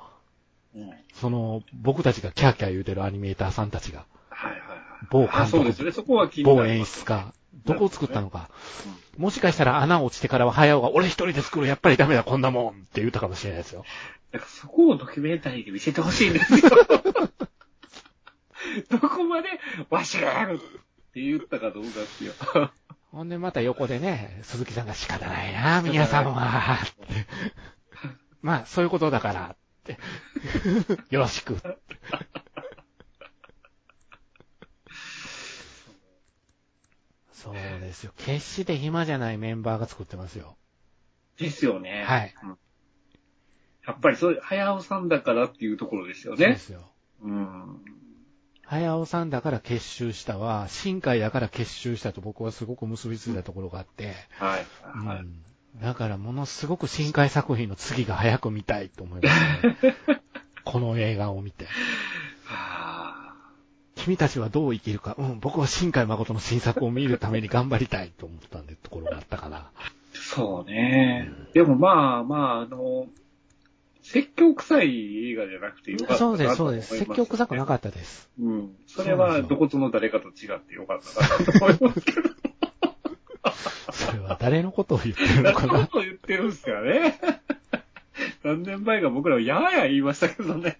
[SPEAKER 3] うんはい
[SPEAKER 2] その、僕たちがキャーキャー言うてるアニメーターさんたちが、
[SPEAKER 3] はいはい。
[SPEAKER 2] 某監督
[SPEAKER 3] あそうですね。そこは気にな
[SPEAKER 2] 某
[SPEAKER 3] る
[SPEAKER 2] 演出家、どこを作ったのか。もしかしたら穴落ちてからは早尾が、俺一人で作る、やっぱりダメだ、こんなもんって言ったかもしれないですよ。
[SPEAKER 3] なんかそこをドキュメンタリーで見せてほしいんですよ。 *laughs* どこまで、わしがやるって言ったかどうかっていう。
[SPEAKER 2] ほんでまた横でね、鈴木さんが仕方ないな、皆さんは。ってまあ、そういうことだから、って。よろしく。そうですよ。決して暇じゃないメンバーが作ってますよ。
[SPEAKER 3] ですよね。
[SPEAKER 2] はい
[SPEAKER 3] うん。やっぱりそういう、早尾さんだからっていうところですよ
[SPEAKER 2] そうで
[SPEAKER 3] ね。
[SPEAKER 2] すよ。
[SPEAKER 3] うん。
[SPEAKER 2] 早尾さんだから結集したは、新海だから結集したと僕はすごく結びついたところがあって、
[SPEAKER 3] はい。
[SPEAKER 2] うん
[SPEAKER 3] はい。
[SPEAKER 2] だからものすごく新海作品の次が早く見たいと思い
[SPEAKER 3] *laughs*
[SPEAKER 2] ます、ね。この映画を見て。
[SPEAKER 3] あ
[SPEAKER 2] 君たちはどう生きるか、うん、僕は新海誠の新作を見るために頑張りたいと思ったんで、ところがあったかな。
[SPEAKER 3] ーそうね。でもまあまあ、あの、説教臭い映画じゃなくてよかったなと
[SPEAKER 2] そう
[SPEAKER 3] 思い
[SPEAKER 2] で、
[SPEAKER 3] ます
[SPEAKER 2] そうです。説教臭くな
[SPEAKER 3] か
[SPEAKER 2] かったです。
[SPEAKER 3] *laughs* うん。それ
[SPEAKER 2] そうなん
[SPEAKER 3] は、
[SPEAKER 2] ですよ
[SPEAKER 3] どことの誰かと違ってよかったなと思いますけど。
[SPEAKER 2] それは誰のことを言ってるのか
[SPEAKER 3] そんな
[SPEAKER 2] な。
[SPEAKER 3] こと言ってるんすからね。 *laughs* 何年前か僕らはやーや言いましたけどね。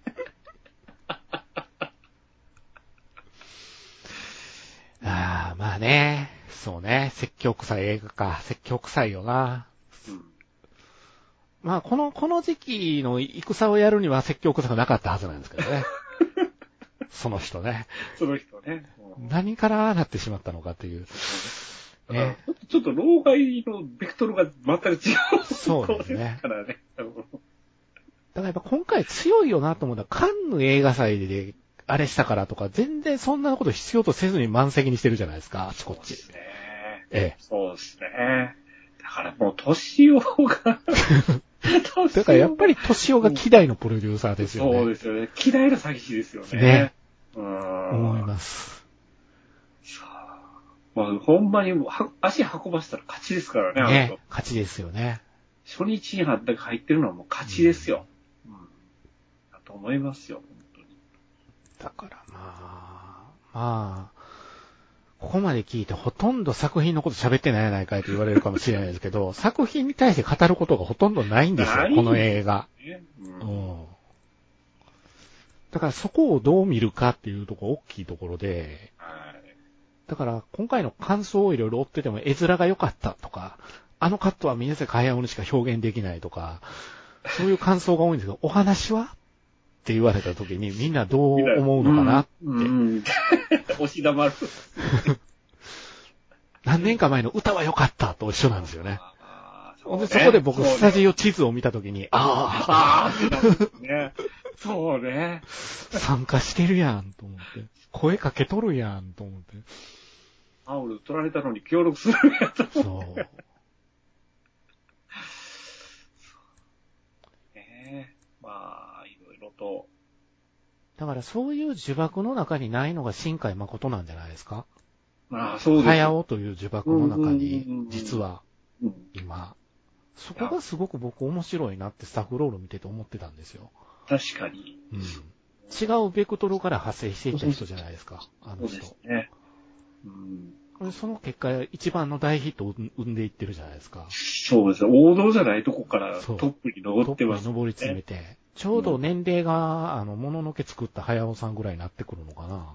[SPEAKER 2] ああ、まあね。そうね。説教臭い映画か。説教臭いよな。まあ、この、この時期の戦をやるには説教臭くなかったはずなんですけど
[SPEAKER 3] *laughs*
[SPEAKER 2] ね。その人ね。
[SPEAKER 3] その人ね。うん
[SPEAKER 2] 何からああなってしまったのかという。ね。
[SPEAKER 3] ちょっと老害のベクトルが全く違う。
[SPEAKER 2] そうですね
[SPEAKER 3] からね。うん
[SPEAKER 2] だからやっぱ今回強いよなと思うのは、カンヌ映画祭であれしたからとか、全然そんなこと必要とせずに満席にしてるじゃないですか、あちこっち。
[SPEAKER 3] ね
[SPEAKER 2] ええ。
[SPEAKER 3] そうですね。だからもう、年を
[SPEAKER 2] *laughs*
[SPEAKER 3] が、
[SPEAKER 2] だからやっぱ
[SPEAKER 3] り
[SPEAKER 2] り、年尾が希代のプロデューサーですよね。
[SPEAKER 3] そうですよね。嫌いな詐欺師ですよね。
[SPEAKER 2] ね
[SPEAKER 3] うん。
[SPEAKER 2] 思います。
[SPEAKER 3] まあ、ほんまにもうは足運ばせたら勝ちですからね、あの人
[SPEAKER 2] ね。勝ちですよね。
[SPEAKER 3] 初日に入ってるのはもう勝ちですよ。うん。だと思いますよ、本当に。
[SPEAKER 2] だからまあ、まあ、ここまで聞いてほとんど作品のこと喋ってないやないかいと言われるかもしれないですけど、作品に対して語ることがほとんどないんですよ
[SPEAKER 3] な、い
[SPEAKER 2] この映画。
[SPEAKER 3] ね。
[SPEAKER 2] う
[SPEAKER 3] うん
[SPEAKER 2] ん。だからそこをどう見るかっていうところ大きいところで、
[SPEAKER 3] はい
[SPEAKER 2] だから今回の感想をいろいろ追ってても絵面が良かったとか、あのカットは皆さん海洋にしか表現できないとか、そういう感想が多いんですけど、お話はって言われた時にみんなどう思うのかな、
[SPEAKER 3] うんうん、 *laughs* 押し黙る。
[SPEAKER 2] 何年か前の歌は良かったと一緒なんですよね。
[SPEAKER 3] あー
[SPEAKER 2] *laughs* ほんでそこで僕、スタ
[SPEAKER 3] オ。
[SPEAKER 2] ジオ地図を見たときに、ああ、
[SPEAKER 3] ああ、ね。そうね。
[SPEAKER 2] 参加してるやん、と思って。声かけとるやん、と思って。
[SPEAKER 3] *laughs* タオル取られたのに協力する *laughs* やつ。
[SPEAKER 2] そう。
[SPEAKER 3] ねまあ、いろいろと。
[SPEAKER 2] だからそういう呪縛の中にないのが新海誠なんじゃないですか
[SPEAKER 3] まあ、そうです。
[SPEAKER 2] 早尾という呪縛の中
[SPEAKER 3] うんうんうんう
[SPEAKER 2] に、
[SPEAKER 3] ん
[SPEAKER 2] 実は
[SPEAKER 3] うん
[SPEAKER 2] 今。そこがすごく僕面白いなってスタッフロール見てて思ってたんですよ。
[SPEAKER 3] 確かに。
[SPEAKER 2] うん。違うベクトルから発生していった人じゃないですか、あ
[SPEAKER 3] そ
[SPEAKER 2] の
[SPEAKER 3] うで
[SPEAKER 2] 人
[SPEAKER 3] す。ね。うん、
[SPEAKER 2] その結果、一番の大ヒットを生んでいってるじゃないですか。
[SPEAKER 3] そうですね。王道じゃないとこからト
[SPEAKER 2] そう
[SPEAKER 3] ップに
[SPEAKER 2] ト
[SPEAKER 3] 登
[SPEAKER 2] ッ
[SPEAKER 3] っ
[SPEAKER 2] プ
[SPEAKER 3] て
[SPEAKER 2] に
[SPEAKER 3] ます。
[SPEAKER 2] 上り詰めて、ちょうど年齢が、あの、もののけ作った早尾さんぐらいになってくるのかな。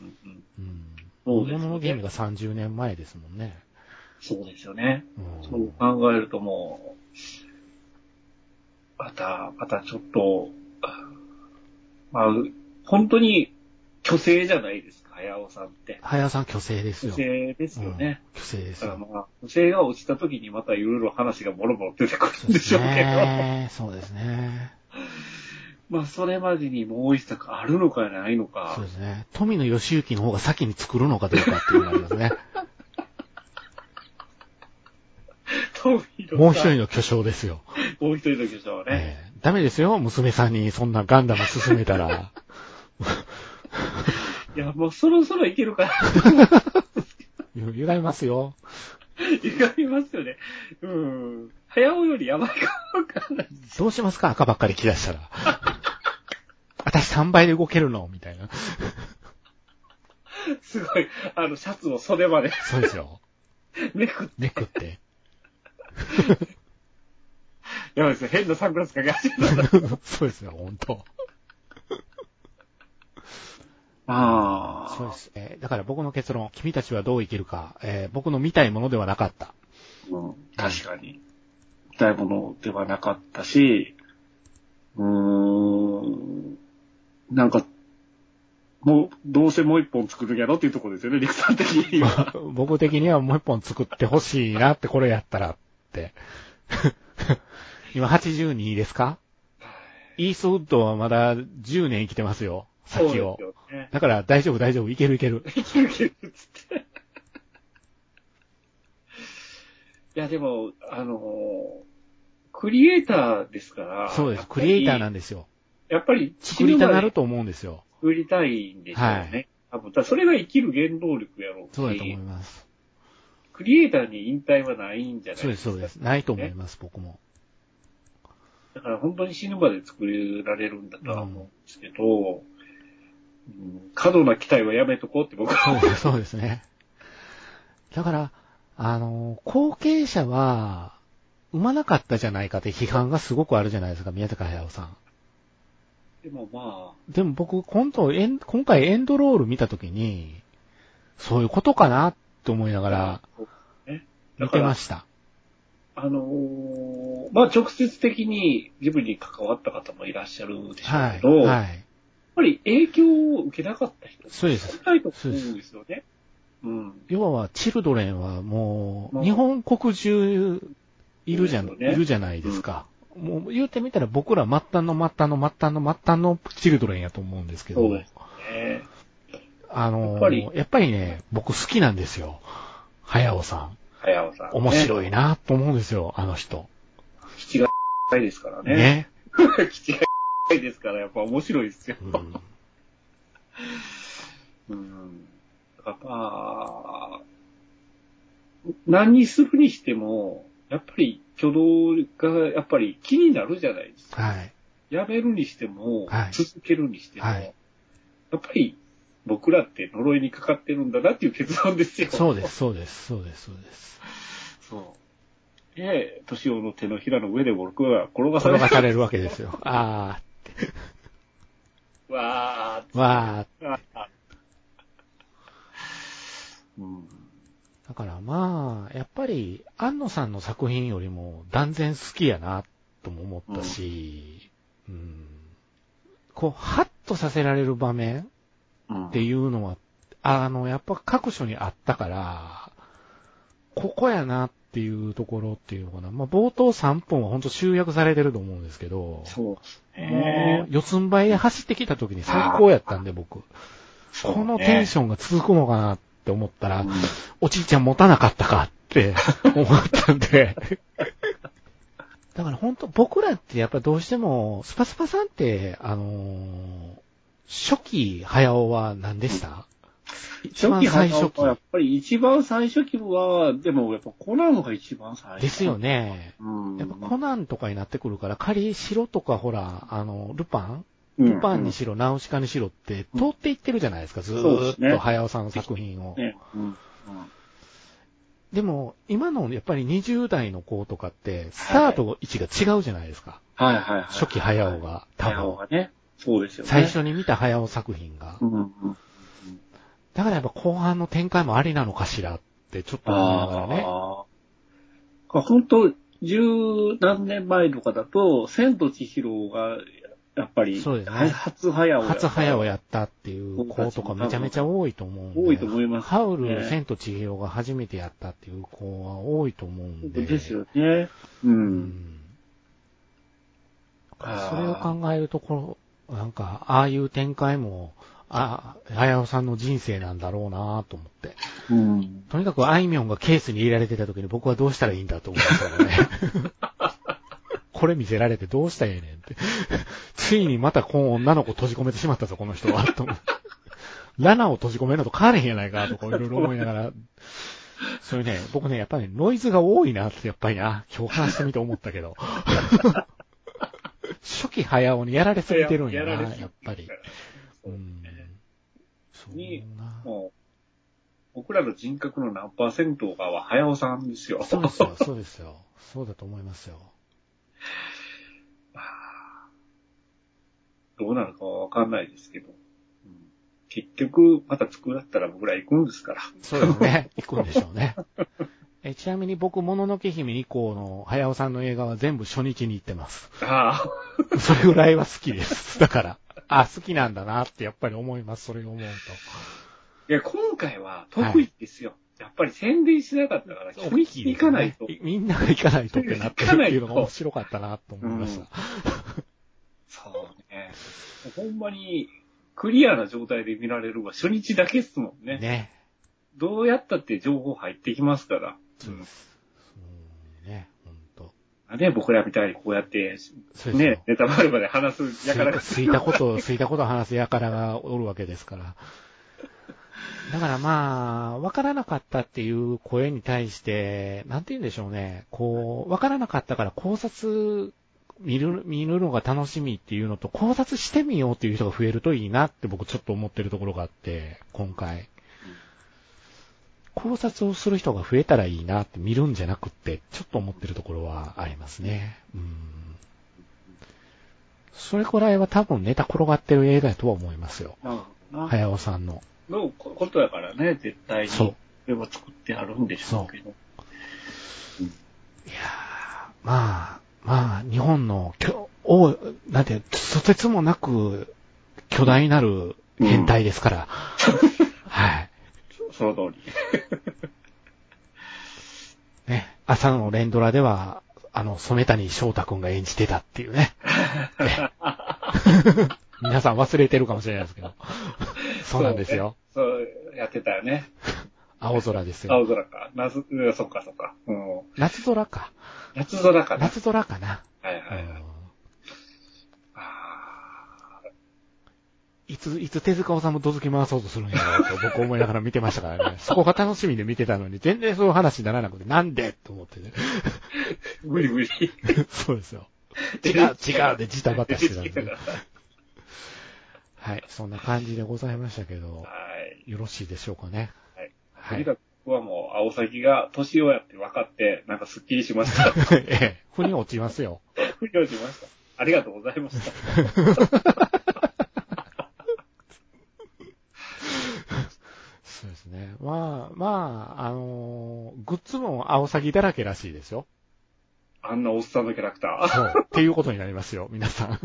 [SPEAKER 3] うんうん
[SPEAKER 2] うん。
[SPEAKER 3] そうです
[SPEAKER 2] も
[SPEAKER 3] ね
[SPEAKER 2] ののゲームが30年前ですもんね。
[SPEAKER 3] そうですよね。
[SPEAKER 2] うん。
[SPEAKER 3] そう考えるともう、また、またちょっと、まあ、本当に虚勢じゃないですか、早尾さんって。
[SPEAKER 2] 早尾さん虚勢です
[SPEAKER 3] 虚
[SPEAKER 2] よ。
[SPEAKER 3] 勢ですよね。
[SPEAKER 2] うん。虚勢です
[SPEAKER 3] だから
[SPEAKER 2] よ。
[SPEAKER 3] まあ、虚勢が落ちた時にまたいろいろ話がボロボロ出てくるんでしょうけど、
[SPEAKER 2] ね。そうですね。
[SPEAKER 3] まあ、それまでにもう一作あるのかないのか
[SPEAKER 2] そう。ですね。富野義行の方が先に作るのかどうかっていうのがありますね。
[SPEAKER 3] 富野さん
[SPEAKER 2] もう一人の巨匠ですよ。
[SPEAKER 3] もう一人の巨匠はね。
[SPEAKER 2] ええダメですよ、娘さんにそんなガンダム勧めた
[SPEAKER 3] *laughs*
[SPEAKER 2] ら。
[SPEAKER 3] いや、もうそろそろいける *laughs* から、
[SPEAKER 2] ゆゆがいますよ。
[SPEAKER 3] いかりますよね。うん。早尾よりやばいかもわかんない。
[SPEAKER 2] どうしますか赤ばっかり着だした
[SPEAKER 3] *laughs*
[SPEAKER 2] ら。私3倍で動けるのみたいな。
[SPEAKER 3] すごい、あの、シャツの袖まで *laughs*
[SPEAKER 2] そうですよ。
[SPEAKER 3] めくって。
[SPEAKER 2] ネック
[SPEAKER 3] *laughs*
[SPEAKER 2] って。
[SPEAKER 3] やばいですね。変なサングラスかけ始めた。
[SPEAKER 2] そうですよ、本当
[SPEAKER 3] あ
[SPEAKER 2] そうです。えーだから僕の結論、君たちはどう生きるか、えー僕の見たいものではなかった。
[SPEAKER 3] うん、確かに。痛いものではなかったし、うーん、なんか、もう、どうせもう一本作るやろっていうところですよね、陸さん的には。
[SPEAKER 2] *laughs* 僕的にはもう一本作ってほしいなって、これやったら
[SPEAKER 3] *laughs*
[SPEAKER 2] って。今82ですかイーストウッドはまだ10年生きてますよ、
[SPEAKER 3] *laughs* そう
[SPEAKER 2] 先を。
[SPEAKER 3] ですよね。
[SPEAKER 2] だから大丈夫大丈夫、いけるいける。
[SPEAKER 3] いけるいけるっつって。 *laughs* いや、でも、あの、クリエイターですから。
[SPEAKER 2] そうです。クリエイターなんんですよ。
[SPEAKER 3] やっぱり、
[SPEAKER 2] 作りたなると思うんですよ。
[SPEAKER 3] 作りたいんでしょうね。多分、だからそれが生きる原動力やろうし、
[SPEAKER 2] そうだと思います。
[SPEAKER 3] クリエイターに引退はないんじゃない
[SPEAKER 2] そう
[SPEAKER 3] で
[SPEAKER 2] ですす、
[SPEAKER 3] か。
[SPEAKER 2] そうです。ないと思います、僕も。
[SPEAKER 3] だから本当に死ぬまで作られるんだとは思うんですけど、うん過度な期待はやめとこうって僕は。
[SPEAKER 2] そうです、そうですね。だから、あの、後継者は、生まなかったじゃないかって批判がすごくあるじゃないですか、宮坂駿さん。
[SPEAKER 3] でもま
[SPEAKER 2] でも僕、今度エン、今回エンドロール見たときに、そういうことかなって思いながら
[SPEAKER 3] ね、
[SPEAKER 2] 見てました。
[SPEAKER 3] あ、あのーまあ直接的にジブリに関わった方もいらっしゃるでしょう
[SPEAKER 2] は
[SPEAKER 3] け
[SPEAKER 2] い。
[SPEAKER 3] ど、や
[SPEAKER 2] は
[SPEAKER 3] っ
[SPEAKER 2] い。
[SPEAKER 3] ぱり影響を受けなかった人
[SPEAKER 2] そうです
[SPEAKER 3] 少ないと思うんですよね。うん。
[SPEAKER 2] 要は、チルドレンはも
[SPEAKER 3] も
[SPEAKER 2] う、
[SPEAKER 3] う
[SPEAKER 2] 日本国中、いるじゃん、
[SPEAKER 3] そうですよね
[SPEAKER 2] いるじゃないですか。もう、言うてみたら僕ら末端の末端の末端の末端のチルドレンやと思うんですけど、
[SPEAKER 3] そうですね。
[SPEAKER 2] あのー
[SPEAKER 3] や
[SPEAKER 2] やっ
[SPEAKER 3] っぱ
[SPEAKER 2] ぱ
[SPEAKER 3] り
[SPEAKER 2] り、ね、僕好きなんですよ。早尾さん。
[SPEAKER 3] 早尾さん、ね。
[SPEAKER 2] 面白
[SPEAKER 3] い。
[SPEAKER 2] いなと思うんですよ、あの人。
[SPEAKER 3] 口がいですからね。 *laughs*
[SPEAKER 2] ね。
[SPEAKER 3] 口がいですから、やっぱ面白いですよ。
[SPEAKER 2] うん
[SPEAKER 3] うん。だからまあ、何にするにしても、やっぱり挙動がやっぱり気になるじゃないですか。
[SPEAKER 2] はい。
[SPEAKER 3] やめるにしても、
[SPEAKER 2] はい
[SPEAKER 3] 続けるにしても、
[SPEAKER 2] はい
[SPEAKER 3] やっぱり僕らって呪いにかかってるんだなっていう結論ですよ。
[SPEAKER 2] そうです、そうです、そうです、そうです。
[SPEAKER 3] そう。で、年をの手のひらの上で僕は転がされ
[SPEAKER 2] 転が
[SPEAKER 3] た。
[SPEAKER 2] されるわけですよ。あ
[SPEAKER 3] わ
[SPEAKER 2] ー、わー。
[SPEAKER 3] ーあー。うん。
[SPEAKER 2] だからまあ、やっぱり、安野さんの作品よりも断然好きやな、とも思ったし、うん。こう、ハッとさせられる場面
[SPEAKER 3] うん
[SPEAKER 2] っていうのは、あの、やっぱ各所にあったから、ここやなっていうところっていうのかな。まあ、冒頭3本は本当集約されてると思うんですけど、
[SPEAKER 3] そうです
[SPEAKER 2] もう
[SPEAKER 3] ね。
[SPEAKER 2] 四つん這いで走ってきた時に最高やったんで僕、
[SPEAKER 3] そうね
[SPEAKER 2] このテンションが続くのかなって思ったら
[SPEAKER 3] うん、
[SPEAKER 2] おじいちゃん持たなかったか
[SPEAKER 3] *laughs*
[SPEAKER 2] って思ったんで。だから本当僕らってやっぱどうしても、スパスパさんって、あのー初期早尾は何でした一
[SPEAKER 3] 初
[SPEAKER 2] 番
[SPEAKER 3] 期
[SPEAKER 2] 最
[SPEAKER 3] 最
[SPEAKER 2] 初
[SPEAKER 3] 初
[SPEAKER 2] 期
[SPEAKER 3] 期。やっぱり一番最初期は、でもやっぱコナンが一番最初。
[SPEAKER 2] ですよ。ね。
[SPEAKER 3] うん。
[SPEAKER 2] やっぱコナンとかになってくるから、仮白とかほら、あの、ルパン
[SPEAKER 3] うん
[SPEAKER 2] ルパンにしろ、ナウシカにしろって通っていってるじゃないですか、ずーっ
[SPEAKER 3] そうですね
[SPEAKER 2] と早尾さんの作品を。
[SPEAKER 3] ね。うん。うん
[SPEAKER 2] でも、今のやっぱり20代の子とかって、スタート位置が違うじゃないですか。
[SPEAKER 3] はいはいはい。
[SPEAKER 2] 初期早尾が、多
[SPEAKER 3] 早尾
[SPEAKER 2] 分。
[SPEAKER 3] がね。そうですよね。
[SPEAKER 2] 最初に見た早尾作品が
[SPEAKER 3] う。んうん。
[SPEAKER 2] だからやっぱ後半の展開もありなのかしらってちょっと思いながらね。
[SPEAKER 3] ああ。本当十何年前とかだと、千と千尋が、やっぱり、
[SPEAKER 2] そうですね
[SPEAKER 3] は初早を。
[SPEAKER 2] 初早尾
[SPEAKER 3] を
[SPEAKER 2] やったっていう子とかめちゃめちゃ多いと思うんで。
[SPEAKER 3] 多いと思いますね
[SPEAKER 2] ハウル、千と千尋が初めてやったっていう子は多いと思うんで。
[SPEAKER 3] ですよね。う。
[SPEAKER 2] うんん。
[SPEAKER 3] あー
[SPEAKER 2] それを考えるところ、なんか、ああいう展開も、あ、早尾さんの人生なんだろうなと思って。
[SPEAKER 3] うん。
[SPEAKER 2] とにかくあいみょんがケースに入れられてた時に僕はどうしたらいいんだと思ったからね。
[SPEAKER 3] *laughs*
[SPEAKER 2] これ見せられてどうしたらええねんって。ついにまたこの女の子閉じ込めてしまったぞ、この人は。と思ってラナを閉じ込めるのと変われへんやないか、とかいろいろ思いながら。そういうね、僕ね、やっぱり、ね、ノイズが多いなって、やっぱりな、今日話してみて思った
[SPEAKER 3] *laughs*
[SPEAKER 2] けど。初期早尾にやられすぎてるんやな、
[SPEAKER 3] られすぎ
[SPEAKER 2] やっぱり
[SPEAKER 3] て。る
[SPEAKER 2] う
[SPEAKER 3] か
[SPEAKER 2] ん。
[SPEAKER 3] ら。
[SPEAKER 2] そう
[SPEAKER 3] に
[SPEAKER 2] な。
[SPEAKER 3] もう、僕らの人格の何パーセントかは早尾さんですよ。
[SPEAKER 2] そうですよ、そうですよ。そうだと思いますよ。
[SPEAKER 3] どうなるかはわかんないですけど。うん結局、また作らったら僕ら行くんですから。
[SPEAKER 2] そうですね。行くんでしょうね。えちなみに僕、もののけ姫以降の早尾さんの映画は全部初日に行ってます。
[SPEAKER 3] ああ。
[SPEAKER 2] それぐらいは好きです。だから、あ、好きなんだなってやっぱり思います。それを思う
[SPEAKER 3] *laughs* いや、今回は得意ですよ。やっぱり宣伝しなかったから、
[SPEAKER 2] と。
[SPEAKER 3] 初日に行かないと。
[SPEAKER 2] 大きですねみんなが行かないとってなってるっていうのが面白かったなと思いました。
[SPEAKER 3] そうね。ほんまに、クリアな状態で見られるは初日だけっすもんね。
[SPEAKER 2] ね。
[SPEAKER 3] どうやったって情報入ってきますから。
[SPEAKER 2] そうです。うん、ね、ほんと。
[SPEAKER 3] うんね、僕らみたいにこうやって、
[SPEAKER 2] そうですよ
[SPEAKER 3] ね、ネタバレまで話す、やからが。
[SPEAKER 2] すいたことを、すいたことを話す輩がおるわけですから。だからまあ、わからなかったっていう声に対して、なんて言うんでしょうね。こう、わからなかったから考察見る、見るのが楽しみっていうのと、考察してみようっていう人が増えるといいなって僕ちょっと思ってるところがあって、今回。考察をする人が増えたらいいなって見るんじゃなくって、ちょっと思ってるところはありますね。うん。それくらいは多分ネタ転がってる映画やとは思いますよ。
[SPEAKER 3] なるほどな
[SPEAKER 2] 早尾さんの。
[SPEAKER 3] のことだからね、絶対に。
[SPEAKER 2] そう
[SPEAKER 3] これは作ってあるんでしょうけど。
[SPEAKER 2] いやーまあ、まあ、日本のきょ、おなんて、とてつもなく巨大なる変態です
[SPEAKER 3] *laughs*
[SPEAKER 2] から。はい。
[SPEAKER 3] その通り。
[SPEAKER 2] ね、朝の連ドラでは、あの、染谷翔太くんが演じてたっていう
[SPEAKER 3] *laughs*
[SPEAKER 2] ね。ね *laughs* 皆さん忘れてるかもしれないですけ
[SPEAKER 3] *laughs*
[SPEAKER 2] ど。そうなんですよ。
[SPEAKER 3] そうね。そう、やってたよね。
[SPEAKER 2] 青空ですよ。
[SPEAKER 3] 青空か。夏、うんそっかそっか。うん。
[SPEAKER 2] 夏空か。
[SPEAKER 3] 夏空かな。
[SPEAKER 2] 夏空かな。
[SPEAKER 3] はい
[SPEAKER 2] うん
[SPEAKER 3] はいはい。あ
[SPEAKER 2] いつ、いつ手塚治虫どづき回そうとするんやろうと僕思いながら見てましたからね。そこが楽しみで見てたのに、全然そういう話にならなくて、なんでと思ってね。 *laughs*
[SPEAKER 3] ー無理無理。
[SPEAKER 2] そうですよ。違う、違うでジタバタしてたんで。はい、そんな感じでございましたけど、
[SPEAKER 3] はい。
[SPEAKER 2] よろしいでしょうかね。は
[SPEAKER 3] と
[SPEAKER 2] い
[SPEAKER 3] に。かく僕はもう、アオサギが年をやって分かって、なんかスッキリしま
[SPEAKER 2] *laughs*
[SPEAKER 3] した。
[SPEAKER 2] ええ、腑に落ちますよ。
[SPEAKER 3] 不良しました。ありがとうございました。
[SPEAKER 2] そうですね。まあ、まあ、あのーグッズも青サギだらけらしいですよ。
[SPEAKER 3] あんなおっさんのキャラクター。 *laughs*
[SPEAKER 2] そう。っていうことになりますよ、皆さん。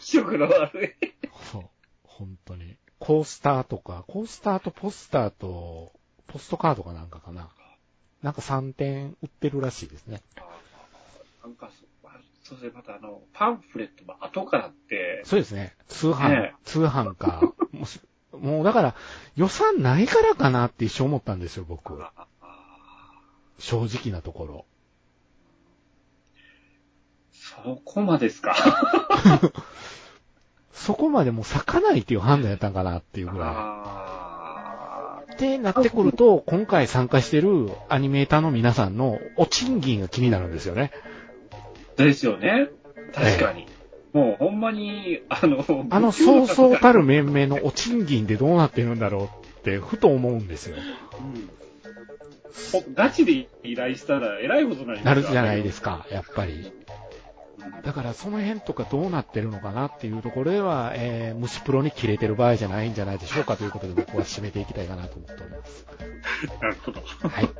[SPEAKER 3] 気色の悪い。
[SPEAKER 2] そう。本当に。コースターとか、コースターとポスターと、ポストカードかなんかかな。なんか3点売ってるらしいですね。
[SPEAKER 3] なんかそ、あそうですね、またあの、パンフレットも後からって、
[SPEAKER 2] そうですね。通販、
[SPEAKER 3] ね
[SPEAKER 2] 通販か。 *laughs* もしもうだから、予算ないからかなって一生思ったんですよ、僕。
[SPEAKER 3] ああ
[SPEAKER 2] 正直なところ。
[SPEAKER 3] そこまですか。
[SPEAKER 2] そこまでもう咲かないっていう判断やったんかなっていうぐらい。
[SPEAKER 3] ああ
[SPEAKER 2] ってなってくると、今回参加してるアニメーターの皆さんのお賃金が気になるんですよね。
[SPEAKER 3] ですよね。確かに。もうほんまに、あの、
[SPEAKER 2] あの、
[SPEAKER 3] 不況
[SPEAKER 2] そう
[SPEAKER 3] だ
[SPEAKER 2] そう
[SPEAKER 3] か
[SPEAKER 2] たる面々のお賃金でどうなってるんだろうって、ふと思うんですよ。
[SPEAKER 3] らうんほガチで依頼したら、えらいことになりま
[SPEAKER 2] な
[SPEAKER 3] す。
[SPEAKER 2] るじゃないですすか、やっぱり。
[SPEAKER 3] うん
[SPEAKER 2] だからその辺とかどうなってるのかなっていうところでは、えー、虫プロに切れてる場合じゃないんじゃないでしょうかということで僕は締めていきたいかなと思っております。
[SPEAKER 3] なるほど。
[SPEAKER 2] はい。